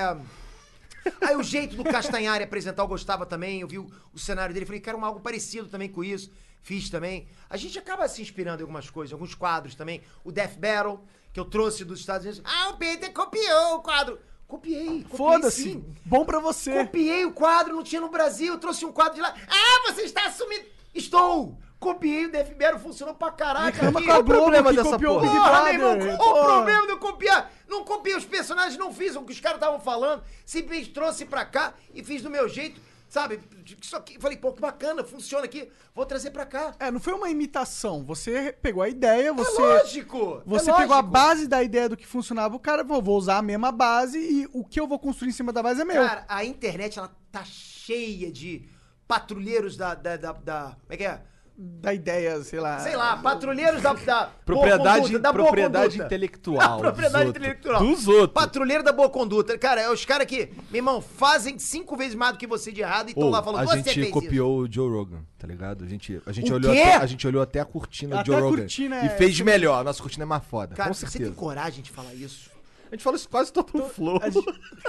Aí o jeito do Castanhari apresentar eu gostava também, eu vi o, o cenário dele, falei, quero um algo parecido também com isso, fiz também. A gente acaba se inspirando em algumas coisas, em alguns quadros também. O Death Battle, que eu trouxe dos Estados Unidos. Ah, o Peter copiou o quadro. Copiei, copiei Foda-se. sim. Bom pra você. Copiei o quadro, não tinha no Brasil, eu trouxe um quadro de lá. Ah, você está assumindo. Estou! Copiei o Death Battle, funcionou pra caraca. Reclama aqui. com a Qual é o Globo problema que dessa copiou é o porra? Big Porra, meu Brother, irmão, qual o porra. problema de eu copiar? Não copiei os personagens, não fiz o que os caras estavam falando. Simplesmente trouxe pra cá e fiz do meu jeito, sabe? Só que falei, pô, que bacana, funciona aqui, vou trazer pra cá. É, não foi uma imitação. Você pegou a ideia, É você. lógico! é Você pegou a lógico. base da ideia do que funcionava, o cara falou, vou usar a mesma base e o que eu vou construir em cima da base é meu. Cara, a internet, ela tá cheia de patrulheiros da. da, da, da- como é que é? da ideia, sei lá. Sei lá, patrulheiros da. da boa Propriedade, conduta, da boa propriedade conduta. intelectual. propriedade dos outros. intelectual. Dos outros. Patrulheiro da boa conduta. Cara, é os caras que, meu irmão, fazem cinco vezes mais do que você de errado e estão Ou, lá falando, a você gente fez copiou o Joe Rogan, tá ligado? A gente, a gente O olhou quê? até, a gente olhou até a cortina do Até Joe a Rogan cortina e é- fez de melhor. A nossa cortina é mais foda, isso. Cara, com você certeza. tem coragem de falar isso? A gente fala isso quase todo Então, o flow.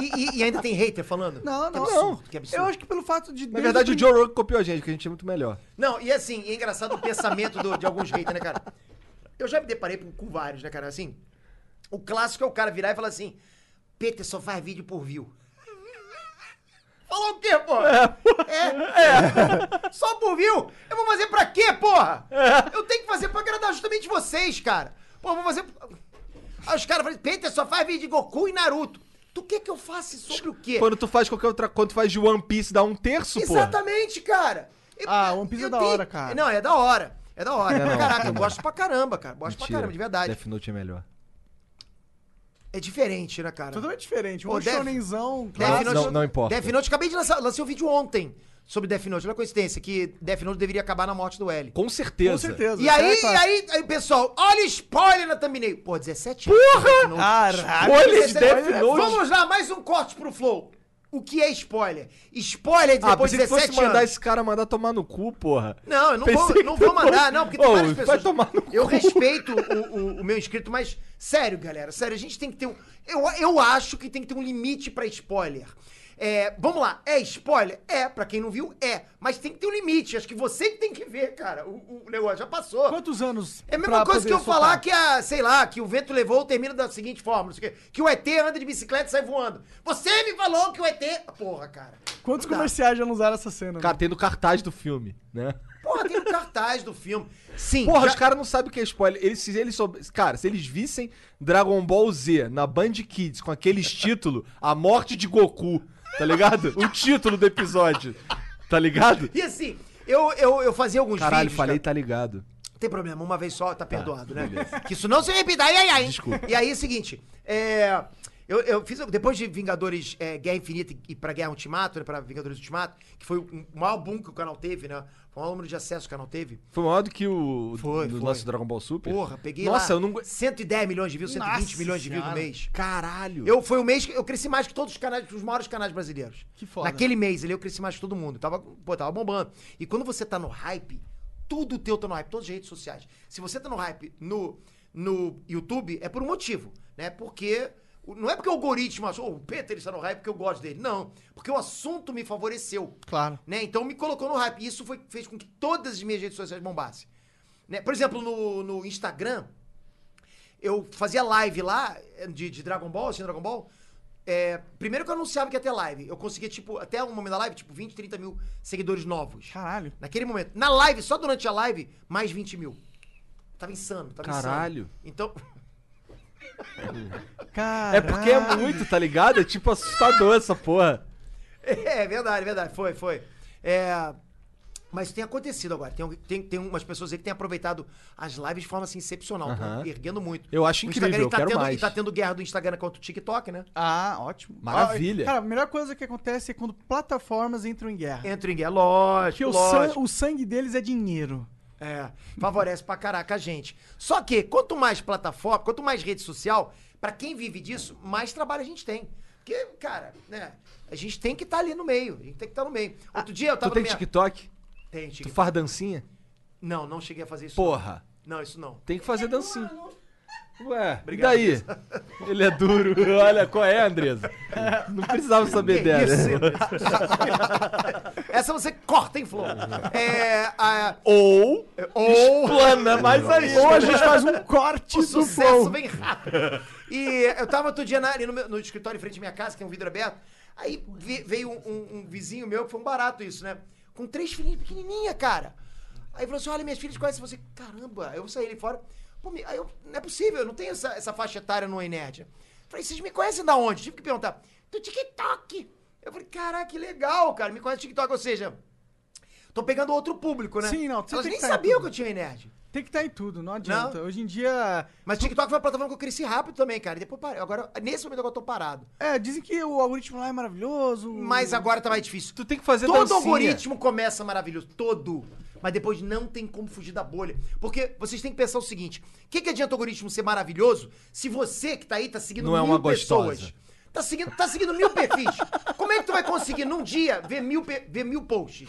E, e- e ainda tem hater falando? Não, Que não. absurdo, que absurdo. Eu acho que pelo fato de. Na verdade, o Joe Rogan copiou a gente, porque a gente é muito melhor. Não, e assim, é engraçado o pensamento do- de alguns haters, né, cara? Eu já me deparei com, com vários, né, cara? Assim, o clássico é o cara virar e falar assim: Peter só faz vídeo por view. Falar o quê, pô? É, é. Só por view? Eu vou fazer pra quê, porra? Eu tenho que fazer pra agradar justamente vocês, cara. Pô, eu vou fazer. Aí os caras falam: Peter só faz vídeo de Goku e Naruto. Tu quer que eu faça sobre o quê? Quando tu faz qualquer outra. Quando tu faz de One Piece, dá um terço, pô. Exatamente, cara. E- Ah, One Piece é eu da hora, cara. Não, é da hora. É da hora. É, não, Caraca, é eu não. gosto pra caramba, cara. Gosto pra caramba, de verdade. Death Note é melhor. É diferente, né, cara? Totalmente diferente. Um Pô, deve- shonenzão, Death clássico. Note, não- não importa. Death Note, acabei de lançar, lancei um vídeo ontem sobre Death Note. Olha a coincidência, que Death Note deveria acabar na morte do L. Com certeza. Com certeza. E Essa aí, é e a classe. aí, aí, pessoal, olha o spoiler na thumbnail. Pô, 17 Porra! Ah, Caraca! Olha de Death Note. Vamos lá, mais um corte pro Flow. O que é spoiler? Spoiler de Ah, depois pensei de que fosse 17 anos. mandar esse cara mandar tomar no cu, porra. Não, eu não Pensei vou, não que vou mandar, fosse- não, porque tem Ô, várias vai pessoas. tomar no eu respeito o, o- o meu inscrito, mas sério, galera, sério, a gente tem que ter um. Eu, eu acho que tem que ter um limite pra spoiler. É, vamos lá, é spoiler? É, pra quem não viu, é. Mas tem que ter um limite. Acho que você que tem que ver, cara. O, o negócio já passou. Quantos anos? É a mesma pra coisa que poder eu falar soltar? que a, sei lá, que o vento levou termina da seguinte forma, não sei o quê. Que o ET anda de bicicleta e sai voando. Você me falou que o ET. Porra, cara. Quantos Não dá. comerciais já não usaram essa cena? né? Cara, tem no cartaz do filme, né? Porra, tem um cartaz do filme. Sim. Porra, já- os caras não sabem o que é spoiler. Eles, se eles soube- Cara, se eles vissem Dragon Ball Z na Band Kids com aqueles títulos, A Morte de Goku, tá ligado? o título do episódio, tá ligado? E assim, eu, eu, eu fazia alguns Caralho, vídeos. falei, cara. tá ligado. Não Tem problema, uma vez só tá perdoado, né? Que isso não se repita. Ai, ai, ai. hein? Desculpa. E aí é o seguinte, é, eu, eu fiz, depois de Vingadores é, Guerra Infinita e pra Guerra Ultimato, né, pra Vingadores Ultimato, que foi um, o maior boom que o canal teve, né? Foi o maior número de acessos que o canal teve. Foi maior do que o Foi, do foi. lance do Dragon Ball Super? Porra, peguei Nossa, lá eu não... go- 110 milhões de views, 120 Nossa milhões de views no Senhora. mês. Caralho. Eu foi o mês que eu cresci mais que todos os canais, os maiores canais brasileiros. Que foda. Naquele mês ali eu cresci mais que todo mundo. Tava, pô, tava bombando. E quando você tá no hype, tudo teu tá no hype, todas as redes sociais. Se você tá no hype no, no YouTube, é por um motivo, né? Porque. Não é porque o algoritmo achou, "Oh, o Peter está no hype porque eu gosto dele. Não. Porque o assunto me favoreceu. Claro. Né? Então me colocou no hype. E Isso foi, fez com que todas as minhas redes sociais bombassem. Né? Por exemplo, no, no Instagram, eu fazia live lá eh, de, de Dragon Ball, assim, Dragon Ball. É, primeiro que eu anunciava que ia ter live. Eu conseguia, tipo, até um momento da live, tipo, 20, 30 mil seguidores novos. Caralho. Naquele momento. Na live, só durante a live, mais 20 mil. Tava insano, tava Caralho. insano. Então, Caralho. É porque é muito, tá ligado? É tipo assustador essa porra. É verdade, verdade. Foi, foi. É, Mas tem acontecido agora. Tem, tem, tem umas pessoas aí que têm aproveitado as lives de forma assim, excepcional. tão Aham. erguendo muito. Eu acho O incrível, Instagram, ele eu quero tendo, mais. E tá tendo guerra do Instagram contra o TikTok, né? Ah, ótimo. Maravilha. Ah, Cara, a melhor coisa que acontece é quando plataformas entram em guerra. Entra em guerra, lógico, Porque o, lógico. san- o sangue deles é dinheiro. É, favorece pra caraca a gente. Só que, quanto mais plataforma, quanto mais rede social, pra quem vive disso, mais trabalho a gente tem. Porque, cara, né? A gente tem que estar ali no meio. A gente tem que estar no meio. Outro dia eu Ah, Tu tava tem na minha- TikTok? Tem Tu TikTok. faz dancinha? Não, não cheguei a fazer isso. Porra, Não, Não, isso não. tem que fazer dancinha. Ué, Obrigado, e daí? Ele é duro. Olha, qual é, Andresa? Não precisava saber dela. Essa você corta, hein, Flor? né? É, a- Ou ou plana mais Ou a ainda. gente faz um corte o do sucesso flow. vem rápido. E eu tava outro dia na- ali no, meu- no escritório em frente à minha casa, que é um vidro aberto. Aí ve- veio um, um- um vizinho meu, que foi um barato isso, né? Com três filhinhas pequenininha, cara. Aí falou assim: olha, minhas filhas conhecem você. Caramba, aí eu saí ali fora. Pô, me- aí eu- não é possível, eu não tenho essa, essa faixa etária no Enerd. Falei, vocês me conhecem da onde? Tive que perguntar. Do TikTok. Eu falei, caraca, que legal, cara. Me conhece do TikTok, ou seja, tô pegando outro público, né? Sim, não, você Elas tem nem que tá em sabiam tudo. que eu tinha Enerd. Tem que estar em tudo, não adianta. Hoje em dia. Mas TikTok foi uma plataforma que eu cresci rápido também, cara. E depois parei. Agora, nesse momento, agora eu tô parado. É, dizem que o algoritmo lá é maravilhoso. Mas agora tá mais difícil. Tu tem que fazer Todo dancinha. algoritmo começa maravilhoso. Todo. Mas depois não tem como fugir da bolha. Porque vocês têm que pensar o seguinte: o que, que adianta o algoritmo ser maravilhoso se você que tá aí tá seguindo Não é mil uma gostosa. pessoas? Tá seguindo, tá seguindo mil perfis. Como é que tu vai conseguir num dia ver mil, pe- ver mil posts?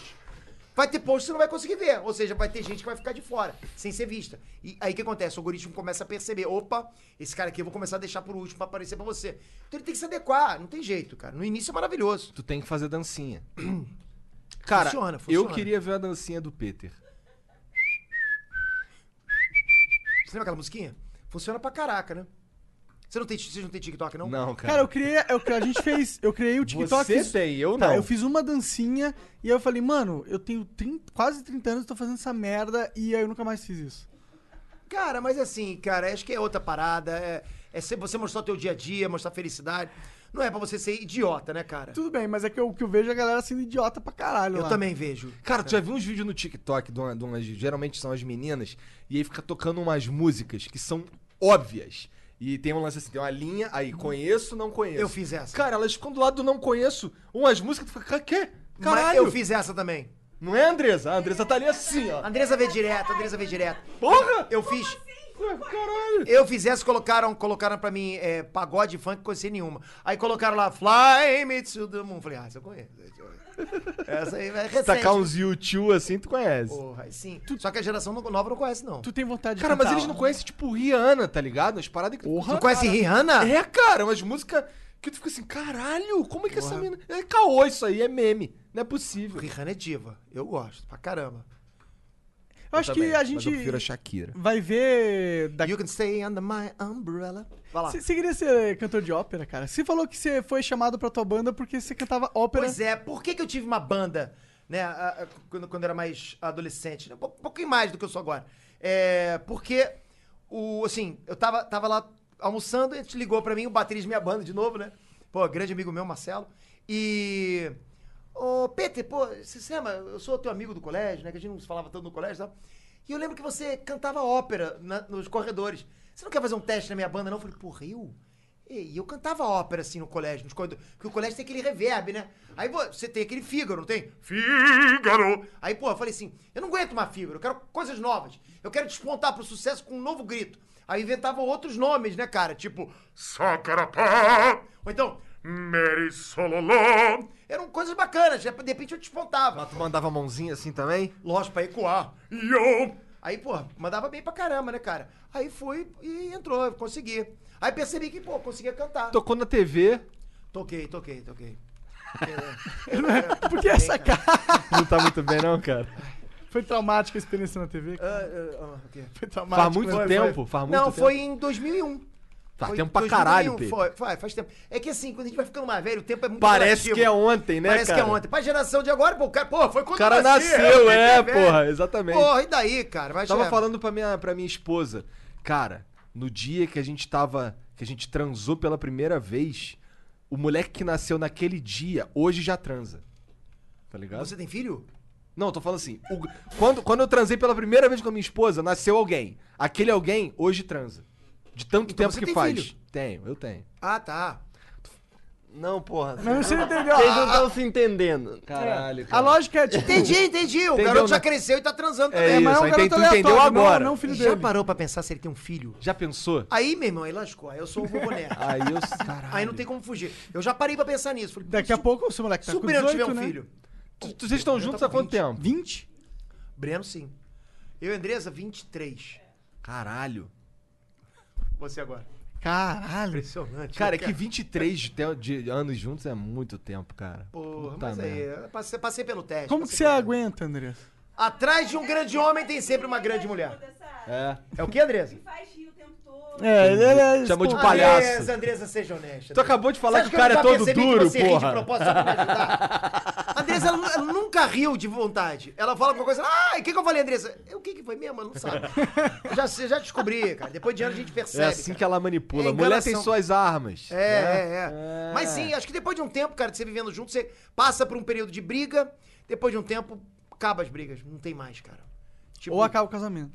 Vai ter posts que você não vai conseguir ver. Ou seja, vai ter gente que vai ficar de fora, sem ser vista. E aí o que acontece? O algoritmo começa a perceber: opa, esse cara aqui eu vou começar a deixar por último pra aparecer pra você. Então ele tem que se adequar, não tem jeito, cara. No início é maravilhoso. Tu tem que fazer dancinha. Cara, Funciona, eu funciona. queria ver a dancinha do Peter. Você lembra aquela musiquinha? Funciona pra caraca, né? Você não tem, vocês não tem TikTok, não? Não, cara. Cara, eu criei. Eu, a gente fez. Eu criei o TikTok. Você tem, eu Tá, não. eu fiz uma dancinha e aí eu falei, mano, eu tenho 30 quase 30 anos, tô fazendo essa merda e aí eu nunca mais fiz isso. Cara, mas assim, cara, acho que é outra parada. É, é ser- você mostrar o teu dia a dia, mostrar felicidade. Não é pra você ser idiota, né, cara? Tudo bem, mas é que eu- o que eu vejo é a galera sendo idiota pra caralho Eu lá. também vejo. Cara, tu já viu uns vídeos no TikTok de uma- de umas- geralmente são as meninas, e aí fica tocando umas músicas que são óbvias. E tem um lance assim, tem uma linha, aí conheço, não conheço. Eu fiz essa. Cara, elas ficam do lado do não conheço, umas músicas, tu fica, "Ca- quê? Mas Caralho! eu fiz essa também. Não é a Andressa? A Andressa tá ali assim, ó. Andresa vê direto, Andresa vê direto. Porra! Eu fiz. Ué, Caralho! Eu fiz essa, colocaram, colocaram pra mim é, pagode funk, conhecia nenhuma. Aí colocaram lá, Fly Me to the Moon. Falei, ah, essa eu conheço. Essa aí é recente. Tacar um uns YouTube assim, tu conhece. Porra, aí sim. Só que a geração nova não conhece, não. Tu tem vontade de Cara, mas cantar, eles não conhecem, tipo, Rihanna, tá ligado? As paradas que. Tu conhece Rihanna? É, cara, umas músicas que tu fica assim, caralho, como é que essa mina. É caô isso aí, é meme. Não é possível. Rihanna é diva. Eu gosto, pra caramba. Eu tá acho que a gente Shakira. vai ver daqui You can stay under my umbrella. Vai lá. Tá Você você queria ser cantor de ópera, cara? Você falou que você foi chamado pra tua banda porque você cantava ópera. Pois é, por que, que eu tive uma banda, né, a- a- quando, quando eu era mais adolescente? né? Um pouco- pouquinho mais do que eu sou agora. É, porque, o, assim, eu tava, tava lá almoçando, a gente ligou pra mim, o baterista da minha banda de novo, né? Pô, grande amigo meu, Marcelo. E. Ô, Peter, pô, você se lembra? Eu sou teu amigo do colégio, né? Que a gente não se falava tanto no colégio e tal. E eu lembro que você cantava ópera na- nos corredores. Você não quer fazer um teste na minha banda, não? Eu falei, porra, eu? E eu cantava ópera assim no colégio, nos corredores. Porque o colégio tem aquele reverb, né? Aí pô, você tem aquele Fígaro, não tem? Fígaro! Aí, pô, eu falei assim: eu não aguento mais Fígaro, eu quero coisas novas. Eu quero despontar pro sucesso com um novo grito. Aí inventava outros nomes, né, cara? Tipo, Sacarapá! Ou então, Mary Sololó! Eram coisas bacanas, né? de repente eu despontava. Mas tu mandava a mãozinha assim também? Lógico, pra ecoar. Yo! Aí, pô, mandava bem pra caramba, né, cara? Aí fui e entrou, consegui. Aí percebi que, pô, conseguia cantar. Tocou na TV, Toquei, toquei, toquei. Por que essa cara? não tá muito bem, não, cara. Foi traumática a experiência na TV? cara. Ah, Foi traumática. Faz muito né? tempo, faz muito Ah, Não, tempo. foi em 2001. Faz Foi tempo pra 2001, caralho, Pedro. Foi, foi, faz tempo. É que assim, quando a gente vai ficando mais velho, o tempo é muito Parece relativo. que é ontem, né, Parece cara? que é ontem. Pra geração de agora, pô, o cara, pô, foi quando O cara eu nasci, nasceu, eu é, fiquei velho. porra, exatamente. Porra, e daí, cara? Mas Tava é, falando pra minha, pra minha esposa, cara, no dia que a gente tava. que a gente transou pela primeira vez, o moleque que nasceu naquele dia, hoje já transa. Tá ligado? Você tem filho? Não, eu tô falando assim. o- quando, quando eu transei pela primeira vez com a minha esposa, nasceu alguém. Aquele alguém hoje transa. De tanto Então tempo você que tem faz. filho? Tenho, eu tenho. Ah, tá. Não, porra. Mas você não entendeu. Vocês não A, estão se entendendo. Caralho, a lógica é tipo. Entendi, entendi. O Entendeu, garoto já né? cresceu e tá transando É também. isso, aí mas é um tem- garoto tu entendeu aleatório, agora. Não, não o filho já dele. parou pra pensar se ele tem um filho? Já pensou? Aí, meu irmão, aí lascou. Aí eu sou o boboné. Aí eu. Caralho. aí não tem como fugir. Eu já parei pra pensar nisso. Falei, Daqui a pouco o seu moleque tá se o com Breno 18, tiver um né? filho. Tu- Vocês estão juntos há quanto tempo? 20? Breno, sim. Eu e Andresa, 23. Caralho. Você agora. Caralho. Impressionante. Cara, é né, que 23 de, te- de anos juntos é muito tempo, cara. Porra, Puta mas aí, é- merda. eu passei, passei pelo teste. Como que passei você pelo- aguenta, André? Atrás de um grande homem tem sempre uma grande mulher. É. É o que, Andresa? Faz rir o tempo todo. É, ele é. Chamou de Um palhaço. Andresa, Andresa, seja honesta. Tu acabou de falar Você acha que o cara eu é já todo percebi que duro, você ri de porra. propósito só pra me ajudar? Andressa, ela, ela nunca riu de vontade. Ela fala alguma coisa, ah, o que, que eu falei, Andressa? Eu, O que, que foi mesmo? Eu não sabe. Eu já, já descobri, cara. Depois de ano a gente percebe. É assim cara. que ela manipula. É Mulher tem enganação. suas armas. É, é, é, Mas sim, acho que depois de um tempo, cara, de você vivendo junto, você passa por um período de briga, depois de um tempo, acaba as brigas. Não tem mais, cara. Tipo, Ou acaba o casamento.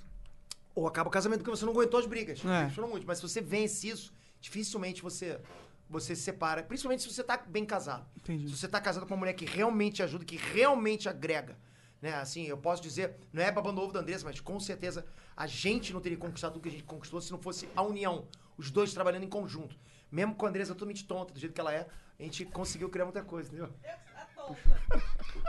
ou acaba o casamento porque você não aguentou as brigas. É. As brigas foram muito. Mas se você vence isso, dificilmente você você se separa. Principalmente se você tá bem casado. Entendi. Se você tá casado com uma mulher que realmente ajuda, que realmente agrega. Né? Assim, eu posso dizer, não é babando ovo da Andressa, mas com certeza a gente não teria conquistado o que a gente conquistou se não fosse a união. Os dois trabalhando em conjunto. Mesmo com a Andressa totalmente tonta, do jeito que ela é, a gente conseguiu criar muita coisa, entendeu?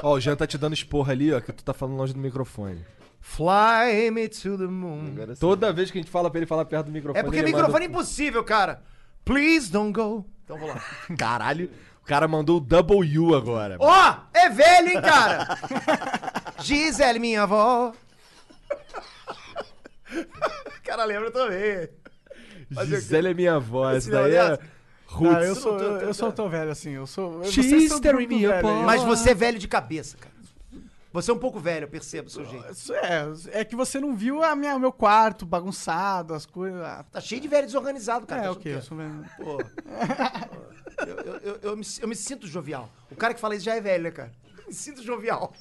Ó, o Jean tá te dando esporra ali, ó, que tu tá falando longe do microfone. Fly me to the moon. Toda vez que a gente fala pra ele falar perto do microfone. É porque ele microfone é impossível, cara. Please don't go. Então vou lá. manda- um Caralho, o cara mandou o W agora. Ó, é velho, hein, cara? Gisele, minha avó. O cara lembra também. Gisele é minha voz, Esse daí é. negócio- Roots. Ah, eu sou, tu- eu, tu- eu sou tu- tão velho assim, eu sou. She's vocês são tearing muito me velho, apart. eu- Mas você é velho de cabeça, cara. Você é um pouco velho, eu percebo o seu jeito. Isso É, é que você não viu a minha, o meu quarto bagunçado, as coisas. ah, Tá cheio de velho desorganizado, cara. É, Tá ok, eu achando sou velho. que é? Pô. Eu, eu, eu- eu me, eu me sinto jovial. O cara que fala isso já é velho, né, cara? Me sinto jovial.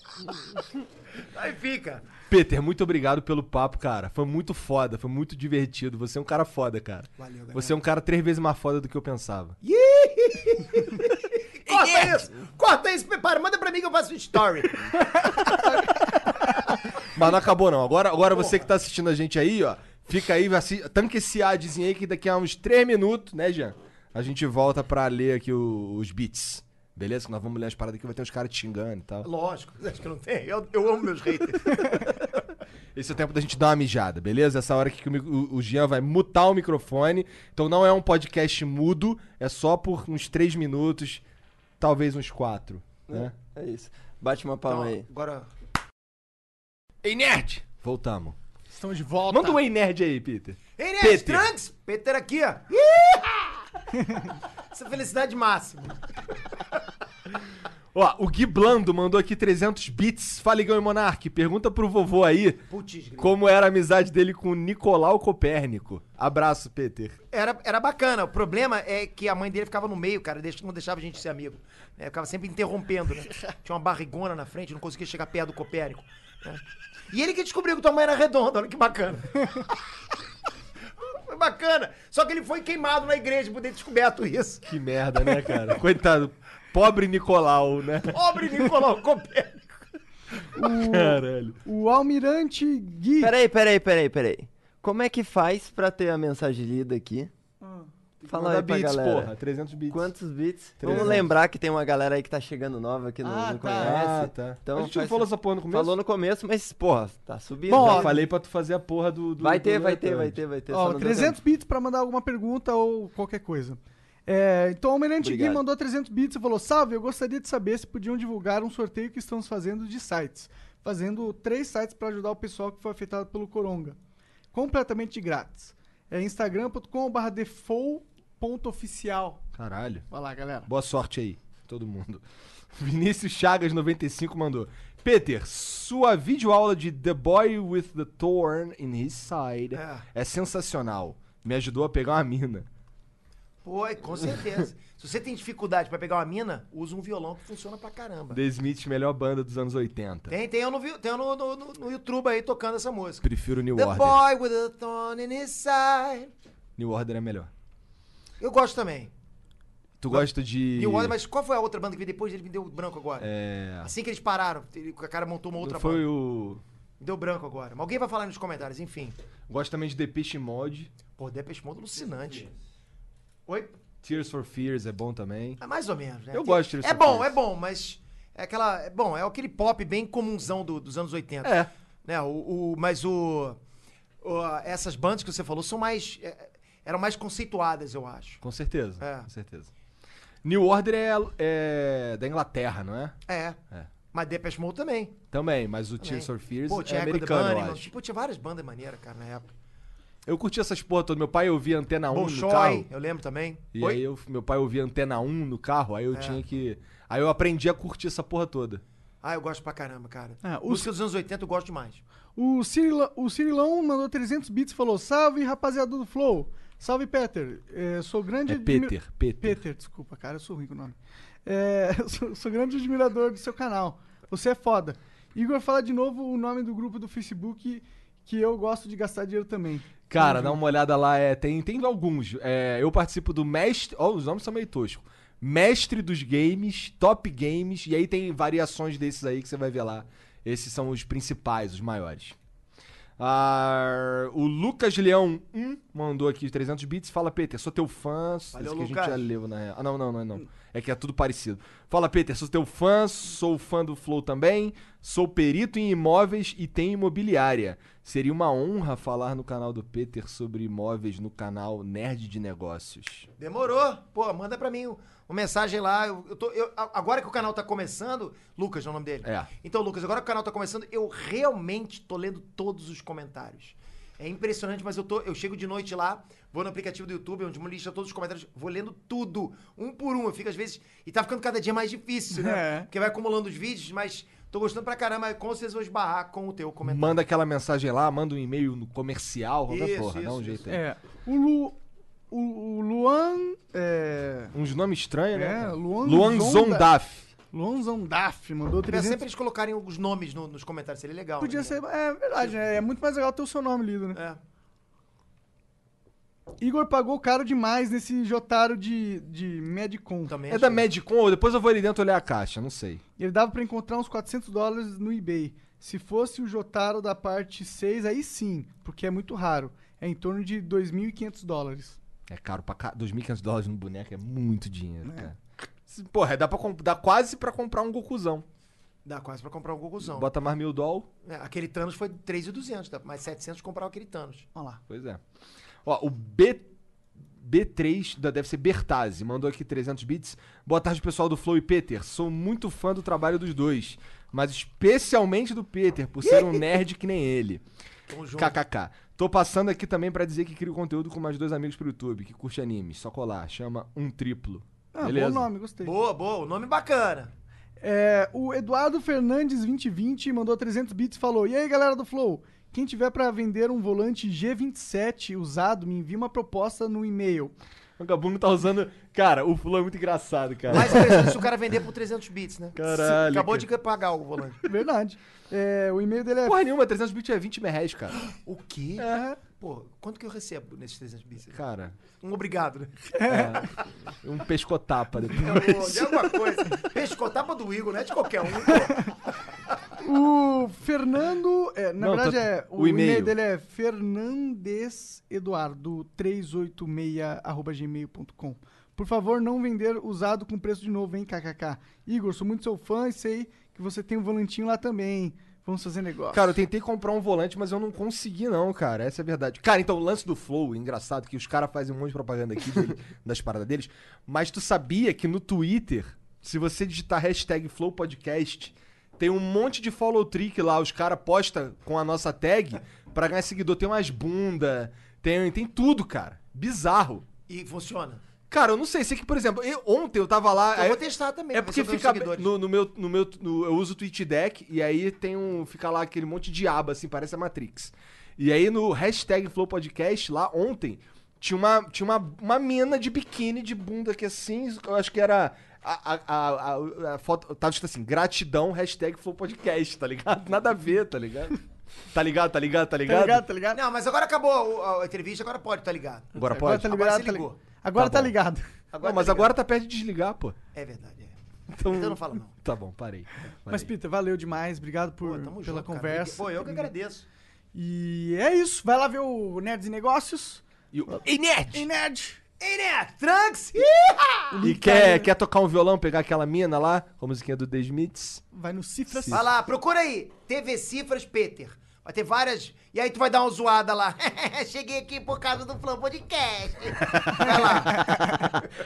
Aí fica. Peter, muito obrigado pelo papo, cara. Foi muito foda, foi muito divertido. Você é um cara foda, cara. Valeu, galera. Você é um cara três vezes mais foda do que eu pensava. Corta isso! Corta isso, prepara, manda pra mim que eu faço um story. Mas não acabou, não. Agora, agora você que tá assistindo a gente aí, ó, fica aí, assi- tanca esse adzinho aí que daqui a uns 3 minutos, né, Jean? A gente volta pra ler aqui o- os beats. Beleza? Que nós vamos ler as paradas aqui, vai ter uns caras te xingando e tal. Lógico, acho que não tem. Eu, eu amo meus haters. Esse é o tempo da gente dar uma mijada, beleza? Essa hora aqui que o, mi- o- o Jean vai mutar o microfone. Então não é um podcast mudo, é só por uns 3 minutos, talvez uns 4, né? É isso. Bate uma palma aí. Agora. Ei, nerd! Voltamos. Estamos de volta. Manda um Ei, nerd aí, Peter. Ei, né, Peter. Trunks? Peter aqui, ó. Ih! Essa felicidade máxima. Ó, o Gui Blando mandou aqui 300 bits. Fala, Igão e Monark, pergunta pro vovô aí Putz, grilo. como era a amizade dele com o Nicolau Copérnico. Abraço, Peter. era, era bacana. O problema é que a mãe dele ficava no meio, cara, deixa- não deixava a gente ser amigo. né? Ficava sempre interrompendo, né? Tinha uma barrigona na frente, não conseguia chegar perto do Copérnico. né? E ele que descobriu que tua mãe era redonda, olha que bacana. foi bacana. Só que ele foi queimado na igreja por ter descoberto isso. Que merda, né, cara? Coitado. Pobre Nicolau, né? Pobre Nicolau Copérnico. Caralho. O Almirante Gui. Peraí, peraí, peraí, peraí. Como é que faz pra ter a mensagem lida aqui? Fala aí Ah, Manda pra bits, galera. porra. 300 bits. Quantos bits? Vamos 300. lembrar que tem uma galera aí que tá chegando nova que não, Ah, tá. não conhece. Ah, tá. é, Então a gente faz- não falou essa porra no começo? Falou no começo, mas, porra, tá subindo. Bom, Já Já ó, falei pra tu fazer a porra do... do- Vai do ter, vai ter, Leotrante. vai ter, vai ter. só Ó, não deu 300 tempo. bits pra mandar alguma pergunta ou qualquer coisa. É, então o Almirante Gui Obrigado. mandou 300 bits e falou: Salve, eu gostaria de saber se podiam divulgar um sorteio que estamos fazendo de sites. Fazendo três sites para ajudar o pessoal que foi afetado pelo Coronga. Completamente de grátis. É instagram.com.br default.oficial. Caralho. Vai lá, galera. Boa sorte aí, todo mundo. Vinícius Chagas95 mandou. Peter, sua videoaula de The Boy with the Thorn in His Side É. é, sensacional. Me ajudou a pegar uma mina. Pô, é, com certeza. Se você tem dificuldade pra pegar uma mina, usa um violão que funciona pra caramba. The Smith, melhor banda dos anos 80. Tem, tem eu no, vi- tem eu no, no, no- no YouTube aí tocando essa música. Prefiro New The Order. boy with a thorn in his side. New Order é melhor. Eu gosto também. Tu gosta de... New Order, mas qual foi a outra banda que veio depois? Ele me deu branco agora. É... Assim que eles pararam, ele, o cara montou uma outra Foi banda. o... Me deu branco agora. Mas alguém vai falar nos comentários, enfim. Gosto também de Depeche Mode. Pô, Depeche Mode é um alucinante. Oi? Tears for Fears é bom também. É mais ou menos, né? Eu gosto de É Tears bom, for é Fears. bom, mas é aquela, é bom, é aquele pop bem comunzão do- dos anos 80. É. Né? O, o- mas o, o- essas bandas que você falou são mais é, eram mais conceituadas, eu acho. Com certeza, É. com certeza. New Order é, é da Inglaterra, não é? É. É. Mas Depeche Mode também. Também, mas o também. Tears for Fears Pô, tinha é Echo the americano, eu Bunnymen, acho. Pô, tinha várias bandas maneiras, cara, na época. Eu curti essas porra todas. Meu pai ouvia Antena 1 no Bolshoi, carro. eu lembro também. E aí eu- meu pai ouvia Antena 1 no carro, aí eu É. tinha que... Aí eu aprendi a curtir essa porra toda. Ah, eu gosto pra caramba, cara. Ah, os- Música dos anos 80 eu gosto demais. O, Cirila, o Cirilão mandou 300 bits e falou: Salve, rapaziada do Flow. Salve, Peter. É, sou grande. É admi- Peter, Peter. Peter, desculpa, cara, eu sou ruim com o nome. É, eu sou, sou grande admirador do seu canal. Você é foda. Igor, fala de novo o nome do grupo do Facebook que eu gosto de gastar dinheiro também. Uhum. Cara, dá uma olhada lá, é, tem, tem alguns. É, eu participo do Mestre... Ó, os nomes são meio toscos. Mestre dos Games, Top Games, e aí tem variações desses aí que você vai ver lá. Esses são os principais, os maiores. Ah, o Lucas Leão 1 mandou aqui 300 bits. Fala, Peter, sou teu fã. Valeu, Esse que a gente Lucas. já leu, na real. Ah, não, não, não, não. É que é tudo parecido. Fala, Peter, sou teu fã, sou fã do Flow também, sou perito em imóveis e tenho imobiliária. Seria uma honra falar no canal do Peter sobre imóveis no canal Nerd de Negócios. Demorou. Pô, manda pra mim um, uma mensagem lá. Eu, eu tô, eu- a- agora que o canal tá começando. Lucas é o nome dele. É. Então, Lucas, agora que o canal tá começando, eu realmente tô lendo todos os comentários. É impressionante, mas eu, tô, eu chego de noite lá, vou no aplicativo do YouTube, onde me lista todos os comentários, vou lendo tudo, um por um. Eu fico às vezes. E tá ficando cada dia mais difícil, né? É. Porque vai acumulando os vídeos, mas tô gostando pra caramba. Com vocês vou esbarrar com o teu comentário. Manda aquela mensagem lá, manda um e-mail no comercial, qualquer Isso, porra, dá isso, um isso. jeito aí. É. O Lu. o, o Luan. É, Uns nomes estranhos, é, né? Luan, Luan Zondaf. Luan Zondaf mandou É sempre 300. eles colocarem os nomes no- nos comentários, seria legal. Podia né? ser. É verdade, né? É muito mais legal ter o seu nome lido, né? É. Igor pagou caro demais nesse Jotaro de, de Medicom. Também É acho da que- Medicom, depois eu vou ali dentro olhar a caixa, não sei. Ele dava pra encontrar uns 400 dólares no eBay. Se fosse o Jotaro da parte 6, aí sim, porque é muito raro. É em torno de 2.500 dólares. É caro pra cá. 2.500 dólares no boneco é muito dinheiro, cara. Se- Porra, é, dá, pra, comp- dá quase pra comprar um Gokuzão. Dá quase pra comprar um Goguzão. Bota mais mil dólares. É, aquele Thanos foi 3,200, dá mais 700 comprar aquele Thanos. Olha lá. Pois é. Ó, o B. B3, da- deve ser Bertazzi, mandou aqui 300 bits. Boa tarde, pessoal do Flow e Peter. Sou muito fã do trabalho dos dois, mas especialmente do Peter, por ser um nerd que nem ele. Tamo junto. KKK. Tô passando aqui também pra dizer que crio conteúdo com mais dois amigos pro YouTube, que curte anime. Só colar, chama um triplo. Ah, Beleza? bom nome, gostei. Boa, boa, o nome bacana. É, o Eduardo Fernandes 2020 mandou 300 bits e falou: E aí, galera do Flow? Quem tiver pra vender um volante G27 usado, me envia uma proposta no e-mail. O Gabuno tá usando. Cara, o Flow é muito engraçado, cara. Mais interessante se o cara vender por 300 bits, né? Caralho, Acabou de pagar o volante. Verdade. É, o e-mail dele é Porra nenhuma, 300 bits é 20 merréis, cara. O quê? É. Pô, quanto que eu recebo nesses 300 bits? Cara, Um obrigado, né? um pescotapa depois. É, o- de alguma coisa. Pescotapa do Igor, não é de qualquer um. pô. O Fernando. é, na Não, verdade, tá- é, o, o e-mail. e-mail. dele é fernandeseduardo386.gmail.com. Por favor, não vender usado com preço de novo, hein, kkk. Igor, sou muito seu fã e sei que você tem um volantinho lá também. Vamos fazer negócio. Cara, eu tentei comprar um volante, mas eu não consegui, não, cara. Essa é a verdade. Cara, então o lance do Flow, engraçado, que os caras fazem um monte de propaganda aqui dele- das paradas deles. Mas tu sabia que no Twitter, se você digitar hashtag Flow Podcast, tem um monte de follow trick lá. Os caras postam com a nossa tag pra ganhar seguidor. Tem umas bunda, tem, tem tudo, cara. Bizarro. E funciona. Cara, eu não sei. Sei que, por exemplo, eu- ontem eu tava lá. Eu aí- vou testar também. é pra ver porque se eu um ganho fica seguidores. no, no meu no meu no- eu uso o Twitch Deck e aí tem um fica lá aquele monte de aba assim, parece a Matrix. E aí no hashtag Flow Podcast lá ontem tinha uma tinha uma, uma mina de biquíni de bunda que assim, eu acho que era a, a, a, a- a foto tava escrito assim, gratidão hashtag Flow Podcast, tá ligado? Nada a ver, tá ligado? Tá ligado, tá ligado, tá ligado? tá ligado? Tá ligado? Não, mas agora acabou a, a entrevista, agora pode, tá ligado? Agora Agora pode. tá Agora ligado. se tá ligou. ligado. Tá Agora tá bom. ligado. Agora não, mas tá ligado. agora tá perto de desligar, pô. É verdade, é. Então, Então não fala não. Tá bom, parei. Mas, Parei. Peter, valeu demais. Obrigado Pô, por, tamo pela junto, cara. conversa. Pô, eu que agradeço. E é isso. Vai lá ver o Nerds e Negócios. E, o- Ei, nerd! E Nerd! Ei, né? Trunks! E quer, quer tocar um violão, pegar aquela mina lá, com a musiquinha do The Smiths? Vai no Cifras. Vai lá, procura aí. TV Cifras Peter. Vai ter várias. E aí tu vai dar uma zoada lá. Cheguei aqui por causa do Flow Podcast. Vai lá.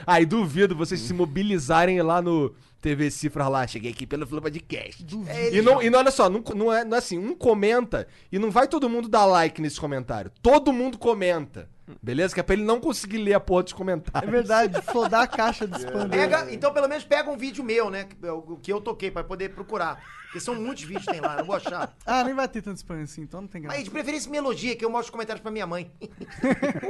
Aí duvido vocês se mobilizarem lá no TV Cifra lá. Cheguei aqui pelo Flow Podcast. É ele. E não, e não, olha só, não, não é, não é assim, um comenta e não vai todo mundo dar like nesse comentário. Todo mundo comenta. Beleza? Que é pra ele não conseguir ler a porra dos É comentários. verdade, flodar a caixa de spam dele. Pega- então pelo menos pega um vídeo meu, né? que- O que eu toquei, pra poder procurar. Porque são muitos vídeos que tem lá, não vou achar. Ah, nem vai ter tanto spam assim, então não tem graça. Mas de preferência me elogia, que eu mostro os comentários pra minha mãe.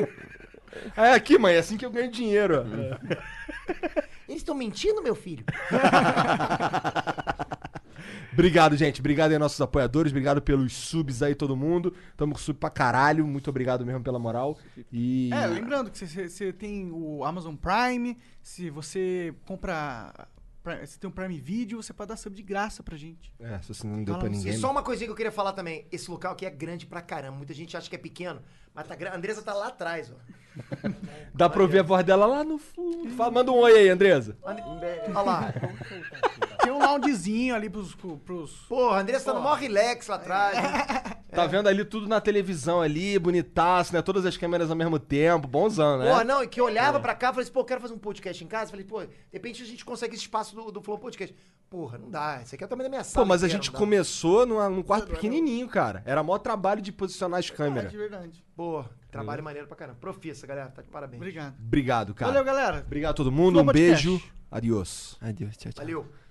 É aqui, mãe, é assim que eu ganho dinheiro. ó. Eles estão mentindo, meu filho? Obrigado, gente. Obrigado aí, nossos apoiadores. Obrigado pelos subs aí, todo mundo. Tamo com sub pra caralho. Muito obrigado mesmo pela moral. E. É, lembrando que você- você tem o Amazon Prime, se você compra. Prime- Se tem um Prime Video, você pode dar sub de graça pra gente. É, se você não deu Fala pra no ninguém. E né? só uma coisinha que eu queria falar também. Esse local aqui é grande pra caramba. Muita gente acha que é pequeno, mas tá grande. A Andressa tá lá atrás, ó. um Dá pra é. ouvir a voz dela lá no fundo. Fala- manda um oi aí, Andresa. Olha lá. Tem um loungezinho ali pros. pro- pros... Porra, a Andressa tá no maior relax lá atrás. né? É. Tá vendo ali tudo na televisão ali, bonitaço, né? Todas as câmeras ao mesmo tempo, bonzão, né? Porra, não, e que eu olhava pra cá e falei assim, pô, eu quero fazer um podcast em casa. Falei, pô, de repente a gente consegue esse espaço do, do Flow Podcast. Porra, não dá. Isso aqui é o tamanho da minha sala. Pô, mas a inteira, gente não dá. começou numa- num quarto pequenininho, cara. Era maior trabalho de posicionar as câmeras. É De verdade. Pô, trabalho maneiro pra caramba. Profissa, galera. Tá de parabéns. Obrigado. É. Obrigado, cara. Valeu, galera. Obrigado a todo mundo. Flow Um Podcast. beijo. Adiós. Adeus, tchau, tchau. Valeu.